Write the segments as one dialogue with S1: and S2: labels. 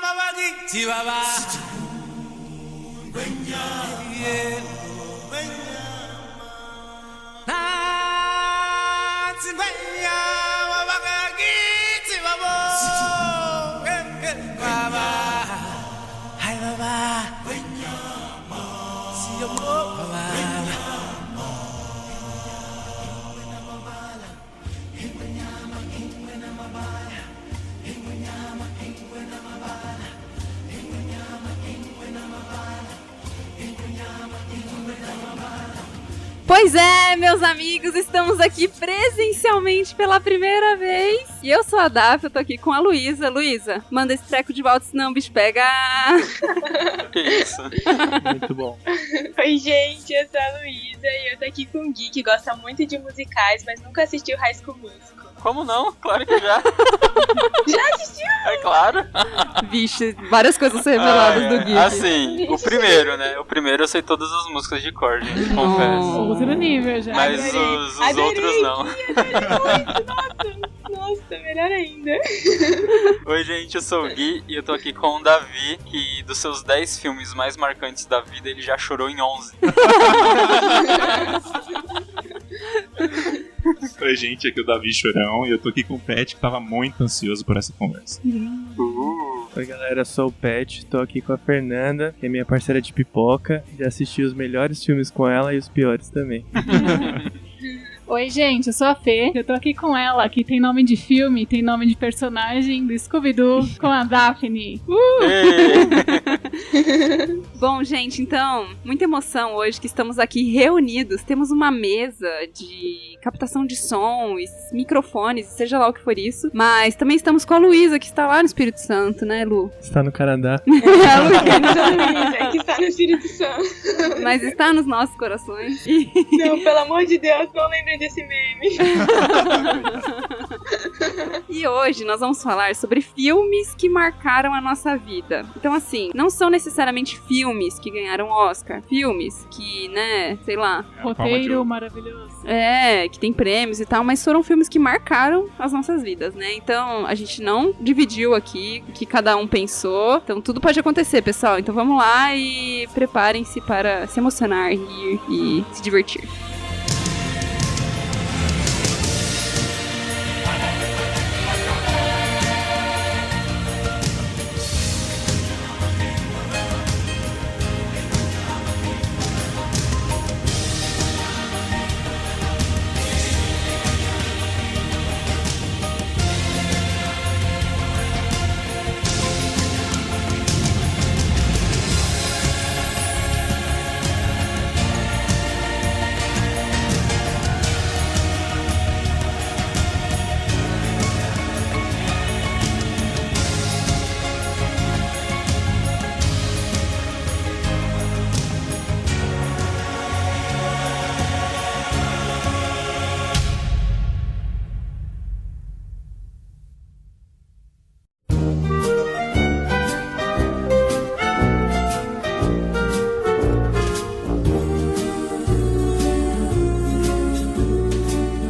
S1: Mawagi Chihuahua. Yeah. Natsibenya, Mawagi Chihuahua. Eh, eh, Baba. Hi, Baba. See you, Baba.
S2: Pois é, meus amigos, estamos aqui presencialmente pela primeira vez. E eu sou a Daf, eu tô aqui com a Luísa. Luísa, manda esse treco de volta, senão o bicho pega.
S3: Que isso?
S4: Muito bom.
S5: Oi, gente, eu sou a Luísa e eu tô aqui com o Gui, que gosta muito de musicais, mas nunca assistiu High School Musical.
S3: Como não? Claro que já.
S5: Já assistiu?
S3: É claro.
S2: Vixe, várias coisas são reveladas
S3: Ah, é.
S2: do Gui.
S3: Assim, o primeiro, né? O primeiro eu sei todas as músicas de cor, gente,
S2: Oh.
S3: confesso.
S2: Nossa.
S4: Outro nível já.
S3: Mas
S5: Adorei.
S3: os, os
S5: Adorei.
S3: outros não.
S5: é Nossa, melhor ainda.
S3: Oi, gente, eu sou o Gui e eu tô aqui com o Davi, que dos seus 10 filmes mais marcantes da vida, ele já chorou em 11.
S6: Oi, gente, aqui é o Davi Chorão e eu tô aqui com o Pet que tava muito ansioso por essa conversa.
S3: Uh,
S4: Oi galera, eu sou o Pet, tô aqui com a Fernanda, que é minha parceira de pipoca. Já assisti os melhores filmes com ela e os piores também.
S7: Oi, gente, eu sou a Fê. Eu tô aqui com ela, que tem nome de filme, tem nome de personagem do Scooby-Doo com a Daphne. Uh,
S3: ei.
S2: Bom, gente, então, muita emoção hoje que estamos aqui reunidos. Temos uma mesa de captação de som, e microfones, seja lá o que for isso. Mas também estamos com a Luísa, que está lá no Espírito Santo, né, Lu?
S4: Está no Canadá.
S2: a Lu
S5: Luísa, é que está no Espírito Santo.
S2: É, mas está nos nossos corações. E
S5: Não, pelo amor de Deus, não lembrem desse meme.
S2: E hoje nós vamos falar sobre filmes que marcaram a nossa vida. Então, assim, não são necessariamente filmes que ganharam Oscar. Filmes que, né, sei lá,
S6: É a palma de
S7: roteiro
S6: ouro.
S7: maravilhoso.
S2: é, que tem prêmios e tal, mas foram filmes que marcaram as nossas vidas, né? Então, a gente não dividiu aqui o que cada um pensou. Então, tudo pode acontecer, pessoal. Então, vamos lá e preparem-se para se emocionar, rir e se divertir.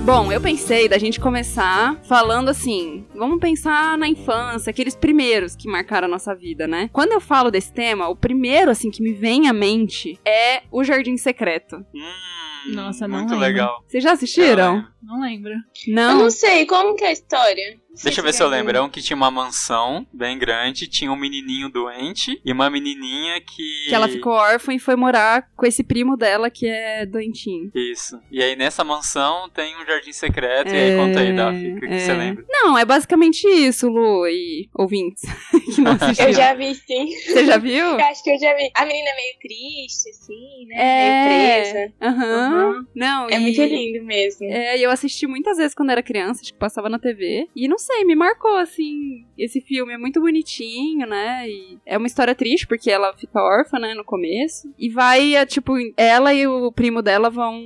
S2: Bom, eu pensei da gente começar falando assim, vamos pensar na infância, aqueles primeiros que marcaram a nossa vida, né? Quando eu falo desse tema, o primeiro assim que me vem à mente é O Jardim Secreto.
S3: Hum,
S7: Nossa, não
S3: Muito
S7: lembro.
S3: legal.
S2: Vocês já assistiram?
S7: Não lembro.
S5: é. Eu
S2: Não.
S5: não sei, como que é a história? Não sei
S3: Deixa eu ver se eu
S5: é
S3: lembro. É um que tinha uma mansão bem grande, tinha um menininho doente e uma menininha que...
S2: Que ela ficou órfã e foi morar com esse primo dela que é doentinho.
S3: Isso. E aí nessa mansão tem um jardim secreto. E aí
S2: É,
S3: conta aí, Dafi, o que, que
S2: é.
S3: você lembra?
S2: Não, é basicamente isso, Lu e ouvintes que não assistiram.
S5: Eu já vi, sim.
S2: Você já viu?
S5: Eu acho que eu já vi. A menina é meio triste, assim, né?
S2: É.
S5: Meio presa.
S2: Aham. Não,
S5: É
S2: e-
S5: muito lindo mesmo.
S2: É, e eu assisti muitas vezes quando era criança, acho que passava na TV. E não sei, me marcou, assim, esse filme. É muito bonitinho, né? E é uma história triste, porque ela fica órfã, né, no começo. E vai, é, tipo, ela e o primo dela vão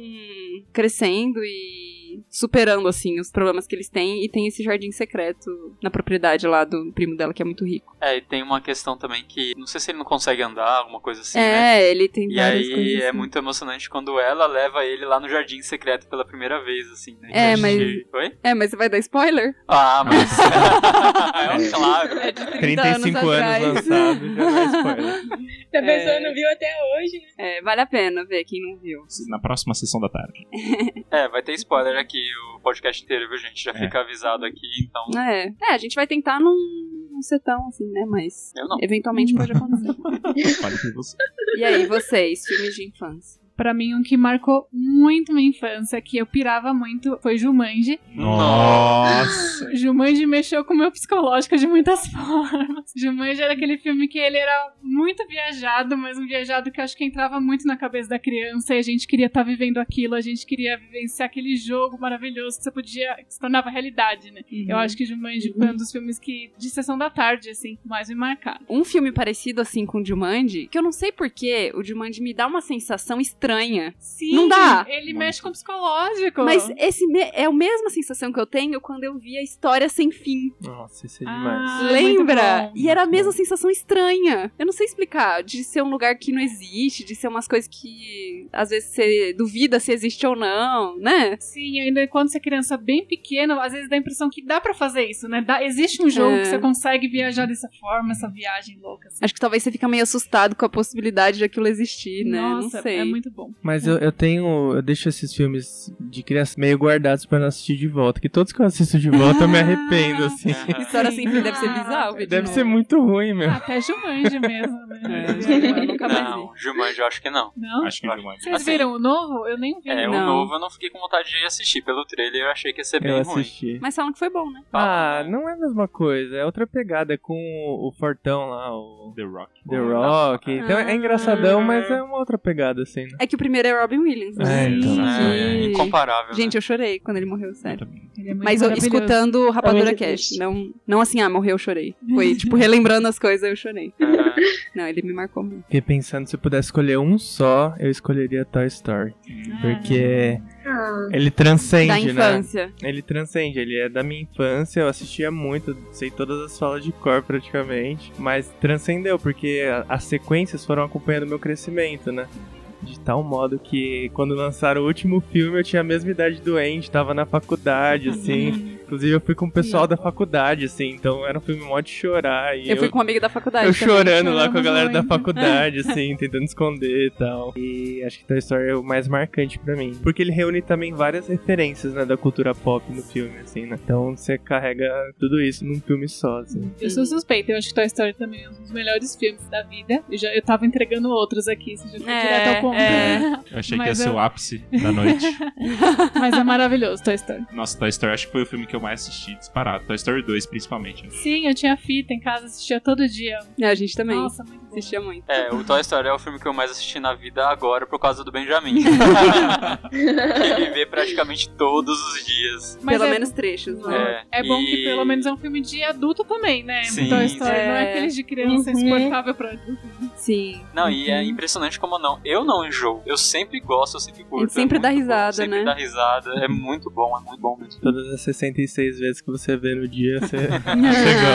S2: crescendo e. e superando, assim, os problemas que eles têm. E tem esse jardim secreto na propriedade lá do primo dela, que é muito rico.
S3: É, e tem uma questão também que. Não sei se ele não consegue andar, alguma coisa assim,
S2: é,
S3: né?
S2: ele tem
S3: E
S2: várias
S3: aí
S2: coisas.
S3: é
S2: assim.
S3: muito emocionante quando ela leva ele lá no jardim secreto pela primeira vez, assim, né?
S2: É,
S3: A gente-
S2: mas-
S3: Oi?
S2: É, mas você vai dar spoiler?
S3: Ah, mas. é um claro.
S2: É de 30
S4: 35
S2: anos,
S4: anos
S2: atrás.
S4: lançado, já não é spoiler.
S5: Se a pessoa
S2: É.
S5: não viu até hoje, né?
S2: É, vale a pena ver quem não viu.
S6: Na próxima sessão da tarde.
S3: É, vai ter spoiler aqui o podcast inteiro, viu, gente? Já
S6: É.
S3: fica avisado aqui, então.
S2: É, é a gente vai tentar não, não ser tão assim, né? Mas
S3: Eu não.
S2: eventualmente pode acontecer.
S6: Fale com você.
S2: e aí, vocês, filmes de infância?
S7: Pra mim, um que marcou muito minha infância, que eu pirava muito, foi Jumanji.
S6: Nossa!
S7: Jumanji mexeu com o meu psicológico de muitas formas. Jumanji era aquele filme que ele era muito viajado, mas um viajado que eu acho que entrava muito na cabeça da criança e a gente queria estar vivendo aquilo, a gente queria vivenciar aquele jogo maravilhoso que você podia, que se tornava realidade, né?
S2: Uhum.
S7: Eu acho que Jumanji foi um dos filmes que, de sessão da tarde, assim, que mais me marcaram.
S2: Um filme parecido assim com o Jumanji, que eu não sei porquê, o Jumanji me dá uma sensação estranha.
S7: Sim,
S2: Não dá.
S7: Ele mexe com o psicológico.
S2: Mas esse me- é a mesma sensação que eu tenho quando eu vi a história sem fim.
S4: Nossa, isso é
S7: Ah.
S4: demais.
S7: muito
S2: Lembra?
S7: bom.
S2: E era a mesma sensação estranha. Eu não sei explicar. De ser um lugar que não existe, de ser umas coisas que às vezes você duvida se existe ou não, né?
S7: Sim, ainda quando você é criança bem pequena, às vezes dá a impressão que dá pra fazer isso, né? Dá- existe um jogo
S2: É.
S7: que você consegue viajar dessa forma, essa viagem louca. Assim.
S2: Acho que talvez você fica meio assustado com a possibilidade de aquilo existir, né?
S7: Nossa,
S2: não sei.
S7: é muito bom.
S4: Mas eu, eu tenho. Eu deixo esses filmes de criança meio guardados pra não assistir de volta. Que todos que eu assisto de volta eu me arrependo, assim.
S2: História sem fim deve ser
S7: Ah,
S2: bizarro, de
S4: Deve
S2: novo.
S4: ser muito ruim, meu.
S7: Até Jumanji mesmo,
S2: É, eu
S7: né?
S2: nunca mais vi.
S3: Não, Jumanji, eu acho que não.
S7: Não?
S6: Acho que demais.
S7: Vocês
S3: Assim,
S7: viram o novo? Eu nem vi.
S3: É,
S2: Não.
S3: o novo eu não fiquei com vontade de assistir. Pelo trailer eu achei que ia ser bem
S4: Eu
S3: ruim.
S4: assisti.
S2: Mas falam que foi bom, né?
S4: Ah, não é a mesma coisa. É outra pegada. É com o, o Fortão lá, o
S6: The Rock.
S4: The Rock. Então é engraçadão,
S2: Ah.
S4: mas é uma outra pegada, assim, né?
S2: É que o primeiro é Robin Williams, né?
S4: É, então.
S3: É,
S2: Sim.
S3: incomparável.
S2: Gente, eu chorei quando ele morreu, sério.
S7: Ele é muito
S2: Mas eu,
S7: maravilhoso.
S4: É
S2: escutando o Rapadura
S5: Também que
S2: Cash,
S5: triste.
S2: não, não assim, ah, morreu, eu chorei. Foi, tipo, relembrando as coisas, eu chorei.
S3: né? É.
S2: Não, ele me marcou muito.
S4: Fiquei pensando se eu pudesse escolher um só, eu escolheria Toy Story. Porque
S2: Hum.
S4: ele
S2: da
S4: transcende, né?
S2: infância.
S4: Ele transcende, ele é da minha infância, eu assistia muito, sei todas as falas de cor praticamente, mas transcendeu, porque a- as sequências foram acompanhando o meu crescimento, né? De tal modo que quando lançaram o último filme eu tinha a mesma idade doente, tava na faculdade, assim.
S2: Uhum.
S4: Inclusive eu fui com o pessoal da faculdade, assim, então era um filme mó de chorar. E
S2: Eu, fui com um amigo da faculdade.
S4: eu
S2: também.
S4: chorando lá com a
S7: Choramos
S4: galera da
S7: muito.
S4: faculdade, assim, tentando esconder e tal. E acho que Toy Story é o mais marcante pra mim. Porque ele reúne também várias referências, né, da cultura pop no filme, assim, né? Então você carrega tudo isso num filme só, assim.
S7: Eu sou suspeita, eu acho que Toy Story também é um dos melhores filmes da vida. Eu, já, eu tava entregando outros aqui, você já foi
S2: É,
S7: direto ao ponto.
S2: é.
S6: Eu achei que ia
S7: Mas
S6: ser
S7: eu-
S6: o ápice da noite.
S7: Mas é maravilhoso, Toy Story.
S6: Nossa, Toy Story acho que foi o filme que eu mais assisti disparado. Toy Story 2, principalmente.
S7: Sim, eu tinha fita em casa, assistia todo dia.
S2: É, a gente também
S7: Nossa, muito bom.
S2: assistia muito.
S3: É, o Toy Story é o filme que eu mais assisti na vida agora por causa do Benjamin. Ele vê praticamente todos os dias.
S7: Mas
S2: Pelo
S7: é-
S2: menos trechos, né?
S3: É,
S7: É bom
S3: e-
S7: que pelo menos é um filme de adulto também, né?
S6: Sim,
S7: Toy Story
S2: sim.
S7: não
S2: É.
S7: é aqueles de criança
S5: Uhum.
S7: insuportável pra adulto.
S4: É.
S2: Sim.
S3: Não, e é impressionante como não. Eu não enjoo. Eu sempre gosto, eu sempre curto.
S2: Ele sempre
S3: é
S2: dá
S3: muito
S2: risada,
S3: bom, sempre
S2: né?
S3: dá risada. É muito bom, é muito bom mesmo.
S4: Todas as 66 vezes que você vê no dia, você.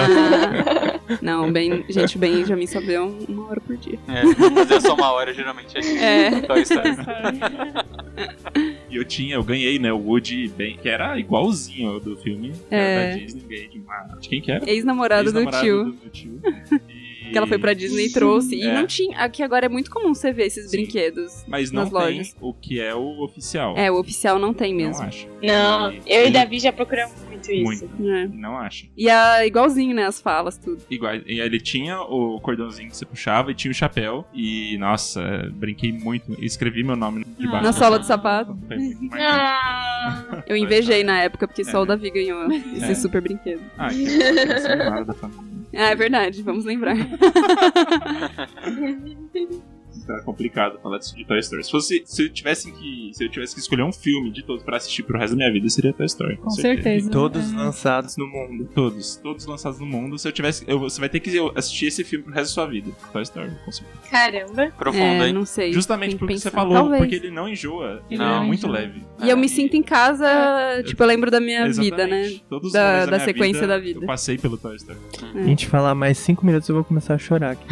S2: Ah. Não, bem, gente, o Benjamin só vê um- uma hora por dia.
S3: É, mas é só uma hora, geralmente. É,
S2: É.
S3: Toy Story.
S6: E eu tinha, eu ganhei, né, o Woody bem, que era igualzinho ao do filme. que
S2: É.
S6: era da Disney, ganhei de uma. De quem que era?
S2: Ex-namorado do
S6: Ex-namorado
S2: tio.
S6: do tio. E-
S2: Que ela foi pra Disney e trouxe. E
S6: É.
S2: não tinha. Aqui agora é muito comum você ver esses
S6: Sim.
S2: brinquedos.
S6: Mas não
S2: nas
S6: tem
S2: lojas.
S6: o que é o oficial.
S2: É, o oficial não tem
S6: não
S2: mesmo.
S6: acho.
S5: Não,
S6: E-
S5: eu e
S3: Hum.
S5: Davi já procuramos muito isso.
S6: Muito.
S2: É.
S6: Não acho.
S2: E é igualzinho, né? As falas, tudo.
S6: Igual, e ele tinha o cordãozinho que você puxava e tinha o chapéu. E, nossa, é, brinquei muito. Escrevi meu nome debaixo.
S2: Ah. Na
S6: do
S2: sola do sapato.
S6: Foi muito marcante.
S5: Ah,
S2: Eu invejei
S6: Story.
S2: na época, porque só
S6: É.
S2: o Davi ganhou esse
S6: É.
S2: super brinquedo.
S6: Ah, que eu não tá sou nada da família.
S2: É, Ah, é verdade, vamos lembrar.
S6: Tá complicado falar disso de Toy Story. Se, fosse, se, eu tivesse que, se eu tivesse que escolher um filme de todos pra assistir pro resto da minha vida, seria Toy Story.
S7: Com certeza.
S4: Todos
S7: É.
S4: lançados no mundo.
S6: Todos, todos lançados no mundo. Se eu tivesse. eu- você vai ter que assistir esse filme pro resto da sua vida. Toy Story, com certeza.
S5: Caramba.
S3: Profundo,
S2: É,
S3: hein?
S2: não sei.
S6: Justamente
S2: tem que
S6: porque você
S2: pensar.
S6: falou,
S2: Talvez.
S6: porque ele não enjoa. Ele
S3: Não.
S6: é muito
S7: enjoa.
S6: leve.
S2: E eu me sinto em casa, tipo, eu lembro da minha vida, né?
S6: É. Exatamente. Todos os
S2: Da-
S6: momentos
S2: da
S6: minha
S2: sequência da vida.
S6: Eu passei pelo Toy Story.
S4: A gente falar mais cinco minutos eu vou começar a chorar aqui.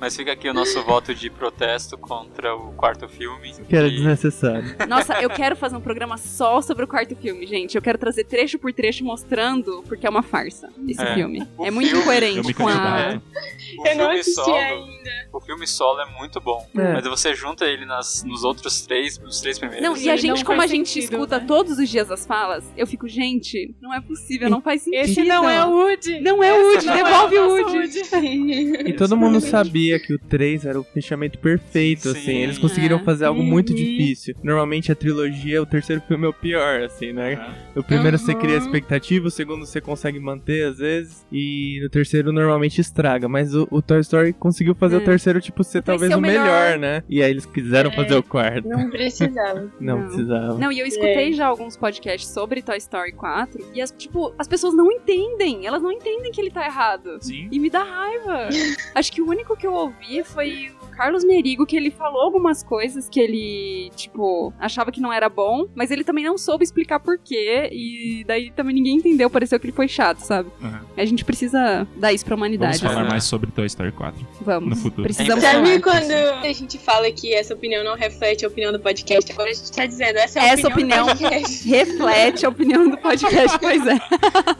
S3: Mas fica aqui o nosso voto de protesto contra o quarto filme.
S4: Que era
S3: E-
S4: desnecessário.
S2: Nossa, eu quero fazer um programa só sobre o quarto filme, gente. Eu quero trazer trecho por trecho mostrando porque é uma farsa esse
S3: É.
S2: filme.
S3: O
S2: é muito
S3: filme-
S6: Eu me
S2: incoerente com
S6: canso
S2: a.
S6: da-
S3: O
S5: Eu não
S3: filme
S5: assisti
S3: solo,
S5: ainda.
S3: o filme solo é muito bom,
S4: É.
S3: mas você junta ele nas, nos outros três, nos três primeiros.
S2: Não, e a
S7: Não
S2: gente,
S7: faz
S2: como a gente
S7: sentido,
S2: escuta
S7: né?
S2: todos os dias as falas, eu fico, gente, não é possível, não faz sentido.
S7: Esse não é o Woody.
S2: Não é o Woody,
S7: não é
S2: devolve
S7: o
S2: o
S7: nosso
S2: Woody. É
S4: E todo mundo
S5: Exatamente.
S4: sabia que o 3 era o fechamento perfeito,
S3: Sim.
S4: assim. Eles conseguiram
S2: É.
S4: fazer algo muito
S5: Uhum.
S4: difícil. Normalmente a trilogia, o terceiro filme é o pior, assim, né?
S6: Aham.
S4: O primeiro você
S7: Uhum.
S4: cria expectativa, o segundo você consegue manter às vezes, e no terceiro normalmente estraga. Mas o, o Toy Story conseguiu fazer o
S2: É.
S4: terceiro, tipo, ser talvez
S2: ser
S4: o
S2: o
S4: melhor,
S2: melhor. É.
S4: né? E aí eles quiseram fazer o quarto. Não,
S5: Não precisava.
S2: Não.
S4: precisava.
S2: Não, e eu
S7: É.
S2: escutei já alguns podcasts sobre Toy Story 4 e as, tipo, as pessoas não entendem. Elas não entendem que ele tá errado.
S6: Sim.
S2: E me dá raiva. Acho que o único que eu ouvi foi o Carlos Merigo, que ele falou algumas coisas que ele, tipo, achava que não era bom, mas ele também não soube explicar por quê. E daí também ninguém entendeu. Pareceu que ele foi chato, sabe?
S6: Aham.
S2: A gente precisa dar isso pra
S6: Vamos
S2: humanidade.
S6: falar
S3: né?
S6: mais sobre Toy Story 4
S2: Vamos.
S6: no futuro.
S2: Precisamos
S3: É
S2: falar.
S5: Sabe quando a gente fala que essa opinião não reflete a opinião do podcast? Agora a gente tá dizendo, essa é a
S2: Essa
S5: opinião, do
S2: opinião-
S5: podcast.
S2: Reflete a opinião do podcast, pois é.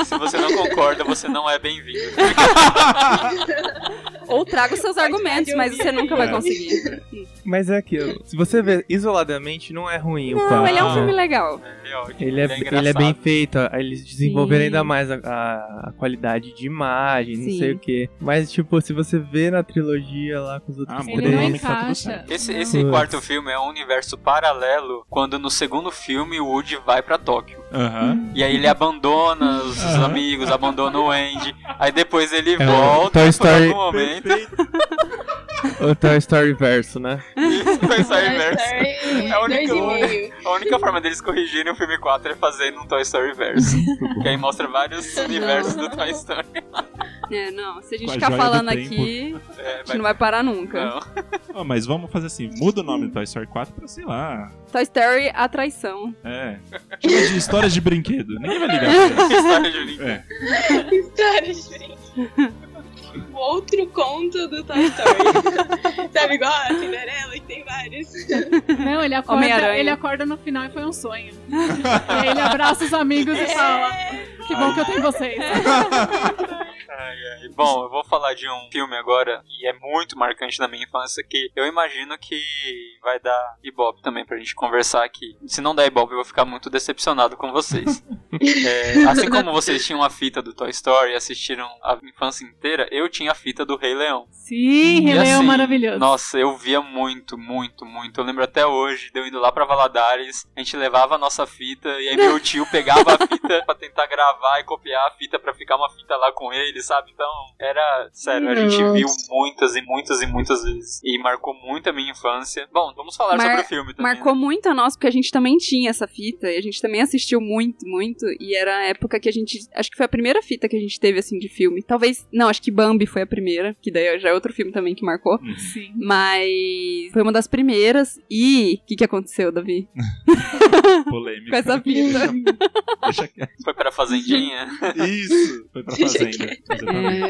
S3: Se você não concorda, você não é bem-vindo.
S2: Ou traga os seus argumentos, mas você nunca vai
S6: É.
S2: conseguir.
S4: Mas é aquilo. Se você ver isoladamente, não é ruim
S6: Tá.
S4: o quarto.
S2: Não, ele é um
S4: né?
S2: filme legal.
S3: Ele é, ótimo,
S4: Ele é, ele é
S3: engraçado.
S4: bem feito, ó, eles desenvolveram
S2: Sim.
S4: ainda mais a, a- a qualidade de imagem, não
S2: Sim.
S4: sei o que. Mas, tipo, se você vê na trilogia lá com os outros
S6: Ah,
S7: Ele
S6: Woody
S7: não
S2: é
S6: Allen
S4: três,
S6: tá tudo
S7: encaixa.
S6: certo.
S3: Esse,
S7: Não.
S3: esse
S4: Putz.
S3: quarto filme é um universo paralelo quando no segundo filme o Woody vai pra Tóquio.
S6: Aham.
S3: E aí ele abandona os
S6: Aham.
S3: amigos, abandona o Andy. Aí depois ele
S4: É,
S3: volta
S4: Toy
S3: por
S4: Story-
S3: algum momento.
S4: o Toy Story verso, né?
S3: Isso, Toy Story Verse.
S5: É
S3: É o único-
S5: dois e meio.
S3: A única forma deles corrigirem o filme 4 é fazendo um Toy Story Verso. que aí mostra vários universos do Toy Story.
S2: É, não. Se a gente
S6: Com a
S2: ficar
S6: joia do
S2: falando
S6: tempo.
S2: aqui,
S3: É,
S2: a gente
S3: vai-
S2: não vai parar nunca.
S3: Não.
S6: Ó, mas vamos fazer assim, muda o nome do Toy Story 4 pra, sei lá,
S2: Toy Story, a traição.
S6: é... Chama de Histórias de Brinquedo. Ninguém vai ligar pra isso.
S3: História de brinquedo.
S6: É,
S5: História, gente. O outro conto do Toy Story. Sabe igual a Cinderela, que tem vários.
S7: Não, ele acorda,
S2: Homem-Aranha.
S7: ele acorda no final e foi um sonho. e aí ele abraça os amigos e fala: Que bom que eu tenho vocês.
S3: E, Bom, eu vou falar de um filme agora que é muito marcante na minha infância, que eu imagino que vai dar Ibope também pra gente conversar aqui. Se não der Ibope, eu vou ficar muito decepcionado com vocês. É, assim como vocês tinham a fita do Toy Story e assistiram a infância inteira, eu tinha a fita do Rei Leão.
S7: Sim,
S3: E
S7: ele é
S3: assim,
S7: maravilhoso.
S3: Nossa, eu via muito, muito, muito. Eu lembro até hoje de eu indo lá pra Valadares, a gente levava a nossa fita e aí meu tio pegava a fita pra tentar gravar e copiar a fita pra ficar uma fita lá com ele, sabe? Então, era sério, a gente viu muitas e muitas e muitas vezes e marcou muito a minha infância. Bom, vamos falar
S2: Mar-
S3: sobre o filme também.
S2: Marcou
S3: né?
S2: muito a nós, porque a gente também tinha essa fita, e a gente também assistiu muito, muito, e era a época que a gente. Acho que foi a primeira fita que a gente teve, assim, de filme. Talvez. Não, acho que Bambi foi a primeira, que daí já é outro filme também que marcou.
S7: Sim.
S2: Mas foi uma das primeiras. E o que, que aconteceu, Davi?
S6: polêmica.
S2: Com essa fita.
S6: Deixa quieto.
S3: né? Foi pra fazendinha.
S6: Isso! Foi pra Fazenda. Exatamente.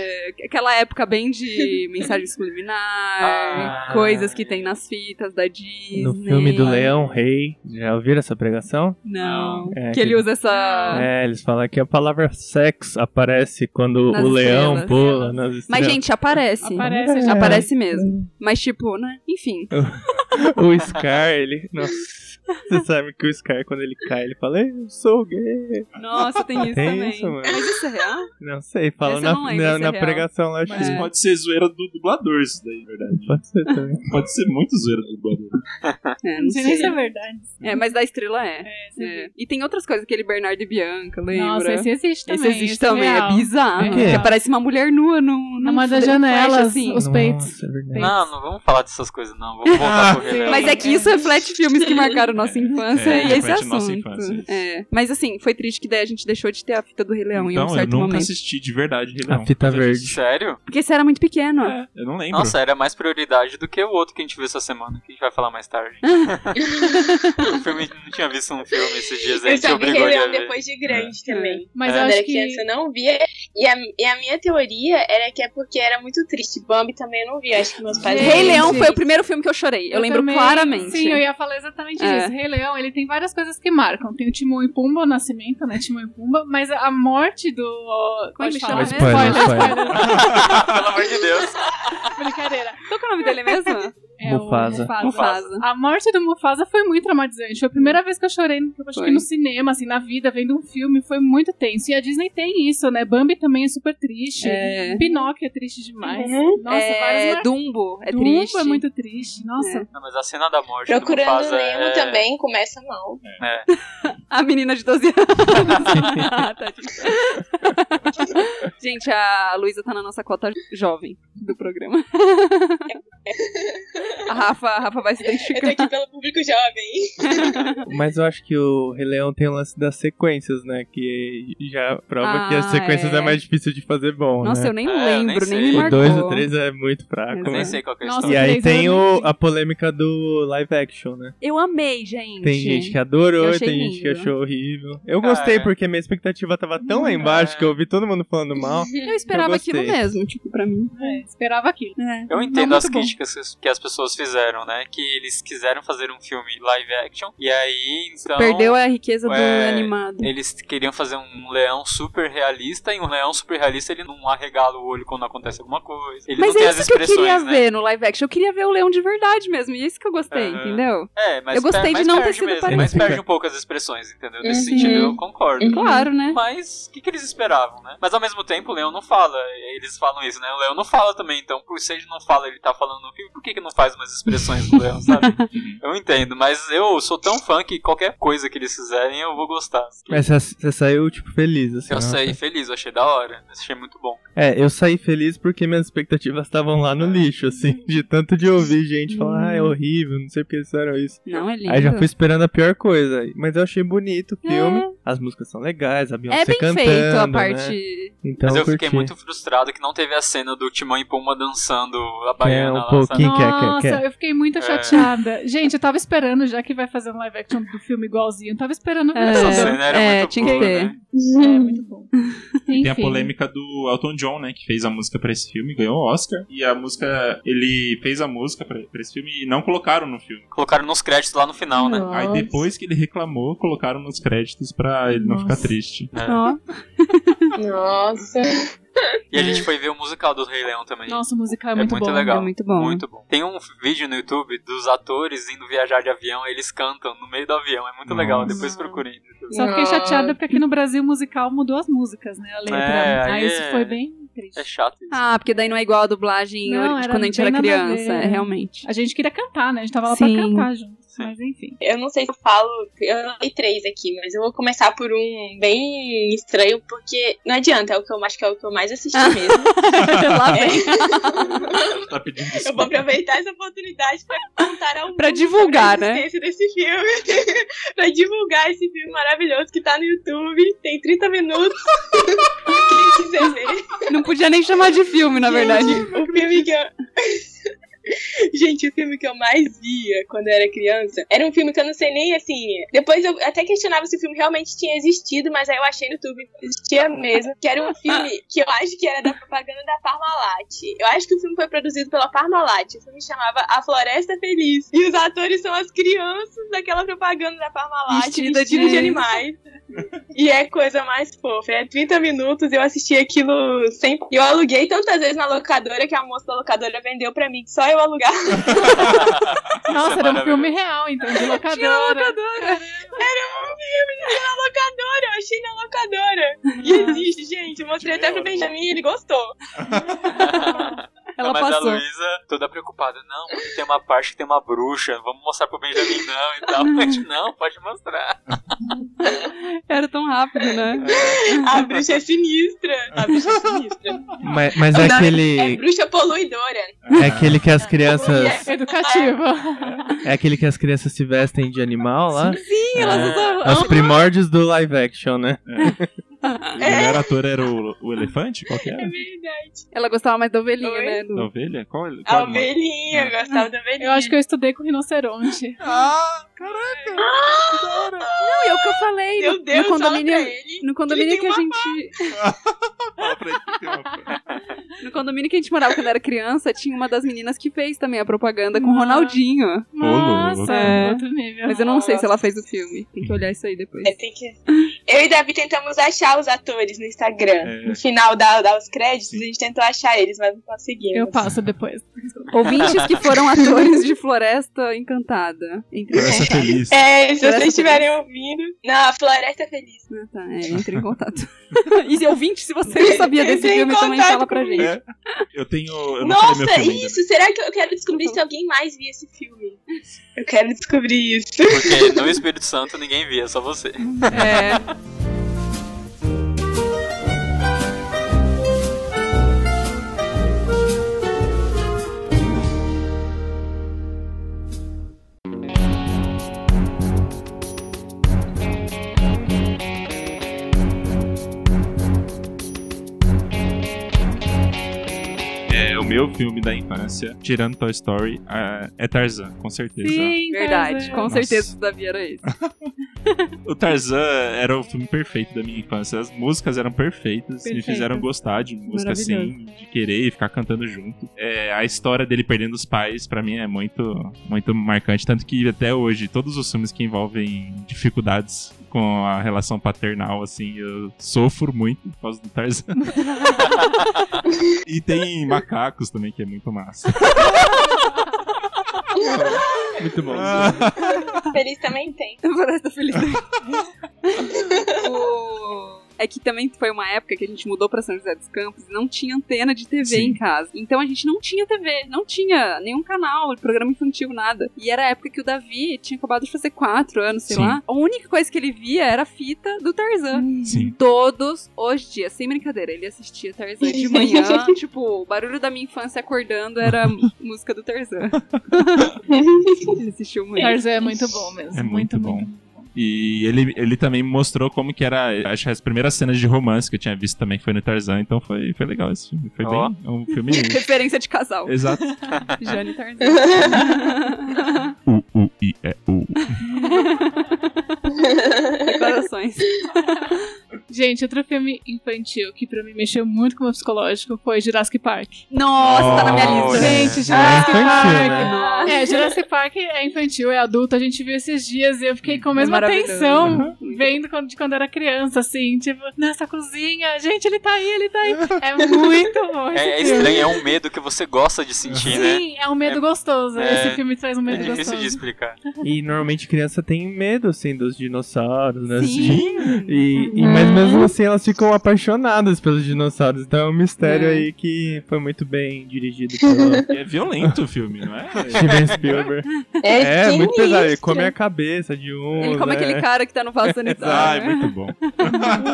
S2: É, aquela época bem de mensagem subliminar,
S3: Ah.
S2: coisas que tem nas fitas da Disney.
S4: No filme do Leão Rei, já ouviram essa pregação?
S2: Não.
S4: É,
S2: que ele usa essa.
S4: É, eles falam que a palavra sexo aparece quando
S2: Nas
S4: o leão
S2: estrelas.
S4: pula nas estrelas.
S2: Mas, gente, aparece.
S7: Aparece, gente.
S2: Aparece
S7: Hum.
S2: mesmo. Mas, tipo, né? Enfim.
S4: O Scar, ele. Nossa. Você sabe que o Scar, quando ele cai, ele fala, eu sou gay.
S2: Nossa, tem isso
S4: Tem
S2: também.
S4: isso, mano.
S2: Mas isso é real?
S4: Não sei, fala
S2: Essa
S4: na,
S2: eu não lembro
S4: na,
S2: se é
S4: na
S2: real.
S4: pregação lá, tipo, acho
S6: Mas
S4: que
S2: É.
S6: pode ser zoeira do dublador isso daí, na verdade.
S4: pode ser também.
S6: Pode ser muito zoeira do dublador.
S2: É,
S7: Não
S2: não
S7: sei nem se é
S2: sei.
S7: verdade.
S2: É, mas da estrela é.
S7: você
S2: É. E tem outras coisas, aquele Bernardo e Bianca, lembra?
S7: Nossa, esse existe também.
S2: Esse existe também, é
S7: real.
S2: bizarro.
S7: É
S2: Porque
S7: real.
S2: aparece uma mulher nua no,
S7: Na
S2: não
S7: uma das
S2: fle-
S7: janelas,
S2: flecha, assim.
S7: os peitos.
S4: Nossa, é verdade.
S3: Não, não vamos falar dessas coisas, não. Vamos voltar pro relevante.
S2: Mas é que isso reflete filmes que marcaram nossa infância
S6: É,
S2: e esse
S6: reflete
S2: assunto.
S6: nossa infância.
S2: É. Mas assim, foi triste que daí a gente deixou de ter a fita do Rei Leão em um
S6: Então, eu
S2: certo
S6: nunca
S2: momento.
S6: assisti de verdade Rei
S4: A
S6: Leão.
S4: fita
S6: Nunca assisti.
S4: verde.
S3: Sério?
S2: Porque você era muito pequeno.
S6: É, eu não lembro.
S3: Nossa, era mais prioridade do que o outro que a gente viu essa semana, que a gente vai falar mais tarde. o filme, não tinha visto um filme esses dias, aí a
S5: Eu
S3: gente
S5: só vi
S3: obrigou ele a
S5: Leão
S3: ver.
S5: é um depois de grande também.
S7: Mas
S3: né? É.
S7: eu
S5: Quando
S7: acho
S5: era
S7: que.
S5: criança eu não via. E a, e a minha teoria era que é porque era muito triste. Bambi também eu não via. Acho que meus pais.
S7: Gente.
S2: Rei Leão foi o primeiro filme que eu chorei. Eu, lembro
S7: também-
S2: claramente.
S7: Sim, eu ia falar exatamente
S2: É.
S7: isso. Rei Leão, ele tem várias coisas que marcam. Tem o Timão e Pumba, o nascimento, né? Timão e Pumba. Mas a morte do.
S2: Como
S7: Pode
S2: ele chama
S7: falar, né?
S4: mesmo? Spoiler,
S3: Pelo amor de Deus.
S7: Brincadeira.
S2: Qual que é o nome dele mesmo?
S7: É, o
S4: Mufasa.
S2: Mufasa.
S7: A morte do Mufasa foi muito traumatizante. Foi a primeira vez que eu chorei, eu acho
S2: Foi.
S7: que no cinema, assim, na vida, vendo um filme. Foi muito tenso. E a Disney tem isso, né? Bambi também é super triste.
S2: É.
S7: Pinóquio é triste demais. Nossa, várias
S2: é,
S7: mar-
S2: Dumbo é
S7: Dumbo
S2: triste.
S7: é muito triste. Nossa,
S3: Não, mas a cena da morte do
S5: Procurando
S3: Mufasa
S5: Nemo
S3: é...
S5: também começa mal.
S3: é.
S2: A menina de 12 anos. Ah, tadinha. Gente, a Luísa tá na nossa cota jovem do programa. A Rafa, a Rafa vai se
S5: Eu tô
S3: É
S2: identificar.
S5: aqui pelo público jovem.
S4: Mas eu acho que o Rei Leão tem o lance das sequências, né? Que já prova
S2: Ah,
S4: que as sequências
S2: é.
S4: é. mais difícil de fazer bom,
S2: Nossa,
S4: né?
S2: eu nem
S3: É,
S2: lembro,
S3: nem sei.
S2: nem me
S4: O
S2: marcou.
S4: 2 e o 3 é muito fraco,
S2: Exato.
S4: né?
S3: Nem sei qual que é a
S7: Nossa,
S4: E
S3: história.
S4: aí
S7: Três eu
S4: tem
S7: amei.
S4: o, a polêmica do live action, né?
S2: Eu amei, gente.
S4: Tem gente que
S2: Eu
S4: adorou,
S2: achei
S4: tem gente que
S2: lindo.
S4: achou horrível. Eu gostei
S3: Cara.
S4: porque minha expectativa tava tão lá embaixo
S3: É.
S4: que eu ouvi todo mundo falando mal.
S2: Eu esperava
S4: Eu gostei.
S2: aquilo mesmo, tipo, pra mim.
S7: é, esperava aquilo.
S3: Eu entendo
S2: Não,
S3: as
S2: muito bom.
S3: críticas que as- que as pessoas fizeram, né? Que eles quiseram fazer um filme live action. E aí, então.
S2: Perdeu a riqueza do
S3: é,
S2: animado.
S3: Eles queriam fazer um leão super realista. E um leão super realista, ele não arregala o olho quando acontece alguma coisa. Ele
S2: Mas
S3: não tem
S2: é
S3: as
S2: isso que eu
S3: expressões,
S2: queria
S3: né?
S2: ver no live action. Eu queria ver o leão de verdade mesmo. E é isso que eu gostei,
S3: Aham.
S2: entendeu?
S3: É, mas
S2: Eu gostei
S3: per-
S2: de
S3: mas
S2: não ter
S3: perde
S2: sido
S3: mesmo,
S2: parecido.
S3: Mas perde um pouco as expressões, entendeu? Nesse
S2: Uhum.
S3: sentido, eu concordo.
S5: Uhum.
S2: Claro, né?
S3: Mas o que, que eles esperavam, né? Mas ao mesmo tempo, o Leão não fala. Eles falam isso, né? O Leão não fala também, então, por ser que não fala, ele tá falando no filme, por que, que não faz umas expressões do Leão, sabe? Uhum. eu entendo, mas eu sou tão fã que qualquer coisa que eles fizerem eu vou gostar.
S4: Mas você- você saiu, tipo, feliz, assim.
S3: Eu
S4: nossa.
S3: saí feliz, eu achei da hora, achei muito bom.
S4: É, eu saí feliz porque minhas expectativas estavam lá no lixo, assim. De tanto de ouvir gente falar, ah, é horrível, não sei porque eles fizeram isso.
S2: Não, é lindo.
S4: Aí já fui esperando a pior coisa. Mas eu achei bonito o
S2: É.
S4: filme. As músicas são legais, a Beyoncé
S2: É bem
S4: cantando,
S2: feito a
S4: né?
S2: parte.
S4: Então
S3: mas eu
S4: curti.
S3: fiquei muito frustrado que não teve a cena do Timão e Puma dançando a
S4: é
S3: baiana
S4: um
S3: lá, sabe?
S4: pouquinho quer, quer,
S7: Nossa,
S4: quer?
S7: eu fiquei muito
S3: É.
S7: chateada. Gente, eu tava esperando, já que vai fazer um live action do filme igualzinho. Eu tava esperando.
S2: É.
S3: Essa cena era
S2: É,
S3: muito
S2: tinha que
S3: boa,
S2: ter.
S3: né?
S7: É, muito bom.
S6: E tem a
S7: Enfim.
S6: polêmica do Elton John, né? Que fez a música pra esse filme, ganhou o Oscar. E a música, ele fez a música pra, pra esse filme e não colocaram no filme.
S3: Colocaram nos créditos lá no final, né?
S6: Aí depois que ele reclamou, colocaram nos créditos pra ele não
S7: Nossa.
S6: ficar triste.
S3: É.
S2: Ó,
S5: Nossa.
S3: E a gente foi ver o musical do Rei Leão também.
S7: Nossa, o musical é,
S3: É
S7: muito,
S3: muito
S7: bom.
S3: legal.
S2: é muito bom.
S3: Muito bom. Tem um vídeo no YouTube dos atores indo viajar de avião, eles cantam no meio do avião. É muito
S6: Nossa.
S3: legal, depois procurem.
S7: Só fiquei
S5: Nossa.
S7: chateada porque aqui no Brasil o musical mudou as músicas, né? A letra.
S3: É, aí
S7: aí isso
S3: é-
S7: foi bem triste.
S3: É chato isso.
S2: Ah, porque daí não é igual a dublagem
S7: Não,
S2: de
S7: era
S2: quando a gente
S7: bem
S2: era
S7: nada a
S2: criança,
S7: ver.
S2: é, realmente.
S7: A gente queria cantar, né? A gente tava lá
S2: Sim.
S7: pra cantar junto.
S3: Sim.
S7: Mas enfim.
S5: Eu não sei se eu falo. Eu não dei três aqui, mas eu vou começar por um bem estranho, porque não adianta, é o que eu acho que é o que eu mais assisti mesmo.
S2: Lá vem.
S6: Tá pedindo
S5: Eu vou
S6: desculpa.
S5: aproveitar essa oportunidade pra contar ao
S2: Pra
S5: mundo
S2: divulgar,
S5: sobre a
S2: né?
S5: existência desse filme. pra divulgar esse filme maravilhoso que tá no YouTube. Tem 30 minutos. Quem quiser ver.
S2: Não podia nem chamar de filme, na verdade.
S5: Gente, o filme que eu... Gente, o filme que eu mais via quando eu era criança era um filme que eu não sei nem assim. Depois eu até questionava se o filme realmente tinha existido, mas aí eu achei no YouTube que existia mesmo. Que era um filme que eu acho que era da propaganda da Parmalat. Eu acho que o filme foi produzido pela Parmalat. O filme chamava A Floresta Feliz. E os atores são as crianças daquela propaganda da Parmalat,
S2: Vestida
S5: vestida,
S2: de
S5: de
S2: neném.
S5: animais. E é coisa mais fofa. É 30 minutos, eu assisti aquilo sempre. Eu aluguei tantas vezes na locadora que a moça da locadora vendeu pra mim, que só eu alugar.
S7: Nossa,
S3: é
S7: era um
S3: maravilhoso.
S7: filme real, então, de locadora.
S5: Era um filme que tinha na locadora, eu achei na locadora. E existe, gente. Eu mostrei até pro Benjamin e ele gostou.
S2: Ela
S3: Mas a
S2: passou.
S6: é
S3: Luísa, toda preocupada. Não, porque tem uma parte que tem uma bruxa. Vamos mostrar pro Benjamin, não e tal. Mas não, pode mostrar.
S2: Era tão rápido, né?
S5: A bruxa é sinistra. A bruxa é sinistra.
S4: Mas, mas
S5: O
S4: é
S5: nome É
S4: aquele.
S5: bruxa poluidora.
S4: É aquele que as crianças.
S7: Educativa.
S4: É aquele que as crianças se vestem de animal lá?
S2: Sim, elas
S3: É,
S2: usavam.
S4: Os primórdios do live action, né?
S6: O melhor ator era o, o elefante? Qual que
S5: É
S6: era?
S5: verdade.
S2: Ela gostava mais da ovelhinha,
S5: Oi?
S2: né?
S6: Da
S2: Do...
S6: ovelha? Qual, qual
S5: A
S6: animal?
S5: ovelhinha, eu gostava da ovelhinha.
S7: Eu acho que eu estudei com rinoceronte.
S1: Ah,
S2: Não, e é o que eu falei.
S5: Meu
S2: no,
S5: Deus,
S2: no condomínio,
S5: fala pra ele.
S2: no condomínio
S5: Ele
S2: que
S5: tem
S2: a
S5: uma
S2: gente.
S6: Fala pra ele que tem uma-
S2: No condomínio que a gente morava quando era criança, tinha uma das meninas que fez também a propaganda com o
S7: Ah.
S2: Ronaldinho.
S7: Nossa,
S2: É.
S7: outro nível.
S2: Mas eu não sei se ela fez o filme. Tem que olhar isso aí depois.
S5: É, tem que- Eu e Davi tentamos achar os atores no Instagram.
S6: É.
S5: No final da, da- dos créditos,
S6: Sim.
S5: a gente tentou achar eles, mas não conseguimos.
S7: Eu passo depois.
S2: Ouvintes que foram atores de Floresta Encantada. Entre em
S6: Floresta
S2: contato.
S6: Feliz.
S5: É, se
S2: Floresta
S5: vocês estiverem ouvindo. Não, a Floresta Feliz.
S2: Ah, tá, é, entre em contato. e ouvinte, se você não sabia desse
S5: Entre em
S2: filme, também
S5: contato
S2: fala pra gente.
S6: É. Eu tenho. Eu não falei
S5: Nossa,
S6: meu filme ainda.
S5: isso! Será que eu quero descobrir se alguém mais viu esse filme? Eu quero descobrir isso.
S3: Porque no Espírito Santo ninguém via, só você.
S2: É.
S6: É, o meu filme da infância, tirando Toy Story, ah, é Tarzan, com certeza.
S7: Sim,
S2: Verdade, com
S7: Tarzan.
S2: certeza o Davi era esse.
S6: O Tarzan era o filme perfeito da minha infância. As músicas eram perfeitas, me
S7: Perfeito.
S6: fizeram gostar de música assim, de querer e ficar cantando junto. É, a história dele perdendo os pais, pra mim, é muito, muito marcante. Tanto que até hoje, todos os filmes que envolvem dificuldades com a relação paternal, assim, eu sofro muito por causa do Tarzan. e tem macacos também, que é muito massa. muito bom.
S5: Feliz também tem.
S2: Floresta Feliz. O- É que também foi uma época que a gente mudou pra São José dos Campos e não tinha antena de TV
S6: Sim.
S2: em casa. Então a gente não tinha TV, não tinha nenhum canal, programa infantil, nada. E era a época que o Davi tinha acabado de fazer quatro anos, sei
S6: Sim.
S2: lá. A única coisa que ele via era a fita do Tarzan.
S6: Sim.
S2: Todos os dias, sem brincadeira, ele assistia Tarzan de manhã. tipo, o barulho da minha infância acordando era a música do Tarzan. ele assistiu muito.
S7: Tarzan é muito bom mesmo.
S6: É muito bom. E ele, ele também mostrou como que era, acho que as primeiras cenas de romance que eu tinha visto também foi no Tarzan, então foi, foi legal esse filme. Foi
S3: Ó.
S6: bem, é um filme...
S2: Referência de casal.
S6: Exato.
S2: Jane Tarzan.
S6: U, U, I, E, U.
S2: Declarações.
S7: Gente, outro filme infantil que pra mim mexeu muito com o meu psicológico foi Jurassic Park.
S2: Nossa, tá na minha
S6: Nossa.
S2: lista.
S7: Gente,
S5: Ah,
S4: É
S7: Jurassic
S4: infantil,
S7: Park.
S4: né?
S2: Nossa.
S7: É, Jurassic Park é infantil, é adulto. A gente viu esses dias e eu fiquei com a mesma
S2: É maravilhoso.
S7: atenção vendo quando, de quando era criança, assim, tipo, nessa cozinha, gente, ele tá aí, ele tá aí. É muito bom. Esse
S3: É, é
S7: filme.
S3: estranho, é um medo que você gosta de sentir, né?
S7: Sim, é um medo gostoso.
S3: é-
S7: Esse filme traz um
S3: É
S7: medo
S3: difícil de
S7: gostoso.
S3: explicar.
S4: E normalmente criança tem medo, assim, dos dinossauros, né?
S2: Sim.
S4: E, e-
S2: Uhum.
S4: mas mesmo assim elas ficam apaixonadas pelos dinossauros. Então é um mistério
S2: É.
S4: aí que foi muito bem dirigido pelo
S6: E é violento o filme, não é?
S4: Steven Spielberg. É, muito pesado. Ele come
S6: é
S4: a cabeça de um.
S2: Ele como
S4: né?
S2: aquele cara que tá no vaso
S6: Ah,
S2: sanitário.
S6: é
S2: né?
S6: muito bom.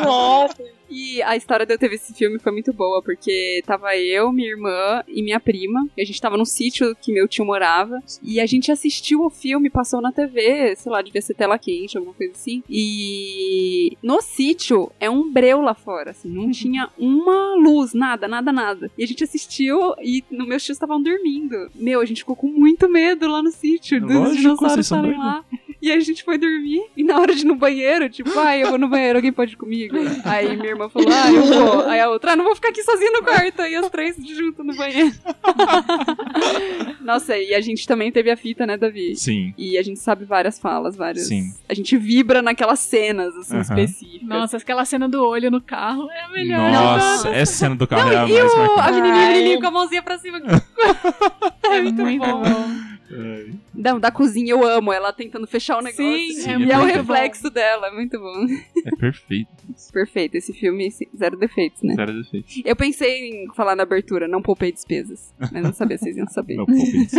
S5: Nossa,
S2: E a história de eu ter visto esse filme foi muito boa, porque tava eu, minha irmã e minha prima. E a gente tava num sítio que meu tio morava. E a gente assistiu o filme, passou na TV, sei lá, devia ser tela quente, alguma coisa assim. E no sítio é um breu lá fora, assim, não tinha uma luz, nada, nada, nada. E a gente assistiu e no- meus tios estavam dormindo. Meu, a gente ficou com muito medo lá no sítio, dos
S6: Lógico,
S2: dinossauros
S6: vocês são
S2: estarem
S6: doidos.
S2: lá. E a gente foi dormir. E na hora de ir no banheiro, tipo, ai, eu vou no banheiro, alguém pode ir comigo? Aí minha irmã falou, ah, eu vou. Aí a outra, ah, não vou ficar aqui sozinha no quarto. E as três junto no banheiro. Nossa, e a gente também teve a fita, né, Davi?
S6: Sim.
S2: E a gente sabe várias falas, várias.
S6: Sim.
S2: A gente vibra naquelas cenas, assim,
S6: Aham.
S2: específicas.
S7: Nossa, aquela cena do olho no carro é a melhor.
S6: Nossa, essa cena do carro era
S2: Não, e
S6: É mais
S2: o, a
S6: marcante.
S2: menininha,
S5: Ai.
S2: a menininha com a mãozinha pra cima.
S7: É muito, bom.
S6: Ai,
S2: Não, da cozinha eu amo, ela tentando fechar o negócio.
S7: Sim,
S6: Sim,
S7: é
S6: é
S2: E é o
S7: muito
S2: reflexo dela, é muito bom.
S6: É perfeito.
S2: Perfeito, esse filme, sim, zero defeitos, né?
S6: Era perfeito.
S2: Eu pensei em falar na abertura, não poupei despesas. Mas não sabia se vocês iam saber.
S6: Não, pô, isso.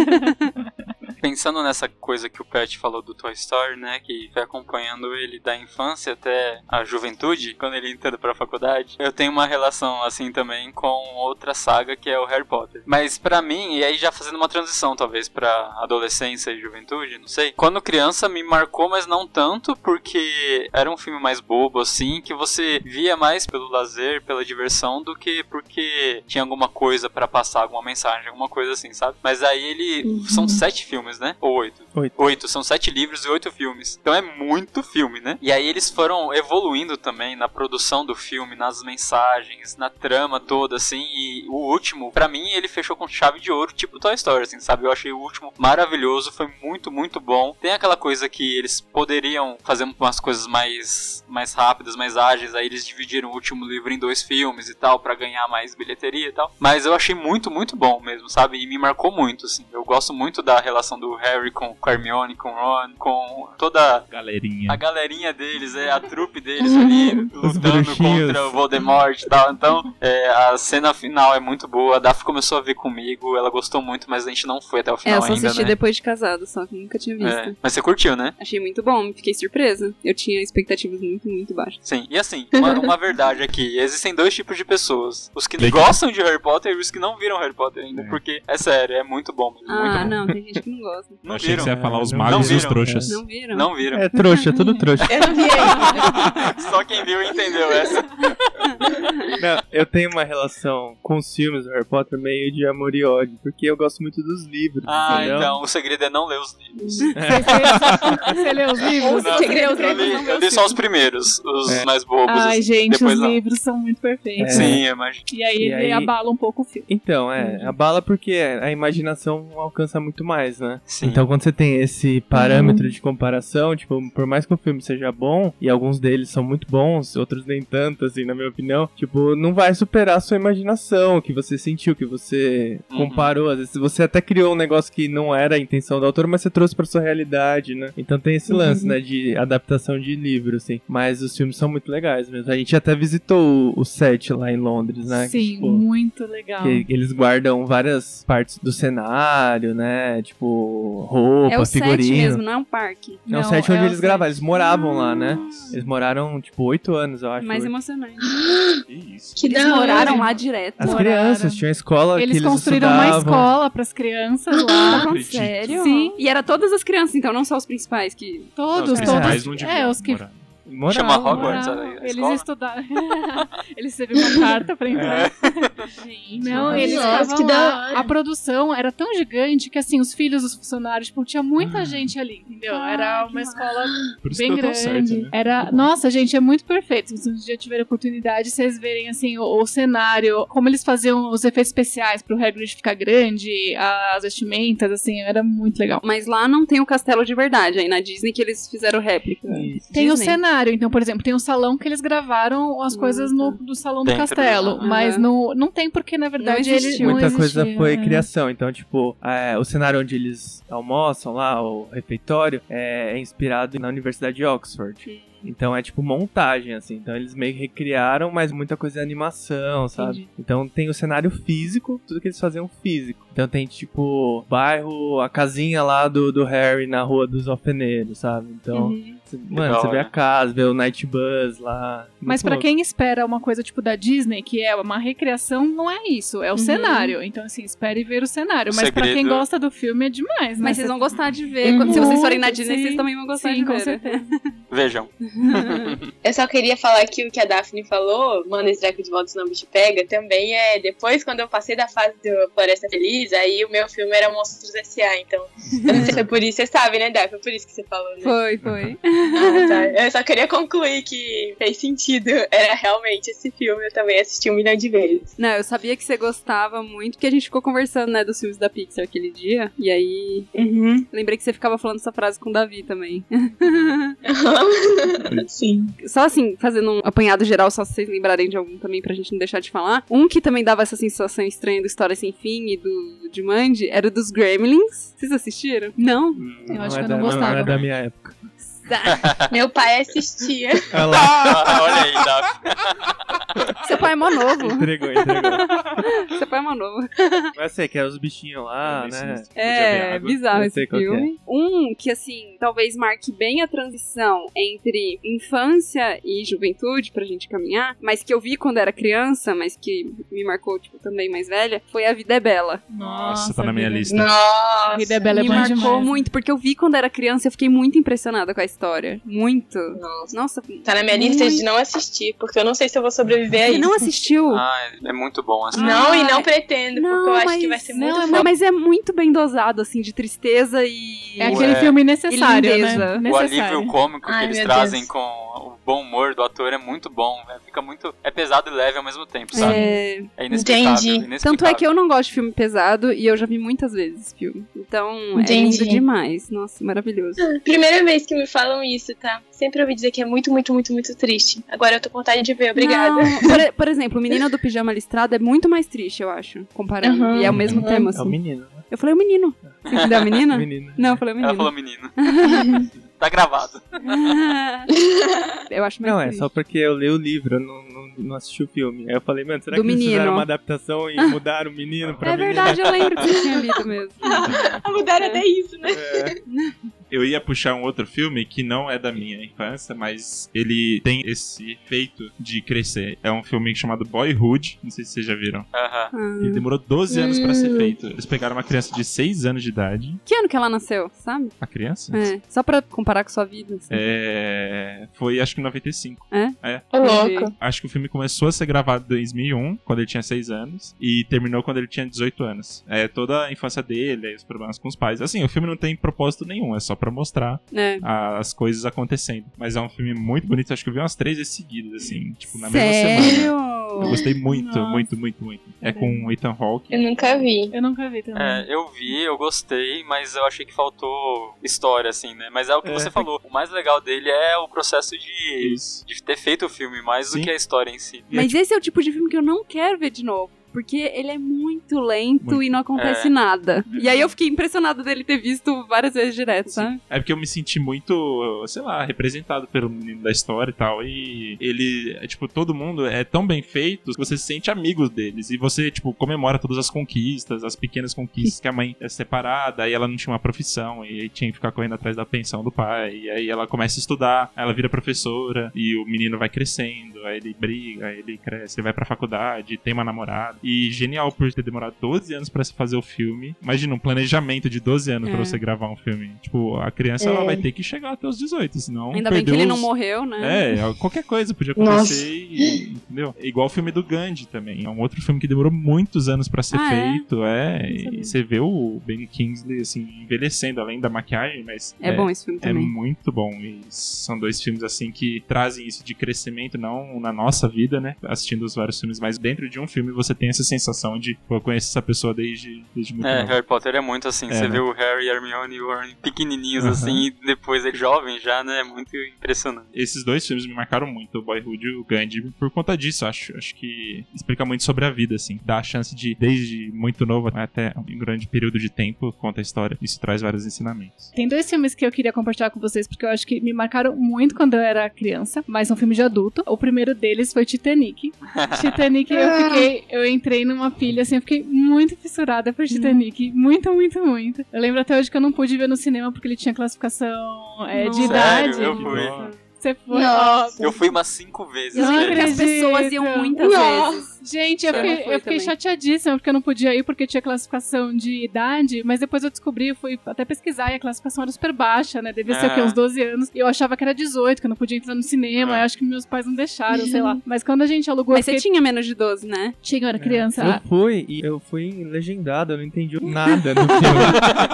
S3: Pensando nessa coisa que o Pet falou do Toy Story, né? Que vai acompanhando ele da infância até a juventude, quando ele entra pra faculdade. Eu tenho uma relação assim também com outra saga que é o Harry Potter. Mas pra mim, e aí já fazendo uma transição talvez pra adolescência e juventude, não sei. Quando criança me marcou, mas não tanto, porque era um filme mais bobo assim, que você via mais pelo lazer, pela diversão, do que porque tinha alguma coisa pra passar, alguma mensagem, alguma coisa assim, sabe? Mas aí ele. São sete filmes, né? Ou oito?
S4: Oito.
S3: Oito. São sete livros e oito filmes. Então é muito filme, né? E aí eles foram evoluindo também na produção do filme, nas mensagens, na trama toda, assim. E o último, pra mim, ele fechou com chave de ouro, tipo Toy Story, assim, sabe? Eu achei o último maravilhoso, foi muito, muito bom. Tem aquela coisa que eles poderiam fazer umas coisas mais, mais rápidas, mais ágeis. Aí eles dividiram o último livro em dois filmes e tal, pra ganhar mais bilheteria e tal. Mas eu achei muito, muito bom mesmo, sabe? E me marcou muito, assim. Eu gosto muito da relação do Harry com, com a Hermione, com o Ron, com toda
S6: Galerinha.
S3: a galerinha deles, é a trupe deles ali lutando
S4: bruxinhos.
S3: contra o Voldemort e tal. Então, é, a cena final é muito boa. A Daf começou a ver comigo, ela gostou muito, mas a gente não foi até o
S2: É,
S3: final
S2: eu só
S3: ainda,
S2: assisti
S3: né?
S2: depois de casado, só que nunca tinha visto.
S3: É, mas você curtiu, né?
S2: Achei muito bom, fiquei surpresa. Eu tinha expectativas muito, muito baixas.
S3: Sim, e assim, uma, uma verdade aqui, existem dois tipos de pessoas. Os que gostam de Harry Potter e os que não viram Harry Potter ainda,
S6: É.
S3: porque, é sério, é muito bom, mesmo, muito
S2: Ah,
S3: bom.
S2: não, tem gente que não gosta.
S3: Não
S6: achei que
S3: viram,
S6: você ia falar os
S4: Não
S6: magos e os
S3: viram.
S6: trouxas.
S2: Não viram?
S3: não viram.
S4: É trouxa, tudo trouxa.
S5: Eu não vi ainda.
S3: Só quem viu entendeu essa.
S4: Não, eu tenho uma relação com os filmes do Harry Potter meio de amor e ódio, porque eu gosto muito dos livros.
S3: Ah,
S4: entendeu?
S3: então, o segredo é não ler os livros.
S7: Você, você lê os livros?
S3: Não,
S5: segredo
S3: eu,
S5: é
S3: li, eu li só os primeiros, os
S4: É.
S3: mais bobos.
S7: Ai,
S3: assim,
S7: gente,
S3: depois
S7: os
S3: não.
S7: livros são muito perfeitos.
S3: Sim, eu imagino.
S7: E aí
S4: E
S7: ele
S4: aí-
S7: abala um pouco o filme.
S4: Então, é,
S2: Uhum.
S4: abala porque a imaginação alcança muito mais, né?
S3: Sim.
S4: Então, quando você tem esse parâmetro de comparação, tipo, por mais que o filme seja bom, e alguns deles são muito bons, outros nem tanto, assim, na minha opinião, tipo, não vai superar a sua imaginação, o que você sentiu, o que você
S3: Uhum.
S4: comparou. Às vezes você até criou um negócio que não era a intenção do autor, mas você trouxe pra sua realidade, né? Então tem esse lance, né, de adaptação de livro, assim. Mas os filmes são muito legais mesmo. A gente até visitou o, o set lá em Londres, né?
S7: Sim,
S4: Tipo,
S7: muito legal.
S4: que é eles guardam várias partes do cenário, né? Tipo, roupa,
S2: é o set
S4: figurino.
S2: mesmo, não é um parque.
S4: É um
S7: Não,
S4: set onde
S7: é o
S4: eles gravaram,
S7: set.
S4: eles moravam lá, né? Eles moraram, tipo, oito anos, eu acho.
S2: Mais
S4: oito.
S2: emocionante.
S6: Que isso.
S5: Que
S2: Eles
S5: da hora.
S2: moraram lá direto.
S4: As
S7: moraram.
S4: crianças, tinha uma escola que
S7: Eles
S4: eles
S7: construíram uma
S4: estudavam.
S7: escola pras crianças
S2: Tá
S7: lá.
S2: falando
S6: acredito.
S2: sério?
S7: Sim.
S2: E era todas as crianças, então, não só os principais que.
S7: Todos,
S4: Não, os
S7: todos.
S4: principais
S3: um
S6: não deviam
S7: é, os que
S6: morar.
S4: Moravam.
S3: Chama Hogwarts.
S7: moravam.
S3: a- a
S7: Eles
S3: escola?
S7: estudaram. eles receberam uma carta pra entrar.
S3: É.
S2: Gente,
S7: Não,
S5: Nossa,
S7: eles
S5: que
S7: estavam
S5: da
S7: lá. A produção era tão gigante que, assim, os filhos dos funcionários, tipo, tinha
S4: Hum.
S7: muita gente ali, entendeu?
S2: Ah,
S7: Era
S2: que
S7: uma escola
S6: Por isso
S7: bem
S6: deu tão
S7: grande.
S6: certo, né?
S7: Era, nossa, gente, é muito perfeito. Se vocês um dia tiverem oportunidade, vocês verem assim o, o cenário, como eles faziam os efeitos especiais pro Hagrid ficar grande, as vestimentas, assim, era muito legal.
S2: Mas lá não tem o castelo de verdade, aí na Disney que eles fizeram réplica.
S7: Tem o
S2: Disney.
S7: cenário, então, por exemplo, tem o salão que eles gravaram as
S2: Hum,
S7: coisas no do salão
S3: Dentro do
S7: do castelo,
S3: salão.
S7: mas
S2: Aham.
S7: não, não tem porque, na verdade, eles
S2: existiu.
S7: não
S4: Muita coisa
S7: existia,
S4: foi
S7: né?
S4: criação. Então, tipo, é, o cenário onde eles almoçam lá, o refeitório, é, é inspirado na Universidade de Oxford. Então é tipo montagem, assim. Então eles meio que recriaram, mas muita coisa é animação, sabe? Então tem o cenário físico, tudo que eles faziam físico. Então tem, tipo, bairro, a casinha lá do, do Harry na rua dos alfeneiros, sabe? Então,
S7: Uhum.
S4: cê- mano,
S3: Legal,
S4: você vê
S3: né?
S4: a casa, vê o Night Bus lá. Muito
S7: Mas pra
S4: louco.
S7: quem espera uma coisa tipo da Disney, que é uma recriação, não é isso, é o
S2: Uhum.
S7: cenário. Então assim, espere ver o cenário,
S3: O
S7: mas pra quem
S3: segredo-
S7: gosta do filme é demais, né?
S2: Mas vocês vão gostar de ver. Quando- se
S7: Muito,
S2: vocês forem na Disney,
S7: Uhum. sim.
S2: vocês também vão gostar
S7: Sim,
S2: de ver.
S7: com
S2: né?
S7: certeza.
S3: Vejam.
S5: Eu só queria falar que o que a Daphne falou, manda esse treco de volta, senão o bicho pega, também é depois quando eu passei da fase do Floresta Feliz, aí o meu filme era Monstros S.A., então. Eu não sei se foi por isso, você sabe, né, Daphne? Foi por isso que você falou, né?
S2: Foi, foi.
S5: Ah, tá. Eu só queria concluir que fez sentido. Era realmente esse filme, eu também assisti um milhão de vezes.
S2: Não, eu sabia que você gostava muito, porque a gente ficou conversando, né, dos filmes da Pixar aquele dia. E aí,
S5: Uhum.
S2: lembrei que você ficava falando essa frase com o Davi também.
S5: Sim.
S2: Só assim, fazendo um apanhado geral, só se vocês lembrarem de algum também pra gente não deixar de falar. Um que também dava essa sensação estranha do História Sem Fim e do de Mandy era o dos Gremlins. Vocês assistiram? Não?
S4: Hum,
S7: Eu acho
S4: é
S7: que eu
S4: da-
S7: não gostava.
S4: Não é da minha época.
S5: Meu pai assistia.
S4: Olha lá.
S3: Ah, olha aí, Daf.
S2: Seu pai é mó novo.
S4: Entregou, entregou.
S2: Seu pai é mó novo.
S4: Mas sei que é os bichinhos lá, né?
S6: tipo
S2: É, bizarro
S4: Eu
S2: esse
S4: sei qual que é.
S2: filme. Um que, assim, talvez marque bem a transição entre infância e juventude pra gente caminhar, mas que eu vi quando era criança, mas que me marcou, tipo, também mais velha, foi A Vida é Bela.
S6: Nossa, tá na minha
S7: vida-
S6: lista.
S5: Nossa.
S8: Vida é bela é
S2: me
S8: bom
S2: marcou
S8: demais.
S2: muito, porque eu vi quando era criança e eu fiquei muito impressionada com a história. Muito.
S5: Nossa.
S2: Nossa,
S5: Tá na minha lista de não assistir, porque eu não sei se eu vou sobreviver a
S2: você
S5: isso.
S2: não assistiu?
S3: Ah, é muito bom essa.
S5: Não,
S2: Ah,
S5: e não pretendo, porque eu acho que vai ser
S2: não,
S5: muito
S2: é-
S5: foda.
S2: mas é muito bem dosado, assim, de tristeza e.
S7: É aquele
S3: Ué.
S7: filme necessário,
S2: E lindeza.
S7: né?
S3: O
S7: Necessário.
S3: alívio cômico
S5: Ai,
S3: que eles
S5: meu
S3: trazem
S5: Deus.
S3: com o bom humor do ator é muito bom. velho. Fica muito. É pesado e leve ao mesmo tempo, sabe?
S2: É,
S3: É, inexplicável.
S5: Entendi.
S2: tanto é que eu não gosto de filme pesado e eu já vi muitas vezes esse filme. Então é
S5: Entendi.
S2: lindo demais. Nossa, maravilhoso.
S5: Primeira vez que me falam isso, tá? Sempre ouvi dizer que é muito, muito, muito, muito triste. Agora eu tô com vontade de ver, obrigada.
S2: Não, por, por exemplo, o Menino do Pijama Listrado é muito mais triste, eu acho, comparando.
S5: Aham,
S2: e é o mesmo
S5: aham.
S2: tema,
S4: É o
S2: assim.
S4: menino, né?
S2: Eu falei o menino. Você entendeu a menina?
S4: Menino.
S2: Não, eu falei "É o
S3: Ela
S2: menino.
S3: falou menino. tá gravado.
S2: eu acho mais
S4: Não, é
S2: triste.
S4: só porque eu li o livro, eu não, não, não assisti o filme. Aí eu falei, mano, será
S2: Do
S4: que eles fizeram
S2: menino.
S4: uma adaptação e mudaram o menino pra
S2: É
S4: menino?
S2: verdade, eu lembro que você tinha lido mesmo.
S5: Mudaram até isso, né?
S6: Eu ia puxar um outro filme que não é da minha infância, mas ele tem esse efeito de crescer. É um filme chamado Boyhood, não sei se vocês já viram.
S2: Uhum.
S3: Aham.
S6: Ele demorou 12 anos pra ser
S5: Hum.
S6: feito. Eles pegaram uma criança de 6 anos de idade.
S2: Que ano que ela nasceu, sabe?
S6: A criança?
S2: É, só pra comparar com sua vida. assim.
S6: É, Foi acho que em 95.
S5: Ô, louco.
S6: Acho que o filme começou a ser gravado em 2001, quando ele tinha 6 anos, e terminou quando ele tinha 18 anos. É toda a infância dele, aí os problemas com os pais. Assim, o filme não tem propósito nenhum, é só pra mostrar
S2: É.
S6: a- as coisas acontecendo. Mas é um filme muito bonito, acho que eu vi umas três vezes seguidas, assim, tipo, na mesma semana.
S2: Sério?
S6: Eu gostei muito,
S7: Nossa.
S6: muito, muito, muito. É
S2: Tá
S6: com o Ethan Hawke.
S5: Eu nunca vi.
S7: Eu nunca vi também.
S3: É, eu vi, eu gostei, mas eu achei que faltou história, assim, né? Mas é o que
S4: É.
S3: você falou. O mais legal dele é o processo de,
S6: Isso.
S3: de ter feito o filme, mais
S6: Sim.
S3: do que a história em si.
S2: Mas esse é o tipo de filme que eu não quero ver de novo. Porque ele é muito lento
S6: Muito.
S2: e não
S7: É.
S2: acontece nada. E aí eu fiquei impressionada dele ter visto várias vezes direto, né? sabe?
S6: É porque eu me senti muito, sei lá, representado pelo menino da história e tal. E ele, é, tipo, todo mundo é tão bem feito que você se sente amigo deles. E você, tipo, comemora todas as conquistas, as pequenas conquistas que a mãe é separada, aí ela não tinha uma profissão, e aí tinha que ficar correndo atrás da pensão do pai. E aí ela começa a estudar, aí ela vira professora, e o menino vai crescendo, aí ele briga, aí ele cresce, ele vai pra faculdade, tem uma namorada. E genial por ter demorado 12 anos pra se fazer o filme. Imagina, um planejamento de 12 anos pra
S2: É.
S6: você gravar um filme. Tipo, a criança ela
S5: É.
S6: vai ter que chegar até os 18, senão.
S2: Ainda bem que
S6: perdeu
S2: ele não
S6: os-
S2: morreu, né?
S6: É, qualquer coisa podia
S5: Nossa.
S6: acontecer, e, entendeu? É Igual o filme do Gandhi também. É um outro filme que demorou muitos anos pra ser
S2: Ah, é?
S6: feito, é.
S7: Não
S6: e
S7: sabia.
S6: você vê o Ben Kingsley assim envelhecendo além da maquiagem, mas
S2: É, bom esse filme
S6: é
S2: também.
S6: muito bom. E são dois filmes assim que trazem isso de crescimento, não na nossa vida, né? Assistindo os vários filmes, mas dentro de um filme você tem essa sensação de pô, eu conheço essa pessoa desde, desde muito
S3: É,
S6: novo.
S3: Harry Potter é muito assim.
S6: Uhum. É,
S3: você
S6: né? Uhum.
S3: vê o Harry e a Hermione e o Ron pequenininhos,
S6: Aham.
S3: assim, e depois ele jovem já, né? É muito impressionante.
S6: Esses dois filmes me marcaram muito, o Boyhood e o Gandhi, por conta disso, acho. Acho que explica muito sobre a vida, assim. Dá a chance de, desde muito novo até um grande período de tempo, conta a história. Isso traz vários ensinamentos.
S7: Tem dois filmes que eu queria compartilhar com vocês, porque eu acho que me marcaram muito quando eu era criança, mas são filmes de adulto. O primeiro deles foi Titanic. Titanic, eu fiquei, eu entrei numa pilha, assim, eu fiquei muito fissurada por Titanic.
S2: Uhum.
S7: Muito, muito, muito. Eu lembro até hoje que eu não pude ver no cinema porque ele tinha classificação é, de
S2: Nossa.
S7: idade.
S3: Sério, eu
S6: Que
S3: fui.
S6: dó.
S7: Você foi. ó,
S5: Nossa.
S3: Eu fui umas cinco vezes.
S2: Eu
S7: Não
S2: lembro
S3: velho.
S2: que as
S7: acredito.
S2: pessoas iam muitas
S5: Não.
S2: vezes.
S7: Gente, eu
S2: Eu não
S7: fiquei,
S2: fui
S7: eu fiquei
S2: também.
S7: chateadíssima porque eu não podia ir porque tinha classificação de idade, mas depois eu descobri, eu fui até pesquisar e a classificação era super baixa, né? Devia ser o quê?
S3: Ah.
S7: Uns 12 anos. E eu achava que era 18, que eu não podia entrar no cinema.
S6: Ah.
S7: Eu acho que meus pais não deixaram, sei lá. Mas quando a gente alugou,
S2: Mas
S7: eu
S2: você
S7: fiquei...
S2: tinha menos de 12, né?
S7: tinha, eu era criança.
S4: Eu
S7: Ah,
S4: fui e eu fui legendado, eu não entendi nada no filme.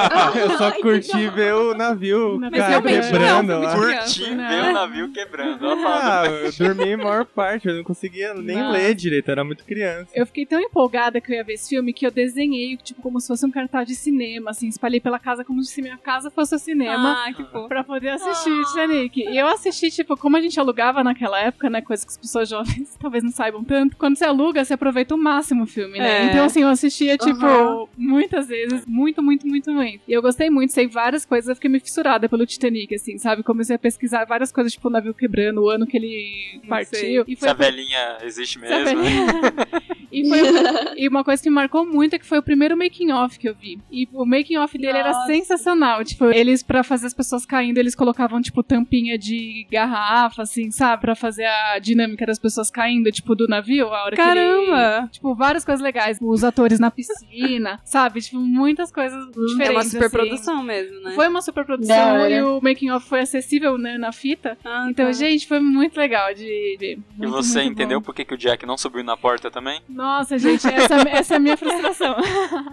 S2: Ah,
S4: eu
S2: então
S4: só
S2: tá
S4: curti ver o navio,
S7: Mas
S4: cara,
S7: realmente não é um
S4: quebrando
S2: filme
S4: lá.
S2: de-
S3: Curti
S7: criança, né?
S3: ver o navio quebrando. ó,
S4: Ah, eu dormi a maior parte, eu não conseguia nem
S7: Nossa.
S4: ler direito, era muito muito criança.
S7: Eu fiquei tão empolgada que eu ia ver esse filme que eu desenhei, tipo, como se fosse um cartaz de cinema, assim, espalhei pela casa como se minha casa fosse o cinema
S2: Ah, que fofo. Ah.
S7: pra poder assistir Titanic. E eu assisti, tipo, como a gente alugava naquela época, né? Coisas que as pessoas jovens talvez não saibam tanto. Quando você aluga, você aproveita o máximo o filme, né?
S2: É.
S7: Então, assim, eu assistia, tipo,
S2: Aham.
S7: muitas vezes, muito, muito, muito, muito. E eu gostei muito, sei várias coisas, eu fiquei meio fissurada pelo Titanic, assim, sabe? Comecei a pesquisar várias coisas, tipo, o navio quebrando, o ano que ele
S2: Não
S7: partiu. E foi
S3: Essa velhinha existe
S7: Essa
S3: mesmo.
S7: velhinha. e, foi o- e uma coisa que me marcou muito é que foi o primeiro making off que eu vi. E o making off dele era
S5: Nossa.
S7: sensacional. Tipo, eles, pra fazer as pessoas caindo, eles colocavam, tipo, tampinha de garrafa, assim, sabe? Pra fazer a dinâmica das pessoas caindo, tipo, do navio, a hora que ele...
S2: Caramba!
S7: Tipo, várias coisas legais. Os atores na piscina, sabe? Tipo, muitas coisas diferentes.
S2: É uma
S7: assim.
S2: superprodução mesmo, né?
S7: Foi uma
S5: Da
S7: superprodução
S5: hora.
S7: e o making off foi acessível, né, na fita.
S2: Ah,
S7: Então,
S2: tá.
S7: gente, foi muito legal de... de-
S3: E
S7: é muito,
S3: você
S7: muito bom.
S3: entendeu por que, que o Jack não subiu na porta também?
S7: Nossa, gente, essa, essa é a minha frustração.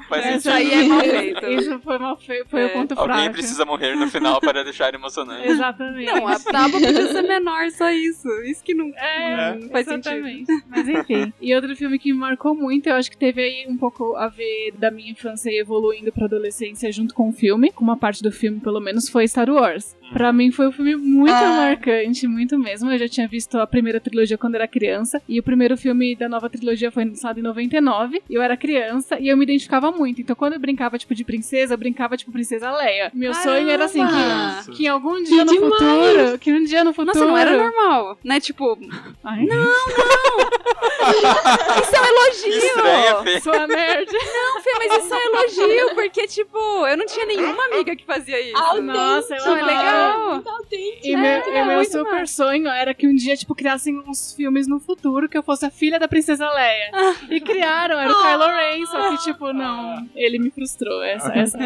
S3: Faz
S2: É,
S3: sentido.
S2: isso aí é mal feito.
S7: Isso foi mal feito, foi o
S2: É.
S7: ponto
S3: Alguém
S7: fraco.
S3: precisa morrer no final para deixar emocionante.
S7: Exatamente.
S2: Não, a tábua podia ser menor, só isso. Isso que não,
S7: É,
S2: não faz sentido.
S7: exatamente. Mas enfim. E outro filme que me marcou muito, eu acho que teve aí um pouco a ver da minha infância evoluindo pra adolescência junto com o filme, com uma parte do filme pelo menos, foi Star Wars. Pra mim foi um filme muito
S5: Ah.
S7: marcante, muito mesmo. Eu já tinha visto a primeira trilogia quando era criança, e o primeiro filme da nova trilogia foi lançado em 99, e eu era criança, e eu me identificava muito. Então quando eu brincava, tipo, de princesa, eu brincava, tipo, princesa Leia. Meu sonho era assim, que...
S2: Caramba!
S7: Que em algum dia no
S5: demais!
S7: futuro. Que um dia no futuro.
S2: Nossa, não era normal, né? Tipo,
S7: Ai, não.
S2: isso é um elogio!
S3: Estranha, Fê.
S7: Sou a nerd.
S2: Não, Fê, mas isso é um elogio, porque, tipo, eu não tinha nenhuma amiga que fazia isso.
S7: Ah,
S5: Autêntico.
S7: Nossa, eu
S2: Não, é
S7: amava.
S2: legal.
S7: E
S5: autêntico.
S7: meu,
S2: É,
S7: e
S2: é
S7: meu
S2: muito
S7: super
S2: massa.
S7: sonho era que um dia, tipo, criassem uns filmes no futuro que eu fosse a filha da princesa Leia. E criaram, era
S2: Ah.
S7: o Kylo Ren, só que, tipo, não, ele me frustrou. Essa, essa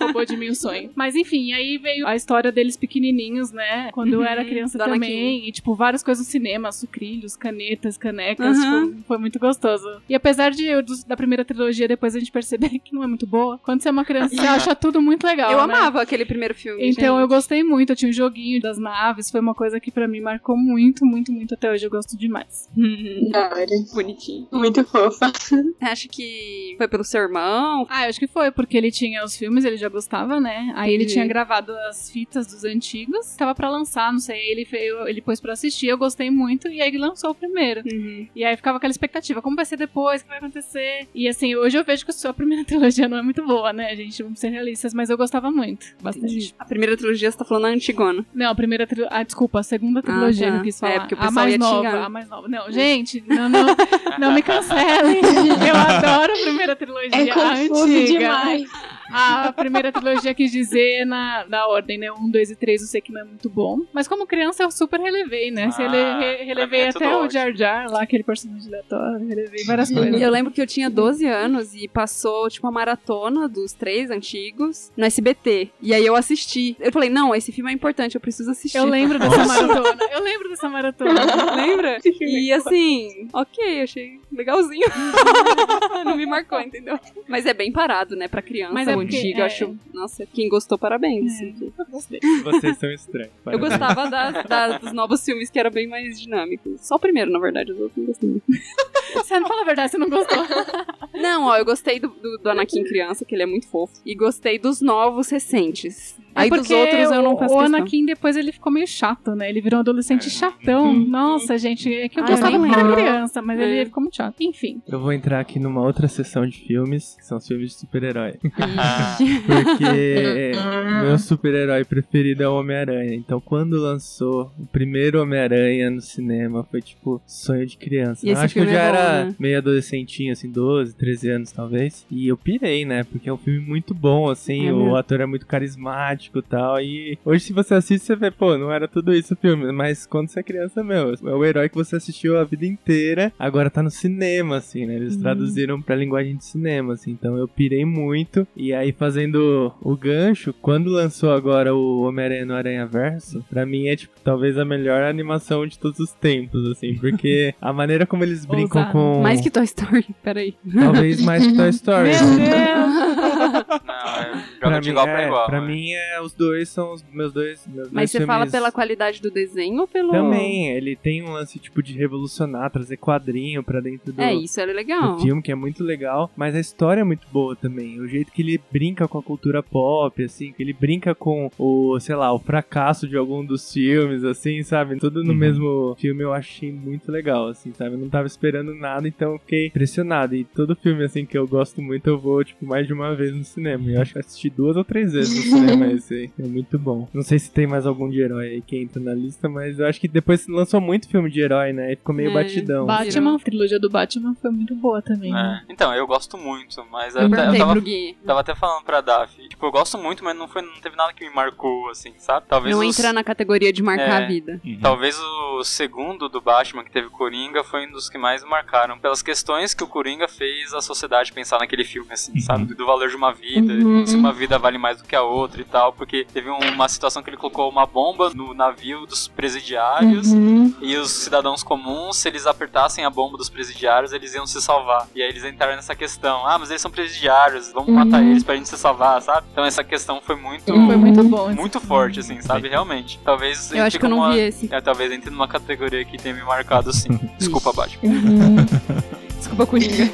S7: roubou de mim o sonho. Mas enfim, aí veio a história deles pequenininhos, né? Quando eu era
S2: Uhum,
S7: criança
S2: Dona
S7: também. E, tipo, várias coisas no cinema, sucrilhos, canetas, canecas.
S2: Uhum.
S7: Tipo, foi muito gostoso. E apesar de eu, dos- da primeira trilogia, depois a gente perceber que não é muito boa, quando você é uma criança, você acha tudo muito legal.
S2: Eu
S7: né?
S2: amava aquele primeiro filme.
S7: Então eu
S2: gente.
S7: gostei muito, eu tinha um joguinho das naves, foi uma coisa que pra mim marcou muito, muito, muito até hoje, eu gosto demais. Hum.
S5: Da hora.
S2: Bonitinho.
S5: Muito fofa.
S2: Acho que foi pelo seu irmão.
S7: Ah, eu acho que foi, porque ele tinha os filmes, ele já gostava, né? Aí ele
S2: Entendi.
S7: tinha gravado as fitas dos antigos, tava pra lançar, não sei, ele, fe- eu- ele pôs pra assistir, eu gostei muito, e aí ele lançou o primeiro. E aí ficava aquela expectativa, como vai ser depois, o que vai acontecer? E assim, hoje eu vejo que a sua primeira trilogia não é muito boa, né, gente? Vamos ser realistas, mas eu gostava muito, bastante.
S2: A primeira trilogia você tá falando a antigona.
S7: Não, a primeira trilogia. Ah, desculpa, a segunda trilogia
S2: Ah, tá.
S7: que eu quis
S2: É,
S7: falar.
S2: porque o
S7: a
S2: pessoal
S7: mais
S2: ia te
S7: nova,
S2: xingar.
S7: a mais nova. Não, gente, não, não, não me cancelem. Eu adoro a primeira trilogia,
S5: É
S7: a
S5: confuso
S7: antiga.
S5: demais.
S7: A primeira trilogia quis dizer na, na ordem, né? Um, dois e três, eu sei que não é muito bom. Mas como criança eu super relevei, né? Se
S3: Ah,
S7: ele re- relevei
S3: pra mim é tudo
S7: até o
S3: ótimo.
S7: Jar Jar, lá aquele personagem aleatório, relevei várias
S2: E
S7: coisas.
S2: eu lembro que eu tinha 12 anos e passou, tipo, uma maratona dos três antigos no SBT. E aí eu assisti. Eu falei, não, esse filme é importante, eu preciso assistir.
S7: Eu lembro dessa maratona. Eu lembro dessa maratona.
S2: Lembra?
S5: Esse filme
S2: E assim, ok, achei legalzinho. Não me marcou, entendeu? Mas é bem parado, né, pra criança.
S7: Mas é
S2: o
S7: porque-
S2: antigo,
S7: é.
S2: eu acho. Nossa, quem gostou, parabéns. assim.
S4: Vocês são estranhos.
S2: Eu
S4: parabéns.
S2: gostava das- das- dos novos filmes que era bem mais dinâmico. Só o primeiro, na verdade, os outros não gostei. muito.
S7: Você não fala a verdade, você não gostou.
S2: Não, ó, eu gostei do, do, do Anakin criança, que ele é muito fofo. E gostei dos novos recentes. Aí dos
S7: É porque
S2: outros eu não
S7: o-
S2: faço
S7: O
S2: questão.
S7: Anakin depois ele ficou meio chato, né? Ele virou
S4: É.
S7: um adolescente chatão. Nossa, gente, é que eu
S2: Uhum. Ah, eu
S7: gostava
S2: nem
S7: quando era
S2: lembro.
S7: criança, mas
S2: É.
S7: ele ficou muito chato. Enfim.
S4: Eu vou entrar aqui numa outra sessão de filmes, que são os filmes de super-herói. Porque meu super-herói preferido é o Homem-Aranha. Então, quando lançou o primeiro Homem-Aranha no cinema, foi tipo sonho de criança.
S2: E esse
S4: acho que eu
S2: filme
S4: já
S2: é bom,
S4: era
S2: né?
S4: meio adolescentinho, assim, 12, 13 anos talvez. E eu pirei, né? Porque é um filme muito bom, assim.
S2: É
S4: o
S2: mesmo.
S4: ator é muito carismático e tal. E hoje, se você assiste, você vê, pô, não era tudo isso o filme. Mas quando você é criança, meu, é o herói que você assistiu a vida inteira. Agora tá no cinema, assim, né?
S2: Uhum.
S4: Eles
S7: Hum.
S4: traduziram pra linguagem de cinema, assim. Então eu pirei muito. E aí, fazendo o gancho, quando lançou agora o Homem-Aranha no Aranha Verso, pra mim é, tipo, talvez a melhor animação de todos os tempos, assim. Porque a maneira como eles brincam
S7: Ousado.
S4: com.
S2: Mais que Toy Story, peraí.
S4: Talvez mais que Toy Story.
S7: Meu
S3: Não, é Joga
S7: Deus!
S4: né? Pra
S3: de
S4: mim,
S3: igual
S4: é,
S3: pra igual.
S4: pra
S3: né?
S4: mim, é, os dois são os meus dois. Meus
S2: Mas
S4: dois
S2: você fala
S4: filmes-
S2: pela qualidade do desenho ou pelo.
S4: Também, ele tem um lance tipo de revolucionar, trazer quadrinho pra dentro do,
S2: É, isso era legal.
S4: do filme, que é muito legal, mas a história é muito boa também. O jeito que ele brinca com a cultura pop, assim, que ele brinca com o, sei lá, o fracasso de algum dos filmes, assim, sabe? Tudo no
S6: Uhum.
S4: mesmo filme eu achei muito legal, assim, sabe? Eu não tava esperando nada, então eu fiquei impressionado. E todo filme, assim, que eu gosto muito, eu vou, tipo, mais de uma vez no cinema. E Eu acho que eu assisti duas ou três vezes no cinema esse aí. É muito bom. Não sei se tem mais algum de herói aí que entra na lista, mas eu acho que depois lançou muito filme de herói, né? E ficou meio
S2: É,
S4: batidão.
S7: Batman, a trilogia do Batman foi muito boa também. né?
S3: É. Então, eu gosto muito, mas eu,
S2: Eu
S3: até- eu
S2: perguntei
S3: tava,
S2: pro Gui.
S3: tava até falando pra Daf. Tipo, eu gosto muito, mas não, foi, não teve nada que me marcou, assim, sabe? Talvez
S2: Não
S3: os-
S2: entra na categoria de marcar
S3: É.
S2: a vida.
S6: Uhum.
S3: Talvez o segundo do Batman que teve Coringa foi um dos que mais marcaram pelas questões que o Coringa fez a sociedade pensar naquele filme, assim,
S6: Uhum.
S3: sabe? Do valor de uma vida,
S2: Uhum.
S3: se uma vida vale mais do que a outra e tal, porque teve um, uma situação que ele colocou uma bomba no navio dos presidiários
S2: Uhum.
S3: e os cidadãos comuns, se eles apertassem a bomba dos presidiários, eles iam se salvar. E aí eles entraram nessa questão: ah, mas eles são presidiários, vamos
S2: Uhum.
S3: matar eles pra gente se salvar, sabe? Então essa questão foi muito.
S4: É.
S7: Foi muito
S4: Uhum.
S7: bom. esse
S3: Muito
S7: filme.
S3: forte, assim, sabe? Realmente. Talvez
S2: Eu acho
S3: entre
S2: que eu não
S3: uma-
S2: vi esse.
S3: é, talvez entre numa categoria que tenha me marcado sim. Desculpa, Batman.
S2: Desculpa, Coringa.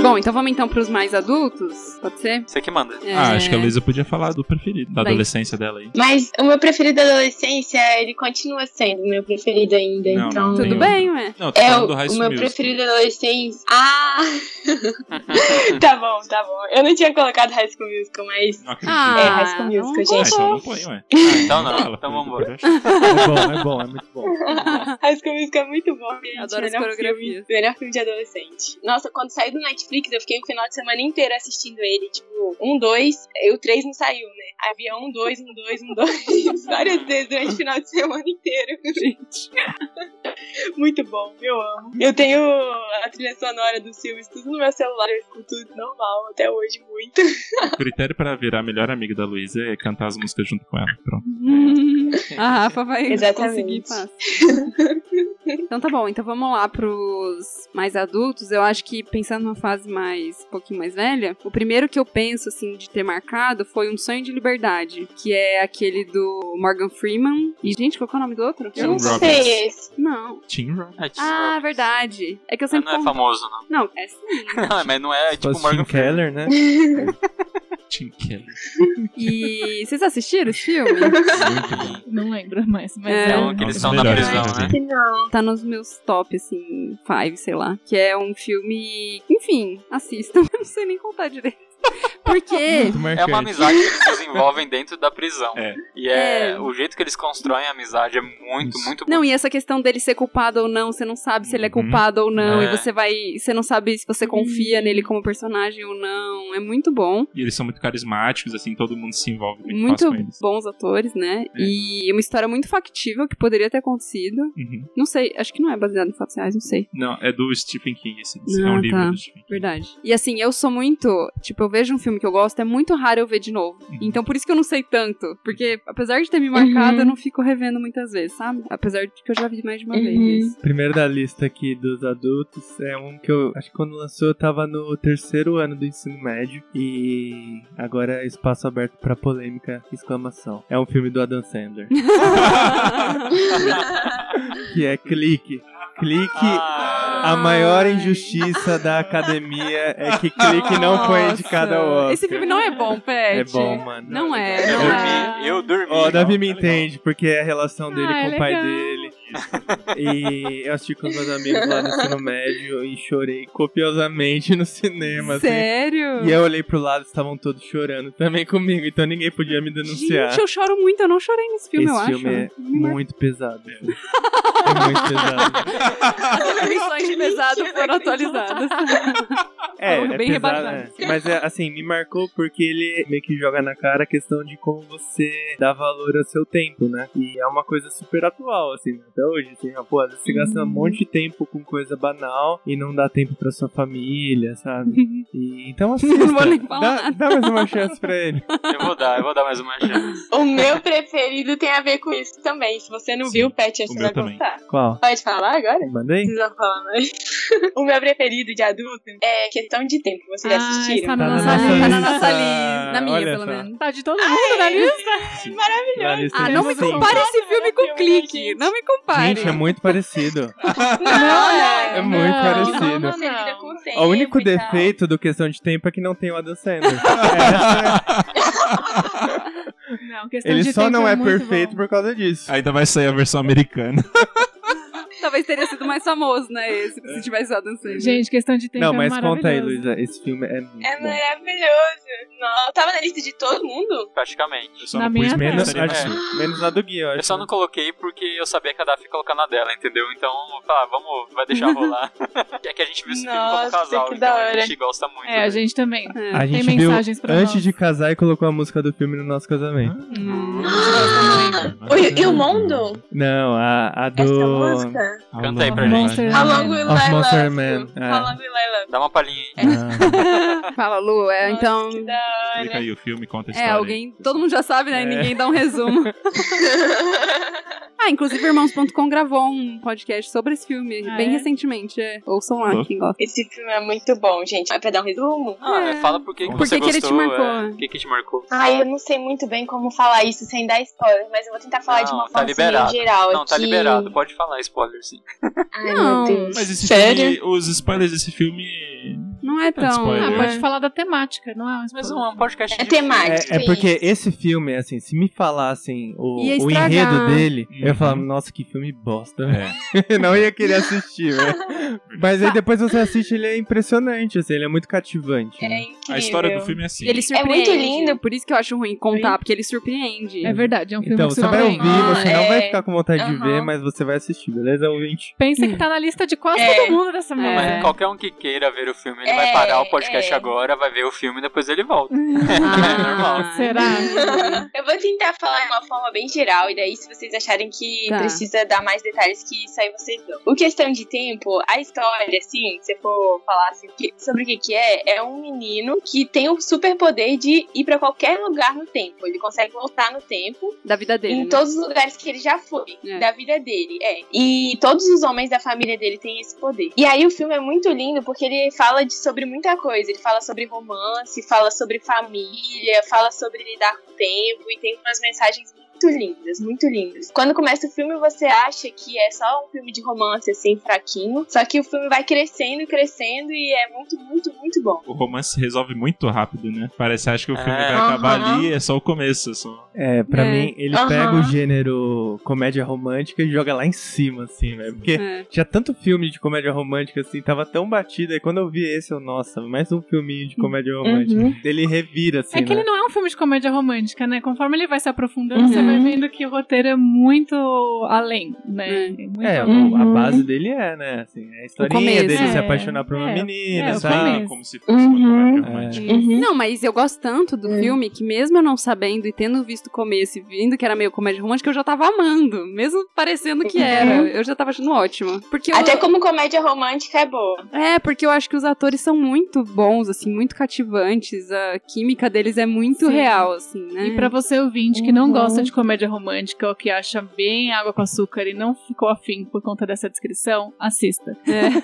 S2: Bom, então vamos então pros mais adultos? Pode ser?
S3: Você que manda.
S2: É,
S6: Ah, acho que a Luísa podia falar do preferido, da
S2: Bem.
S6: adolescência dela aí.
S5: Mas o meu preferido da adolescência, ele continua sendo meu preferido ainda,
S6: Não,
S5: então.
S6: não
S2: Tudo
S6: tem-
S2: bem, ué.
S6: Não, eu tô
S5: É
S6: falando
S5: o,
S6: do High
S5: o
S6: School
S5: meu
S6: Musical.
S5: preferido da adolescência. Ah! tá bom, tá bom. Eu não tinha colocado High School Musical, mas.
S6: Não acredito.
S2: Ah,
S5: É, High School Musical,
S2: não
S6: Ah,
S5: gente.
S6: então não põe, ué.
S3: Então não,
S6: Fala,
S3: então
S6: Felipe,
S3: vambora.
S6: pode achar.
S4: É bom, é bom, é muito bom.
S5: High School Musical é muito bom, gente.
S2: Adoro as
S5: melhor
S2: coreografias.
S5: Filme, melhor filme de adolescente. Nossa, quando saiu do Netflix, eu fiquei o final de semana inteiro assistindo ele. Tipo, um, dois, e o três não saiu, né? Havia um, dois, um, dois, um, dois. Várias vezes durante o final de semana inteiro, gente. Muito bom, eu amo. Eu tenho a trilha sonora dos filmes tudo no meu celular, eu escuto tudo normal, até hoje, muito.
S6: O critério pra virar a melhor amiga da Luísa é cantar as músicas junto com ela. Pronto.
S2: A Rafa vai conseguir
S5: Exatamente.
S2: fácil. Então tá bom, então vamos lá pros mais adultos. Eu acho que pensando numa fase mais um pouquinho mais velha, o primeiro que eu penso assim de ter marcado foi um sonho de liberdade, que é aquele do Morgan Freeman. E gente, qual que é o nome do outro?
S6: Tim
S5: não
S6: Robbins.
S5: sei esse.
S2: Não.
S6: Tim Robbins.
S3: É, tipo,
S2: Ah, verdade. É que eu
S3: mas
S2: sempre
S3: não é
S2: confundo.
S3: famoso, não.
S2: Não, é sim.
S3: Não, mas não é
S4: Se
S3: tipo
S4: fosse Tim
S3: Morgan Freeman.
S4: Keller, né?
S6: Tim Keller.
S2: E vocês assistiram esse filme?
S6: Muito bom.
S7: assim, Não lembro mais, mas
S2: É.
S7: é,
S3: Então,
S7: um-
S3: que eles estão
S6: Nossa,
S3: na
S6: melhores,
S3: prisão,
S6: né?
S3: né?
S5: Que não.
S2: tá nos meus top, assim, five, sei lá. Que é um filme. Enfim, assistam. Eu não sei nem contar direito. Porque.
S4: Muito
S3: É
S4: marcante.
S3: uma amizade que eles desenvolvem dentro da prisão.
S6: É.
S3: E é,
S2: É.
S3: o jeito que eles constroem a amizade é muito,
S6: Isso.
S3: muito bom.
S2: Não, e essa questão dele ser culpado ou não, você não sabe se ele é
S6: Uhum.
S2: culpado ou não,
S3: É.
S2: e você vai. Você não sabe se você confia nele como personagem ou não. É muito bom.
S6: E eles são muito carismáticos, assim, todo mundo se envolve muito,
S2: Muito
S6: fácil com eles.
S2: bons atores, né?
S6: É.
S2: E uma história muito factível que poderia ter acontecido.
S6: Uhum.
S2: Não sei, acho que não é baseado em fatos reais, não sei.
S6: Não, é do Stephen King, esse. é
S2: Ah,
S6: um livro
S2: tá.
S6: do Stephen King.
S2: Verdade. E assim, eu sou muito. Tipo, eu vejo um filme que eu gosto, é muito raro eu ver de novo.
S6: Uhum.
S2: Então por isso que eu não sei tanto. Porque apesar de ter me marcado,
S5: Uhum.
S2: eu não fico revendo muitas vezes, sabe? Apesar de que eu já vi mais de uma
S5: Uhum.
S2: vez.
S4: Primeiro da lista aqui dos adultos é um que eu acho que quando lançou eu tava no terceiro ano do ensino médio e agora é espaço aberto pra polêmica exclamação. É um filme do Adam Sandler, que é Clique. Clique.
S3: Ah,
S4: A maior
S2: Ai.
S4: injustiça da academia é que Clique não foi indicado ao Oscar.
S2: Esse filme não é bom, Pet.
S4: É bom, mano.
S2: Não é,
S3: eu
S2: não é.
S3: dormi, eu dormi.
S4: Ó, o Davi me
S6: Tá legal.
S4: entende, porque é a relação dele
S7: Ah,
S4: com
S7: é
S4: o pai
S7: legal.
S4: dele. E eu assisti com os meus amigos lá no ensino médio e chorei copiosamente no cinema, assim.
S2: Sério?
S4: E eu olhei pro lado, estavam todos chorando também comigo, então ninguém podia me denunciar.
S2: Gente, eu choro muito, eu não chorei nesse filme, eu
S4: Esse filme é
S2: acho.
S4: muito pesado. assim. É muito pesado.
S2: As missões de pesado foram atualizadas.
S4: É,
S7: Falando
S4: é
S7: bem
S4: pesado,
S7: rebarbado.
S4: é. Mas é, assim, me marcou porque ele meio que joga na cara a questão de como você dá valor ao seu tempo, né? E é uma coisa super atual, assim, né? até hoje. Assim, ó, pô, às vezes você gasta um
S2: Uhum.
S4: monte de tempo com coisa banal e não dá tempo pra sua família, sabe? E, então, assim,
S2: Não vou nem falar
S4: dá, dá mais uma chance pra ele.
S3: Eu vou dar, eu vou dar mais uma chance.
S5: O meu preferido tem a ver com isso também. Se você não
S6: Sim,
S5: viu, Pet, acho que você
S6: o meu
S5: vai
S6: também.
S5: gostar.
S4: Qual?
S5: Pode falar agora?
S4: Mandei?
S5: Precisa falar mais. o meu preferido de adulto é Questão de Tempo. Vocês já
S7: Ah,
S5: assistiram?
S7: está na
S4: Tá
S7: nossa
S4: na nossa
S7: lista.
S2: Tá na
S4: lista.
S2: nossa lista. Na minha,
S4: Olha
S2: pelo
S4: só.
S2: menos.
S7: Tá de todo mundo
S5: é
S7: na lista.
S4: Na lista
S2: Ah,
S4: de
S2: não me
S4: cinco.
S2: compare esse filme com
S5: Não,
S2: clique.
S5: gente.
S2: Não me compare.
S4: Gente, é muito parecido.
S5: Não,
S4: É muito
S7: né? Não,
S4: parecido.
S7: não, não,
S5: Você lida com
S7: não.
S5: tempo
S4: O único
S5: e tal.
S4: defeito do Questão de Tempo é que não tem o Adam Sandler.
S7: Não, questão
S4: Ele
S7: de
S4: só
S7: tempo
S4: não é
S7: muito
S4: perfeito
S7: bom.
S4: por causa disso.
S6: Ainda vai sair a versão americana.
S2: Talvez teria sido mais famoso, né? Esse, se tivesse dado assim. sangue.
S7: Gente, questão de tempo
S4: Não,
S7: é
S4: mas conta aí,
S7: maravilhoso.
S4: Luísa. Esse filme é muito
S5: É
S4: bom.
S5: maravilhoso. Não, tava na lista de todo mundo?
S3: Praticamente.
S6: Eu só
S7: Na
S6: não pus
S7: minha
S6: menos.
S4: Menos,
S3: Seria
S4: acho- menos a do Gui, eu acho.
S3: Eu só não coloquei porque eu sabia que a Daf ia colocar na dela, entendeu? Então, eu falei, ah, vamos, vai deixar rolar. é que a gente viu esse filme como
S5: Nossa,
S3: casal,
S5: que
S3: então
S5: da
S3: a
S5: hora.
S3: gente gosta muito.
S7: É, a
S3: né?
S7: gente também.
S2: É.
S4: A
S7: Tem
S4: gente viu
S7: mensagens pra
S4: antes
S7: nós.
S4: de casar e colocou a música do filme no nosso casamento.
S2: Hum.
S5: E, e o mundo?
S4: Não, a, a
S5: Essa
S4: do.
S5: música? é
S3: Canta aí pra
S7: Monster.
S5: How long will
S4: Of
S5: I
S4: Monster
S5: love
S4: Man,
S5: you?
S4: é.
S5: How long will I love
S3: Dá uma palhinha
S2: É.
S3: aí.
S4: Ah,
S2: Fala, Lu. É,
S5: you?
S2: então.
S5: Nossa, que da hora.
S6: Explica aí o filme, conta a
S2: É,
S6: história.
S2: alguém. Todo mundo já sabe, né?
S4: É.
S2: Ninguém dá um resumo. Ah, inclusive, Irmãos.com gravou um podcast sobre esse filme
S7: Ah,
S2: bem
S7: é?
S2: recentemente. É. Ouçam lá,
S6: Louco.
S2: quem gosta.
S5: Esse filme é muito bom, gente. É pra dar um resumo?
S3: Ah,
S2: É.
S3: né, fala por que, que
S2: Por
S3: você
S2: que que ele te
S3: gostou.
S2: marcou?
S3: é, O que, que te marcou?
S5: Ai, eu não sei muito bem como falar isso sem dar spoiler, mas eu vou tentar falar
S3: Não,
S5: de uma
S3: tá
S5: forma assim,
S3: liberado.
S5: geral.
S3: Não, tá
S5: que-
S3: liberado, pode falar, spoiler sim.
S5: Ai,
S2: Não.
S5: meu Deus.
S6: Mas esse
S5: Sério?
S6: filme, os spoilers desse filme.
S2: Não é tão.
S6: spoiler.
S7: Ah,
S2: é.
S7: pode falar da temática, não é?
S3: Mas um podcast
S5: É
S3: de
S5: temático.
S4: é, é
S5: sim.
S4: porque esse filme, assim, se me falassem o,
S2: Ia
S4: o
S2: estragar.
S4: enredo dele, eu ia
S6: Uhum.
S4: falar, nossa, que filme bosta. velho."
S6: É.
S4: não ia querer assistir, velho. Mas aí depois você assiste, ele é impressionante, assim, ele é muito cativante.
S5: É
S4: né?
S5: incrível.
S6: A história do filme é assim.
S2: Ele
S5: É
S2: surpreende.
S5: muito lindo.
S2: Por isso que eu acho ruim contar, porque ele surpreende.
S7: É verdade, é um filme
S4: Então,
S7: que
S4: você vai ouvir,
S7: surpreende.
S5: Ah,
S4: você não vai
S5: é.
S4: ficar com vontade de
S5: Aham.
S4: ver, mas você vai assistir, beleza, Um ouvinte?
S7: Pensa que tá na lista de quase
S5: É.
S7: todo mundo dessa
S3: Mas
S7: mulher.
S3: qualquer um que queira ver o filme, ele
S5: É,
S3: vai parar o podcast
S5: é.
S3: agora, vai ver o filme e depois ele volta.
S2: Ah,
S3: normal.
S7: Será?
S5: Eu vou tentar falar de uma forma bem geral, e daí se vocês acharem que
S2: Tá.
S5: precisa dar mais detalhes que isso aí vocês dão. O questão de tempo, a história, assim, se eu for falar assim, que- sobre o que que é, é um menino que tem o superpoder de ir pra qualquer lugar no tempo. Ele consegue voltar no tempo
S2: Da vida dele.
S5: em
S2: né?
S5: todos os lugares que ele já foi,
S2: É.
S5: da vida dele, é. E todos os homens da família dele têm esse poder. E aí o filme é muito lindo porque ele fala de, sobre muita coisa. Ele fala sobre romance, fala sobre família, fala sobre lidar com o tempo e tem umas mensagens muito lindas, muito lindas. Quando começa o filme, você acha que é só um filme de romance, assim, fraquinho. Só que o filme vai crescendo, crescendo e é muito, muito, muito bom.
S6: O romance resolve muito rápido, né? Parece acho que o filme
S3: É.
S6: vai acabar
S5: Aham.
S6: ali, é só o começo. é Só...
S4: É, pra
S2: É.
S4: mim, ele
S5: Aham.
S4: pega o gênero comédia romântica e joga lá em cima, assim, velho. Porque
S2: É.
S4: tinha tanto filme de comédia romântica, assim, tava tão batido. E quando eu vi esse, eu, nossa, mais um filminho de comédia romântica. Ele revira, assim,
S7: Uhum. É que
S4: né?
S7: ele não é um filme de comédia romântica, né? Conforme ele vai se aprofundando,
S5: Uhum.
S7: você vai vendo que o roteiro é muito além, né? Muito
S4: É,
S7: além.
S4: o- a
S5: Uhum.
S4: base dele é, né? Assim, é a historinha
S2: começo.
S4: dele se
S7: É,
S4: apaixonar por uma
S7: é,
S4: menina,
S7: é, o
S4: sabe?
S7: começo.
S6: né? como se fosse uma
S5: Uhum.
S6: comédia romântica.
S2: Não, mas eu gosto tanto do
S5: É.
S2: filme que mesmo eu não sabendo e tendo visto o começo e vindo que era meio comédia romântica, eu já tava amando. Mesmo parecendo que era. Eu já tava achando ótimo. Porque eu-
S5: Até como comédia romântica é boa.
S2: É, porque eu acho que os atores são muito bons, assim, muito cativantes. A química deles é muito
S7: Sim.
S2: real, assim, né?
S7: E pra você ouvinte que não
S5: Uhum.
S7: gosta de comédia romântica ou que acha bem água com açúcar e não ficou afim por conta dessa descrição, assista.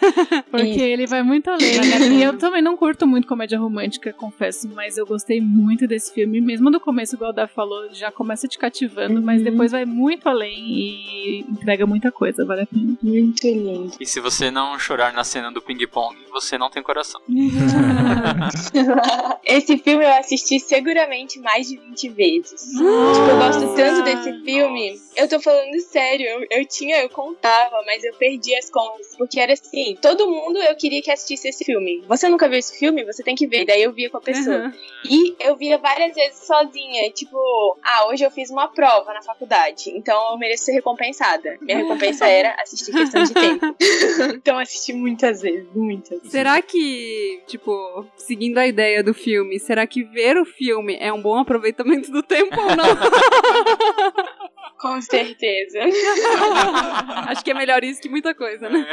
S7: Porque
S5: É. Isso.
S7: ele vai muito além.
S5: Vale a pena.
S7: e eu também não curto muito comédia romântica, confesso, mas eu gostei muito desse filme. Mesmo do começo, igual o Dá falou, já começa te cativando, mas
S5: Uhum.
S7: depois vai muito além e entrega muita coisa, vale a pena.
S5: Muito lindo.
S3: E se você não chorar na cena do ping-pong, você não tem coração.
S5: Esse filme eu assisti seguramente mais de 20 vezes. Tipo, eu gosto gostando desse filme. Eu tô falando sério, eu, eu tinha, eu contava, mas eu perdi as contas. Porque era assim, todo mundo eu queria que assistisse esse filme. Você nunca viu esse filme? Você tem que ver. Daí eu via com a pessoa.
S2: Aham.
S5: E eu via várias vezes sozinha, tipo, ah, hoje eu fiz uma prova na faculdade, então eu mereço ser recompensada. Minha recompensa era assistir questão de tempo. então eu assisti muitas vezes, muitas.
S2: Será que, tipo, seguindo a ideia do filme, será que ver o filme é um bom aproveitamento do tempo ou não?
S5: Com certeza.
S2: Acho que é melhor isso que muita coisa, né?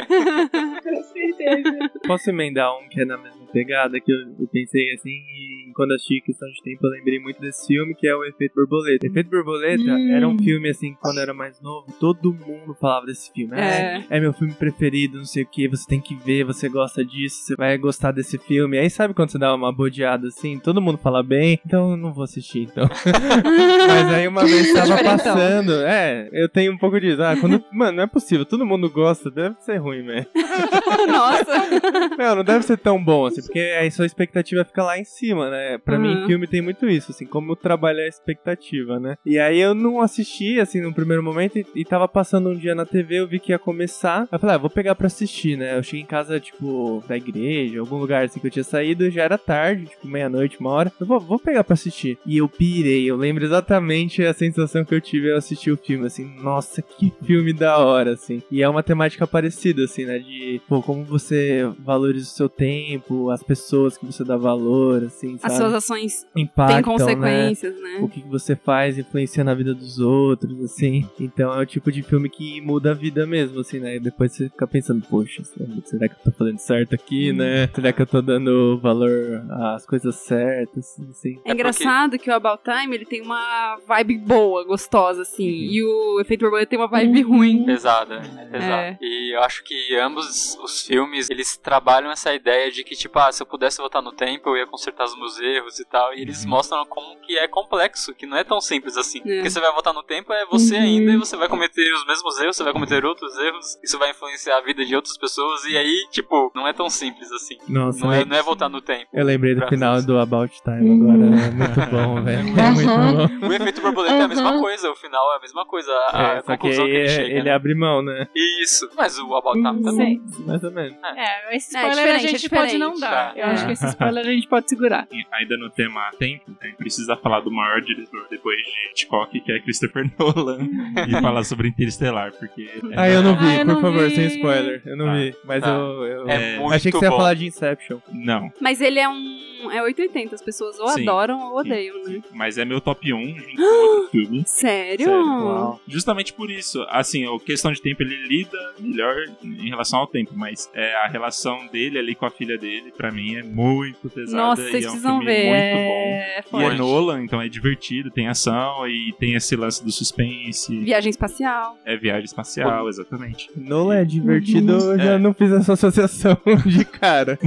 S5: Com certeza.
S4: Posso emendar um que é na mesma pegada, que eu, eu pensei assim, e quando achei questão de tempo, eu lembrei muito desse filme, que é o Efeito Borboleta. Efeito Borboleta
S7: Hum.
S4: era um filme, assim, quando eu era mais novo, todo mundo falava desse filme.
S2: É.
S4: "Ah, É, meu filme preferido, não sei o que, você tem que ver, você gosta disso, você vai gostar desse filme. Aí sabe quando você dá uma bodeada assim, todo mundo fala bem, então eu não vou assistir, então. Mas aí uma vez tava
S2: Diferentão.
S4: passando, é, eu tenho um pouco disso. Ah, quando, mano, não é possível, todo mundo gosta, deve ser ruim, né?
S2: Nossa.
S4: Não, não deve ser tão bom, assim, porque aí sua expectativa fica lá em cima, né? Pra mim,
S2: Uhum.
S4: filme tem muito isso, assim, como trabalhar a expectativa, né? E aí eu não assisti, assim, no primeiro momento, e, e tava passando um dia na TV, eu vi que ia começar. Eu falei, ah, vou pegar pra assistir, né? Eu cheguei em casa, tipo, da igreja, algum lugar assim que eu tinha saído, já era tarde, tipo, meia-noite, uma hora. Eu vou, vou pegar pra assistir. E eu pirei, eu lembro exatamente a sensação que eu tive ao assistir o filme, assim, nossa, que filme da hora, assim. E é uma temática parecida, assim, né? De, pô, como você valoriza o seu tempo, as pessoas que você dá valor, assim, sabe?
S2: As suas ações
S4: Impactam,
S2: têm
S4: né?
S2: consequências, né?
S4: o que que você faz influencia na vida dos outros, assim. Então é o tipo de filme que muda a vida mesmo, assim, né? E depois você fica pensando, poxa, será que eu tô fazendo certo aqui,
S7: Hum.
S4: né? Será que eu tô dando valor às coisas certas, assim?
S2: É,
S3: É
S2: engraçado que o About Time ele tem uma vibe boa, gostosa, assim.
S6: Uhum.
S2: E o Efeito Borboleta tem uma vibe ruim.
S3: Pesada,
S4: É.
S3: pesada. é, E eu acho que ambos os filmes, eles trabalham essa ideia de que, tipo, ah, se eu pudesse voltar no tempo, eu ia consertar os meus erros e tal. E
S4: Uhum.
S3: eles mostram como que é complexo, que não é tão simples assim. Porque você vai voltar no tempo, é você
S7: Uhum.
S3: ainda, e você vai cometer os mesmos erros, você vai cometer outros erros, isso vai influenciar a vida de outras pessoas, e aí, tipo, não é tão simples assim.
S4: Nossa,
S3: Não é,
S4: né?
S3: não é voltar no tempo.
S4: eu lembrei do
S3: Pra
S4: final
S3: vocês.
S4: do About Time agora. É
S7: Hum.
S4: muito bom, velho. É muito bom.
S3: O efeito borboleta é a mesma
S5: Uhum.
S3: coisa, o final é a mesma coisa,
S7: Ah,
S3: a,
S4: É,
S3: a
S4: só que
S3: conclusão
S4: aí
S3: que ele
S4: é-
S3: chega.
S4: ele
S3: né?
S4: abre mão, né?
S3: Isso, mas o About Time
S7: Não
S3: também.
S7: sei.
S4: Mais ou menos.
S7: É, esse
S2: É, é
S7: spoiler a
S2: diferente, é
S7: gente pode
S2: diferente.
S7: não dar.
S3: Tá.
S7: Eu acho que
S5: É.
S7: esse spoiler a gente pode segurar.
S6: E ainda no tema tempo, a gente precisa falar do maior diretor depois de Hitchcock, que é Christopher Nolan, e falar sobre Interestelar, porque. é,
S4: Ah, eu não vi,
S7: Ah, eu
S4: por
S7: não
S4: favor,
S7: vi.
S4: sem spoiler. Eu não
S6: Tá,
S4: vi, mas
S3: tá.
S4: eu... eu-
S3: É,
S6: É,
S3: muito
S4: Achei que você ia
S3: bom.
S4: falar de Inception.
S6: Não,
S2: Mas ele é um. É 880. As pessoas ou
S6: Sim.
S2: adoram ou
S6: Sim.
S2: odeiam, né?
S6: mas é meu top 1 junto com outro filme.
S2: Sério?
S6: Sério, Justamente por isso, assim, a questão de tempo ele lida melhor em relação ao tempo, mas é, a relação dele ali com a filha dele, pra mim, é muito pesada.
S2: Nossa,
S6: e
S2: vocês
S6: é um
S2: precisam
S6: filme
S2: ver.
S6: muito bom.
S2: É
S6: E é
S2: forte.
S6: Nolan, então é divertido, tem ação e tem esse lance do suspense,
S2: Viagem espacial.
S6: é viagem espacial, exatamente.
S4: Nolan é divertido, eu
S6: É.
S4: já não fiz essa associação de cara.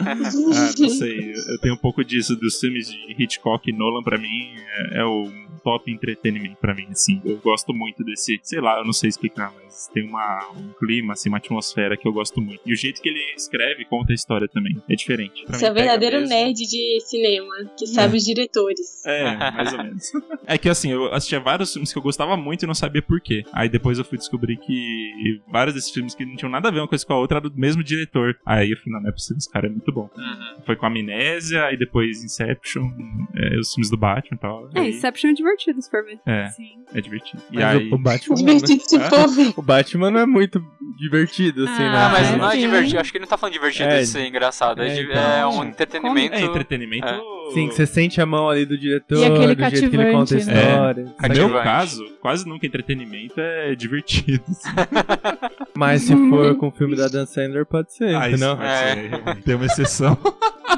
S6: Ah, não sei, eu- eu tenho um pouco disso dos filmes de Hitchcock e Nolan pra mim é, é o top entretenimento pra mim assim. Eu gosto muito desse, sei lá, eu não sei explicar, mas tem uma um clima, assim, uma atmosfera que eu gosto muito. E o jeito que ele escreve conta a história também é diferente. Pra
S5: Você é
S6: mim, pega
S5: verdadeiro
S6: mesmo.
S5: nerd de cinema, que sabe os diretores.
S6: É, mais ou menos. É que assim, eu assistia vários filmes que eu gostava muito e não sabia por quê. Aí depois eu fui descobrir que vários desses filmes que não tinham nada a ver uma coisa com a outra eram do mesmo diretor. Aí eu falei, não, não é possível, esse cara é muito bom. Foi com Amnésia e depois Inception, é, os filmes do Batman e tal.
S2: É,
S6: Aí,
S2: Inception é divertido, se for ver.
S6: É,
S7: Sim.
S6: é divertido. E
S4: Mas
S6: aí...
S4: o, o Batman. né?
S5: Divertido tipo. se for ver.
S4: O Batman não é muito divertido, assim,
S7: Ah,
S4: né?
S3: Ah, mas
S4: Assim,
S3: não é
S7: Sim.
S3: divertido. Acho que ele não tá falando divertido
S4: É,
S3: de ser engraçado. É,
S4: é,
S3: de-
S4: então.
S3: é um entretenimento.
S6: É entretenimento.
S4: Sim, assim, que você sente a mão ali do diretor,
S7: E aquele
S4: do jeito que ele
S7: cativante,
S4: conta a
S7: né?
S4: história.
S6: No
S4: sabe?
S6: É. Ah, meu
S3: cativante.
S6: caso, quase nunca entretenimento é divertido.
S4: Mas se for
S5: Uhum.
S4: com o filme da Dan Sandler, pode ser,
S6: Ah, isso
S4: É, entendeu?
S6: vai ser, realmente. Tem uma exceção.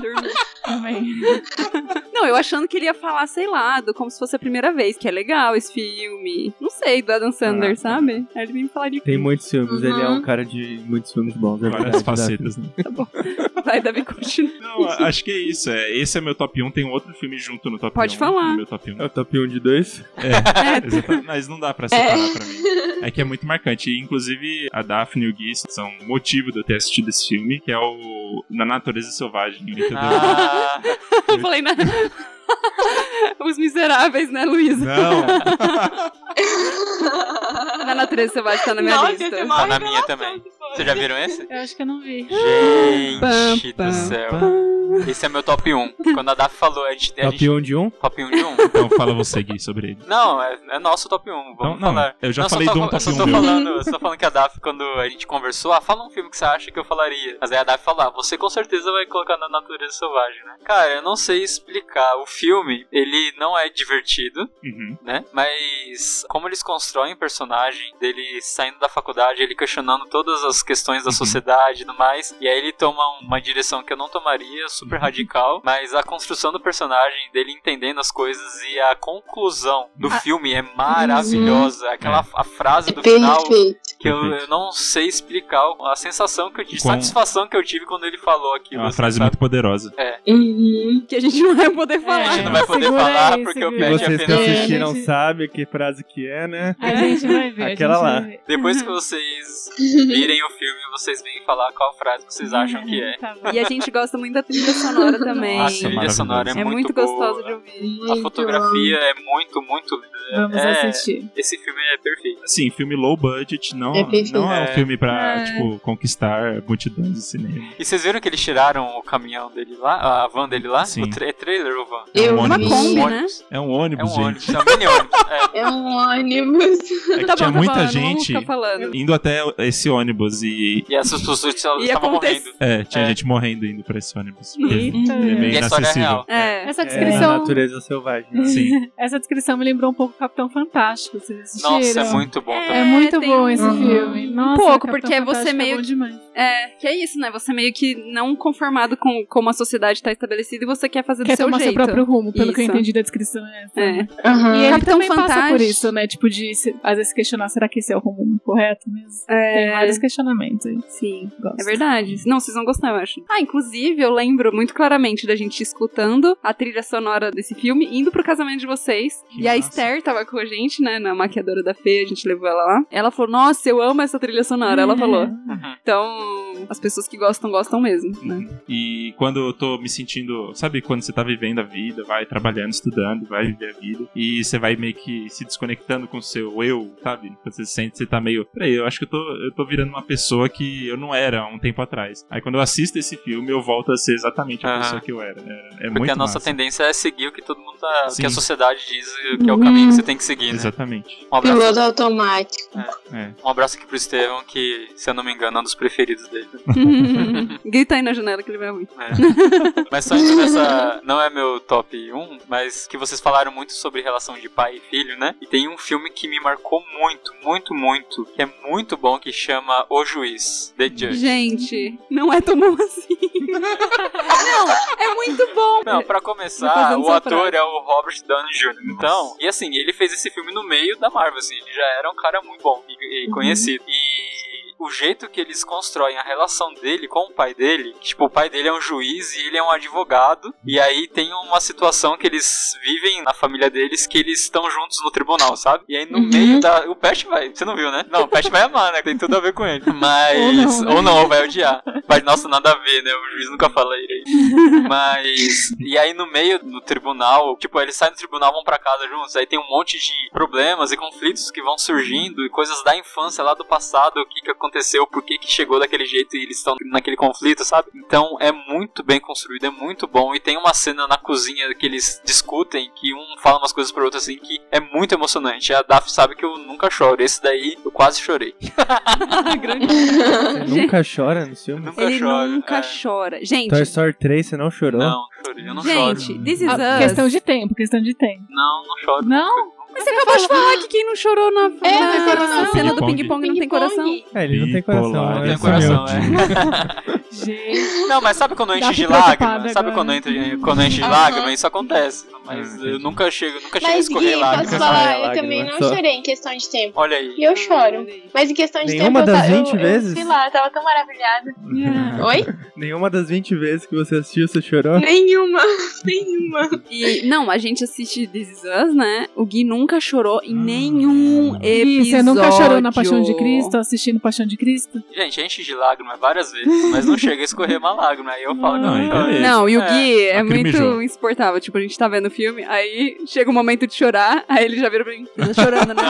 S2: Dormir.
S7: Também.
S2: Não, eu achando que ele ia falar, sei lá, do como se fosse a primeira vez, que é legal esse filme. Não sei, do Adam Sandler,
S6: Ah.
S2: sabe? Aí ele vem falar de
S4: Tem muitos filmes, ele é um
S5: Uhum.
S4: cara de muitos filmes bons, é verdade.
S6: Várias
S4: dá-
S6: facetas, né?
S2: Tá Vai, Davi, continua.
S6: Não, a- acho que é isso. É, esse é meu top 1. Tem um outro filme junto no top
S2: Pode
S6: 1.
S2: falar.
S6: no meu top 1.
S4: É o top 1 de 2.
S6: Exatamente, Mas não dá pra separar pra mim. É que é muito marcante. E, inclusive, a Daphne e o Gui são o motivo de eu ter assistido esse filme, que é o Na Natureza Selvagem. entendeu?
S3: Ah,
S2: Eu falei, né? Os miseráveis, né, Luísa?
S6: Não,
S2: Vai na 13, você vai estar na minha
S5: Nossa,
S2: lista.
S5: esse é
S3: tá
S5: maior
S3: na minha
S5: revelação
S3: também.
S5: que foi.
S3: Vocês já viram esse?
S7: Eu acho que eu não vi.
S3: Gente
S2: Pam, pam,
S3: do céu. Esse é meu top 1. Quando a Daf falou, a gente. A
S4: Top
S3: gente
S4: 1 de 1?
S3: top 1 de 1?
S6: então fala você, Gui, sobre ele. Então,
S3: Não, é, é nosso top 1. Vamos
S6: Não, não,
S3: falar.
S6: eu já
S3: só
S6: falei
S3: tô-
S6: de um
S3: eu
S6: top
S3: só
S6: 1
S3: tô
S6: meu.
S3: falando, eu só tô falando que a Daf, quando a gente conversou, ah, fala um filme que você acha que eu falaria. Mas aí a Daf fala, ah, você com certeza vai colocar na natureza selvagem, né? Cara, eu não sei explicar. O filme, ele não é divertido
S6: Uhum.
S3: né? Mas como eles constroem o personagem dele saindo da faculdade, ele questionando todas as questões da
S6: Uhum.
S3: sociedade e tudo mais, e aí ele toma um, uma direção que eu não tomaria, super
S6: Uhum.
S3: radical, mas a construção do personagem, dele entendendo as coisas e a conclusão do filme é maravilhosa. Aquela a frase do final
S5: É Perfeito.
S3: que eu,
S6: Uhum. É. Perfeito.
S3: eu não sei explicar a sensação que eu tive,
S6: Quão-
S3: satisfação que eu tive quando ele falou
S6: É
S3: aquilo.
S6: uma
S3: assim,
S6: frase
S3: sabe?
S6: muito poderosa.
S5: Uhum.
S2: Que a gente não vai
S7: É.
S2: poder
S3: A
S2: falar.
S3: gente não vai poder
S7: Segura
S3: falar
S7: aí,
S3: porque o
S7: segura
S4: E
S7: aí.
S3: Pet
S4: vocês que
S3: apenas
S7: É,
S4: assistiram
S7: gente.
S4: sabem que frase que é, né?
S7: A gente vai ver. a gente
S4: Aquela
S7: vai
S4: lá.
S7: ver.
S3: Depois que vocês virem o filme, vocês vêm falar qual frase vocês acham que é.
S7: Tá bom.
S2: E a gente gosta muito da trilha sonora também.
S3: A
S6: sim.
S3: trilha
S6: maravilhoso.
S3: sonora é,
S2: É muito
S3: muito boa.
S2: gostosa de ouvir.
S3: A fotografia é muito, muito linda.
S7: Vamos
S3: É.
S7: assistir.
S3: Esse filme é perfeito.
S6: Assim, filme low budget não
S5: É perfeito.
S6: não é um
S3: É.
S6: filme pra,
S7: É.
S6: tipo, conquistar multidões de cinema.
S3: E vocês viram que eles tiraram o caminhão dele lá? A van dele lá?
S6: Sim.
S3: O tra- é trailer ou van?
S6: É
S5: Eu
S6: um
S2: Uma
S6: ônibus.
S2: Kombi,
S3: Um
S2: né?
S3: ônibus.
S6: É um
S3: É
S6: ônibus,
S3: um
S6: gente.
S3: ônibus, é um mini ônibus. É.
S5: É um ônibus.
S6: É que
S2: Tá bom,
S6: tinha
S2: tá
S6: muita
S2: bom, não vamos
S6: gente
S2: ficar falando.
S6: indo até esse ônibus e.
S3: E essas pessoas estavam
S2: E acontece-
S3: morrendo.
S6: É, tinha
S3: É. Uhum.
S6: gente morrendo indo pra esse ônibus.
S2: Eita.
S6: Ele é meio
S3: E a história é
S6: inacessível.
S3: real.
S2: É.
S7: Essa
S4: É, a
S7: descrição,
S4: natureza selvagem.
S6: Sim.
S7: essa descrição me lembrou um pouco Capitão Fantástico. Vocês assistiram?
S3: Nossa, é muito bom também.
S7: É muito
S2: tem
S7: bom
S2: um-
S7: esse
S5: Uhum.
S7: filme. Nossa,
S2: pouco,
S7: Capitão
S2: porque você
S7: Fantástico é
S2: meio
S7: bom demais.
S2: É, que é isso, né? Você meio que não conformado com como a sociedade tá estabelecida e você quer fazer
S7: Quer
S2: do seu
S7: tomar
S2: um jeito.
S7: seu próprio rumo, pelo que eu
S2: Isso.
S7: entendi da descrição. É. essa.
S2: É.
S5: Aham.
S7: E ele
S2: Capitão
S7: também passa por
S2: Fantástico.
S7: isso, né? Tipo, de se- às vezes se questionar, será que esse é o rumo correto mesmo?
S2: É.
S7: Tem vários questionamentos. aí.
S2: Sim,
S7: Gosto.
S2: é verdade. Não, vocês vão gostar, eu acho. Ah, inclusive, eu lembro muito claramente da gente escutando a trilha sonora desse filme, indo pro casamento de vocês.
S6: Que
S2: e a
S6: massa.
S2: Esther tava com a gente, né, na maquiadora da Fê, a gente levou ela lá. Ela falou, nossa, eu amo essa trilha sonora, ela
S7: É.
S2: falou.
S3: Uhum.
S2: Então, as pessoas que gostam, gostam mesmo, né?
S6: E quando eu tô me sentindo. Sabe quando você tá vivendo a vida, vai trabalhando, estudando, vai viver a vida. E você vai meio que se desconectando com o seu eu, sabe? Quando você sente, você tá meio. Peraí, eu acho que eu tô, eu tô virando uma pessoa que eu não era há um tempo atrás. Aí quando eu assisto esse filme, eu volto a ser exatamente a
S3: Aham.
S6: pessoa que eu era. né? É, muito
S3: Ah. Porque a nossa
S6: massa.
S3: tendência é seguir o que todo mundo tá. O
S6: Sim.
S3: que a sociedade diz que é o caminho
S2: Uhum.
S3: que você tem que seguir, né?
S6: Exatamente.
S3: Um abraço,
S5: Piloto automático.
S6: É.
S3: um abraço aqui pro Estevão, que, se eu não me engano, é um dos preferidos dele.
S2: Grita aí na janela que ele vai ouvir.
S3: É. mas só indo nessa. Não é meu top 1, mas que vocês falaram muito sobre relação de pai e filho, né? E tem um filme que me marcou muito, muito, muito, que é muito bom, que chama O Juiz, The Judge.
S2: Gente, não é tão bom assim. não, é muito bom.
S3: Não, pra
S2: Tô
S3: começar,
S2: fazendo
S3: o
S2: sua
S3: ator
S2: frase.
S3: é o Robert Downey Jr. Então, e assim, ele fez esse filme no meio da Marvel, assim, ele já era um cara muito bom e, e conhecido. E o jeito que eles constroem a relação dele com o pai dele, tipo, o pai dele é um juiz e ele é um advogado, e aí tem uma situação que eles vivem na família deles que eles estão juntos no tribunal, sabe? E aí no
S5: Uhum.
S3: meio da. O Pet vai. Você não viu, né? Não, o Pet vai amar, né? Tem tudo a ver com ele. Mas.
S7: Ou não, né?
S3: Ou não, ou vai odiar. Mas, nossa, nada a ver, né? O juiz nunca fala direito. Mas. E aí no meio, no tribunal, tipo, eles saem do tribunal, vão pra casa juntos. Aí tem um monte de problemas e conflitos que vão surgindo e coisas da infância lá do passado, o que, que aconteceu, por que, que chegou daquele jeito e eles estão naquele conflito, sabe? Então é muito bem construído, é muito bom. E tem uma cena na cozinha que eles discutem, que um fala umas coisas pro outro assim, que é muito emocionante. A Daf sabe que eu nunca choro. Esse daí eu quase chorei.
S4: Você nunca chora no filme?
S3: Nunca
S2: Ele
S3: choro.
S2: nunca
S3: é.
S2: chora. Gente,
S4: Toy Story 3, você não chorou?
S3: Não, chorei, eu não
S2: gente,
S3: choro.
S2: This Is
S7: Ah,
S2: Us.
S7: questão de tempo, questão de tempo.
S3: Não, não choro.
S7: Não?
S2: Mas você acabou de falar que quem não chorou na, na-
S5: não tem coração.
S2: na cena do
S6: Ping-pong.
S2: ping-pong não tem coração.
S4: É, ele não tem coração.
S3: Não
S6: Bipolar,
S4: né?
S3: tem
S6: Esse é meu
S3: coração, é.
S7: Gente,
S3: Não, mas sabe quando enche
S7: Daf
S3: de
S7: preocupada
S3: lágrima? Sabe
S7: agora.
S3: quando, entra, quando enche de
S5: Aham.
S3: lágrima? Isso acontece. Mas
S6: entendi.
S3: eu nunca chego, nunca chego a
S5: Mas, Gui,
S3: escorrer lágrima.
S5: posso
S4: Nunca
S5: falar?
S4: escorreu
S5: Eu
S4: lágrima,
S5: também não
S4: só.
S5: chorei em questão de tempo.
S3: Olha aí.
S5: E eu choro. Mas em questão de
S4: Nenhuma
S5: tempo, eu
S4: das
S5: ta- eu,
S4: 20
S5: eu,
S4: vezes?
S5: Sei lá, eu tava tão maravilhada. Oi?
S4: Nenhuma das 20 vezes que você assistiu, você chorou?
S5: Nenhuma. Nenhuma.
S2: E, não, a gente assiste This Is Us, né? O Gui nunca chorou
S3: Ah,
S2: em nenhum episódio.
S7: você nunca chorou na Paixão de Cristo, assistindo Paixão de Cristo?
S3: Gente, enche de lágrima várias vezes, mas não chega a escorrer uma lágrima. Aí eu falo, não,
S6: Não,
S3: então,
S6: beleza.
S2: Não, e o
S3: É,
S2: Gui é, muito
S6: lacrimejou.
S2: insuportável. Tipo, a gente tá vendo o filme, aí chega o momento de chorar, aí ele já vira pra mim, tá chorando, né?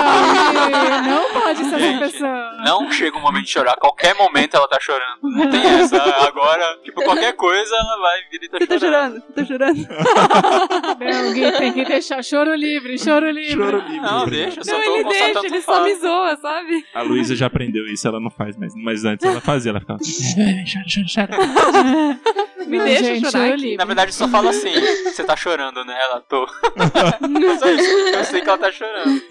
S7: Ah, não, não pode ser
S3: Gente,
S7: essa pessoa.
S3: Não chega o momento de chorar, qualquer momento ela tá chorando. Não tem essa. Agora, tipo, qualquer coisa ela vai vir e tá
S2: Você tá
S3: chorando.
S2: chorando, você tá chorando.
S7: Não, Gui, tem que deixar. Choro livre, choro livre.
S6: Choro livre.
S3: Não, deixa, eu só
S2: Não,
S3: tô
S2: ele deixa,
S3: constatando
S2: ele
S3: o
S2: só me
S3: fato.
S2: zoa, sabe?
S6: A Luísa já aprendeu isso, ela não faz mais. Mas antes ela fazia, ela ficava.
S2: Me
S7: Não,
S2: deixa
S7: gente,
S2: chorar
S7: choro
S2: aqui.
S7: livre.
S3: Na verdade, só fala assim: você tá chorando, né? Ela tô. É só isso. Eu sei que ela tá chorando.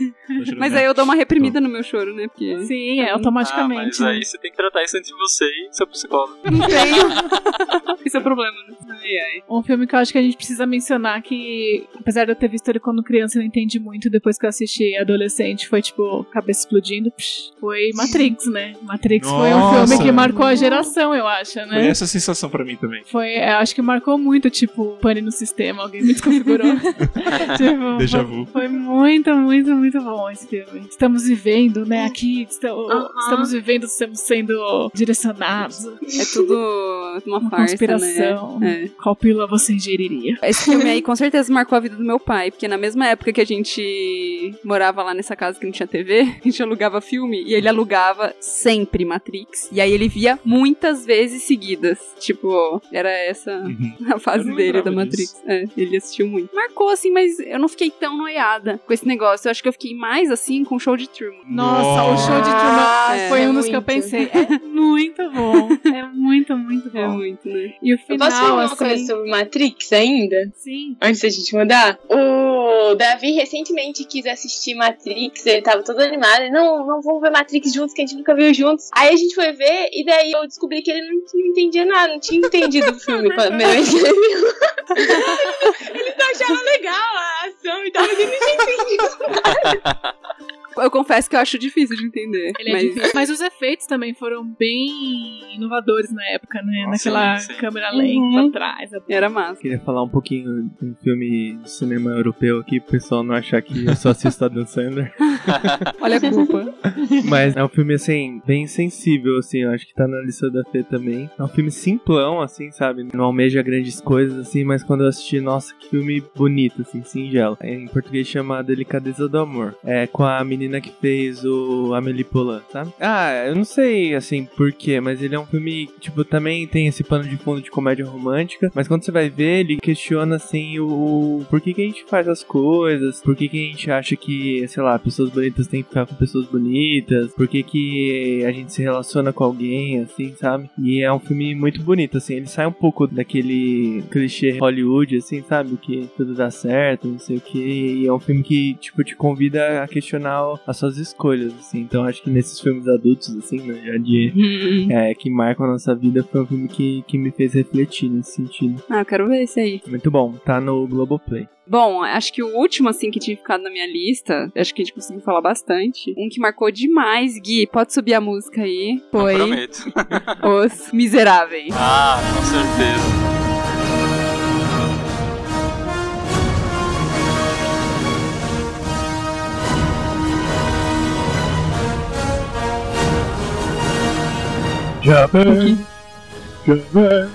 S2: Mas
S3: é
S2: aí eu dou uma reprimida no meu choro, né? Porque
S7: Sim, é
S3: Ah,
S7: automaticamente.
S3: mas aí você tem que tratar isso entre você e seu psicólogo.
S2: não tenho. Isso é problema, né? Ai, ai.
S7: Um filme que eu acho que a gente precisa mencionar que, apesar de eu ter visto ele quando criança, eu não entendi muito. Depois que eu assisti adolescente, foi tipo, cabeça explodindo. psh, foi Matrix, né? Matrix foi um
S6: Nossa.
S7: filme que marcou a geração, eu acho,
S6: Foi
S7: né?
S6: essa sensação pra mim também.
S7: Foi, eu acho que marcou muito, tipo, pane no sistema, alguém me desconfigurou. tipo,
S6: Déjà
S7: foi-
S6: vu.
S7: Foi muito, muito, muito bom esse filme. Estamos vivendo, né, aqui, esta- estamos vivendo, estamos sendo direcionados.
S2: É tudo uma
S7: Uma
S2: farsa,
S7: conspiração.
S2: né? É.
S7: Qual pílula você ingeriria?
S2: Esse filme aí com certeza marcou a vida do meu pai, porque na mesma época que a gente morava lá nessa casa que não tinha TV, a gente alugava filme e ele alugava sempre Matrix. E aí ele via muitas vezes seguidas. Tipo, era essa
S6: Uhum.
S2: a fase
S6: Eu não
S2: dele da
S6: lembrava
S2: Matrix. É, ele assistiu muito. Marcou assim, mas eu não fiquei tão noiada com esse negócio. Eu acho que eu fiquei mais assim com o show de Truman.
S7: Nossa, o show de Truman
S2: é,
S7: foi um dos que eu
S5: muito.
S7: pensei. É muito bom. É muito, muito bom.
S2: É muito, né?
S7: E o
S5: Eu
S7: final,
S5: posso falar uma
S7: assim,
S5: coisa sobre Matrix ainda?
S7: sim.
S5: Antes da gente mudar, o Davi recentemente quis assistir Matrix, ele tava todo animado, ele, não, não vamos ver Matrix juntos, que a gente nunca viu juntos. Aí a gente foi ver, e daí eu descobri que ele não, não entendia nada, não tinha entendido o filme quando a primeira vez que ele viu. ele só achava legal a ação e tal, mas ele não tinha entendido.
S2: Eu confesso que eu acho difícil de entender.
S7: Ele é
S2: mas...
S7: difícil. Mas os efeitos também foram bem inovadores na época, né?
S3: Nossa,
S7: Naquela
S3: sim, sim.
S7: câmera lenta
S5: Uhum.
S7: atrás.
S2: Era massa.
S4: Queria falar um pouquinho de um filme de cinema europeu aqui, pro pessoal não achar que eu só assisto a Dan Sandler.
S2: Olha a culpa.
S4: Mas é um filme, assim, bem sensível, assim, eu acho que tá na lista da Fê também. É um filme simplão, assim, sabe? Não almeja grandes coisas, assim, mas quando eu assisti, nossa, que filme bonito, assim, singelo. Em português chama Delicadeza do Amor. É com a menina que fez o Amélie Poulain, sabe? Ah, eu não sei, assim, porquê, mas ele é um filme, tipo, também tem esse pano de fundo de comédia romântica, mas quando você vai ver, ele questiona, assim, o, o por que que a gente faz as coisas, por que que a gente acha que, sei lá, pessoas bonitas têm que ficar com pessoas bonitas, por que que a gente se relaciona com alguém, assim, sabe? E é um filme muito bonito, assim, ele sai um pouco daquele clichê Hollywood, assim, sabe? Que tudo dá certo, não sei o que, e é um filme que, tipo, te convida a questionar o- as suas escolhas, assim, então acho que nesses filmes adultos, assim, né, já de... É, que marcam a nossa vida foi um filme que, que me fez refletir nesse sentido.
S2: ah, eu quero ver isso aí.
S4: Muito bom, tá no Globoplay.
S2: Bom, acho que o último, assim, que tinha ficado na minha lista, acho que a gente conseguiu falar bastante. Um que marcou demais, Gui, pode subir a música aí. Foi
S3: Prometo.
S2: Os Miseráveis.
S3: Ah, com certeza.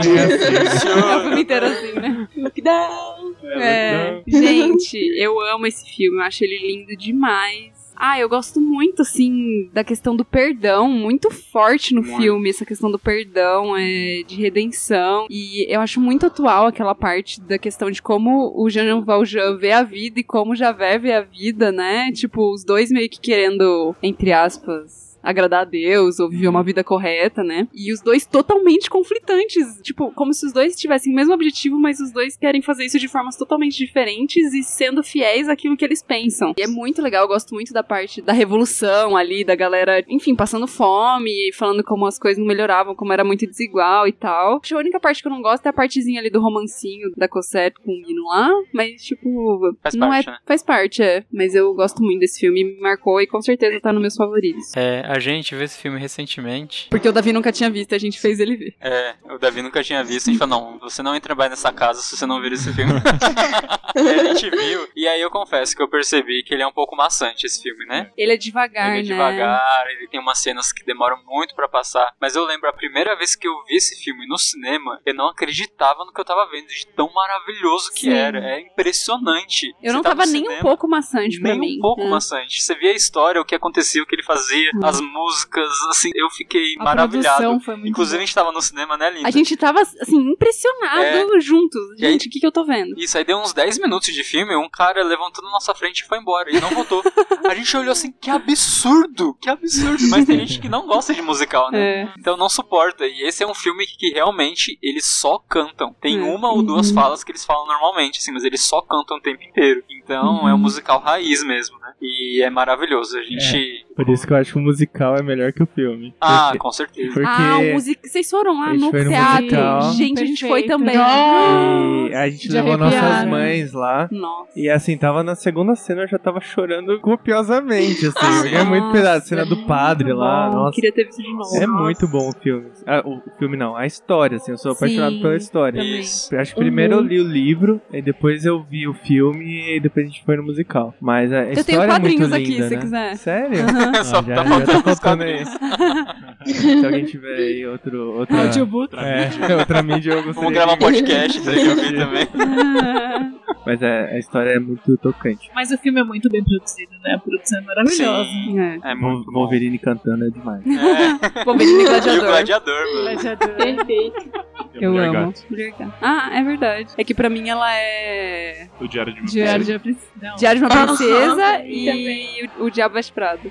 S2: É o filme inteiro assim, né?
S5: Lockdown.
S2: É. Gente, eu amo esse filme, eu acho ele lindo demais. Ah, eu gosto muito, assim, da questão do perdão, muito forte no
S3: Muito.
S2: filme, essa questão do perdão, é, de redenção. E eu acho muito atual aquela parte da questão de como o Jean Valjean vê a vida e como o Javé vê a vida, né? Tipo, os dois meio que querendo, entre aspas, agradar a Deus ou
S3: Uhum.
S2: viver uma vida correta, né? E os dois totalmente conflitantes, tipo, como se os dois tivessem o mesmo objetivo, mas os dois querem fazer isso de formas totalmente diferentes e sendo fiéis àquilo que eles pensam. E é muito legal, eu gosto muito da parte da revolução ali, da galera, enfim, passando fome, falando como as coisas não melhoravam, como era muito desigual e tal. Acho que a única parte que eu não gosto é a partezinha ali do romancinho da Cosette com o Guino lá, mas tipo,
S3: Faz
S2: não
S3: parte,
S2: é,
S3: né?
S2: faz parte, é, mas eu gosto muito desse filme, me marcou e com certeza tá nos meus favoritos.
S3: É, a A gente viu esse filme recentemente.
S2: Porque o Davi nunca tinha visto, a gente fez ele ver.
S3: É, o Davi nunca tinha visto. A gente falou: não, você não entra mais nessa casa se você não ver esse filme. e a gente viu. E aí eu confesso que eu percebi que ele é um pouco maçante esse filme, né?
S2: Ele é devagar,
S3: ele é
S2: né?
S3: devagar, ele tem umas cenas que demoram muito pra passar. Mas eu lembro a primeira vez que eu vi esse filme no cinema, eu não acreditava no que eu tava vendo, de tão maravilhoso que
S2: Sim.
S3: era. É impressionante.
S2: Eu
S3: Você
S2: não
S3: tá no
S2: tava nem um
S3: cinema,
S2: pouco maçante pra
S3: nem
S2: mim.
S3: um pouco
S2: né? Uhum.
S3: maçante. Você via a história, o que acontecia, o que ele fazia, as músicas, assim, eu fiquei
S7: A
S3: maravilhado.
S7: produção foi muito
S3: Inclusive, a gente tava no cinema, né, Linda?
S2: A gente tava, assim, impressionado juntos.
S3: É. E aí-
S2: Gente, o que, que eu tô vendo?
S3: Isso, aí deu uns 10 minutos de filme, um cara levantou na nossa frente e foi embora. E não voltou. a gente olhou assim, que absurdo! Que absurdo! Mas tem gente que não gosta de musical, né?
S2: É.
S3: Então não suporta. E esse é um filme que realmente eles só cantam. Tem
S2: Hum.
S3: uma ou duas falas que eles falam normalmente, assim, mas eles só cantam o tempo inteiro. Então
S2: Uhum.
S3: é um musical raiz mesmo, né? E é maravilhoso. A gente.
S4: É, Por isso que eu acho que o musical é melhor que o filme.
S3: Ah,
S4: Porque-
S3: com certeza.
S4: porque...
S2: Ah, o music... vocês foram lá
S4: A gente
S2: no
S4: foi no
S2: teatro.
S4: musical.
S2: Gente, a gente foi
S7: Perfeito.
S2: também.
S4: E a gente
S7: De
S4: levou
S7: arrepiar,
S4: nossas
S7: né?
S4: mães lá.
S2: Nossa.
S4: E assim, tava na segunda cena, eu já tava chorando copiosamente, assim.
S3: Ah,
S4: porque é muito
S2: nossa,
S4: pesado. Cena do padre lá,
S7: bom.
S4: nossa.
S2: Queria ter visto de novo.
S4: É muito bom o filme. Ah, o o filme não, a história, assim, eu sou apaixonado
S2: Sim,
S4: pela história.
S2: também. Uhum.
S3: Isso.
S4: Eu Acho que primeiro eu li o livro, e depois eu vi o filme, e depois a gente foi no musical. Mas a
S2: tenho
S4: história é muito
S2: quadrinhos
S4: linda,
S2: aqui, se
S4: né?
S2: quiser.
S4: Sério? Ah,
S3: Só
S4: já,
S3: tá
S4: já
S3: faltando
S4: tá
S3: os
S4: faltando aí.
S3: quadrinhos.
S4: Se alguém tiver aí outro... Outra...
S7: Audiobook.
S4: É, outra mídia eu gostaria
S3: Vamos gravar um
S4: de-
S3: podcast, tem que ouvir também.
S4: Mas é, a história é muito tocante.
S7: Mas o filme é muito bem produzido, né? A produção é maravilhosa.
S3: Sim,
S2: É.
S3: é
S4: Vol-
S3: muito bom.
S4: Wolverine cantando é demais.
S3: É.
S2: Vou ver de
S3: E o
S2: gladiador.
S3: gladiador, mano.
S5: Perfeito.
S2: Eu
S6: Mulher
S2: amo.
S6: Gato.
S2: Mulher Gato. Ah, é verdade. É que pra mim ela é
S6: O Diário de uma Princesa.
S7: Diário de Apres- Não.
S2: Diário de uma
S5: Aham,
S2: Princesa e
S5: também.
S2: o, o Diabo Veste Prado.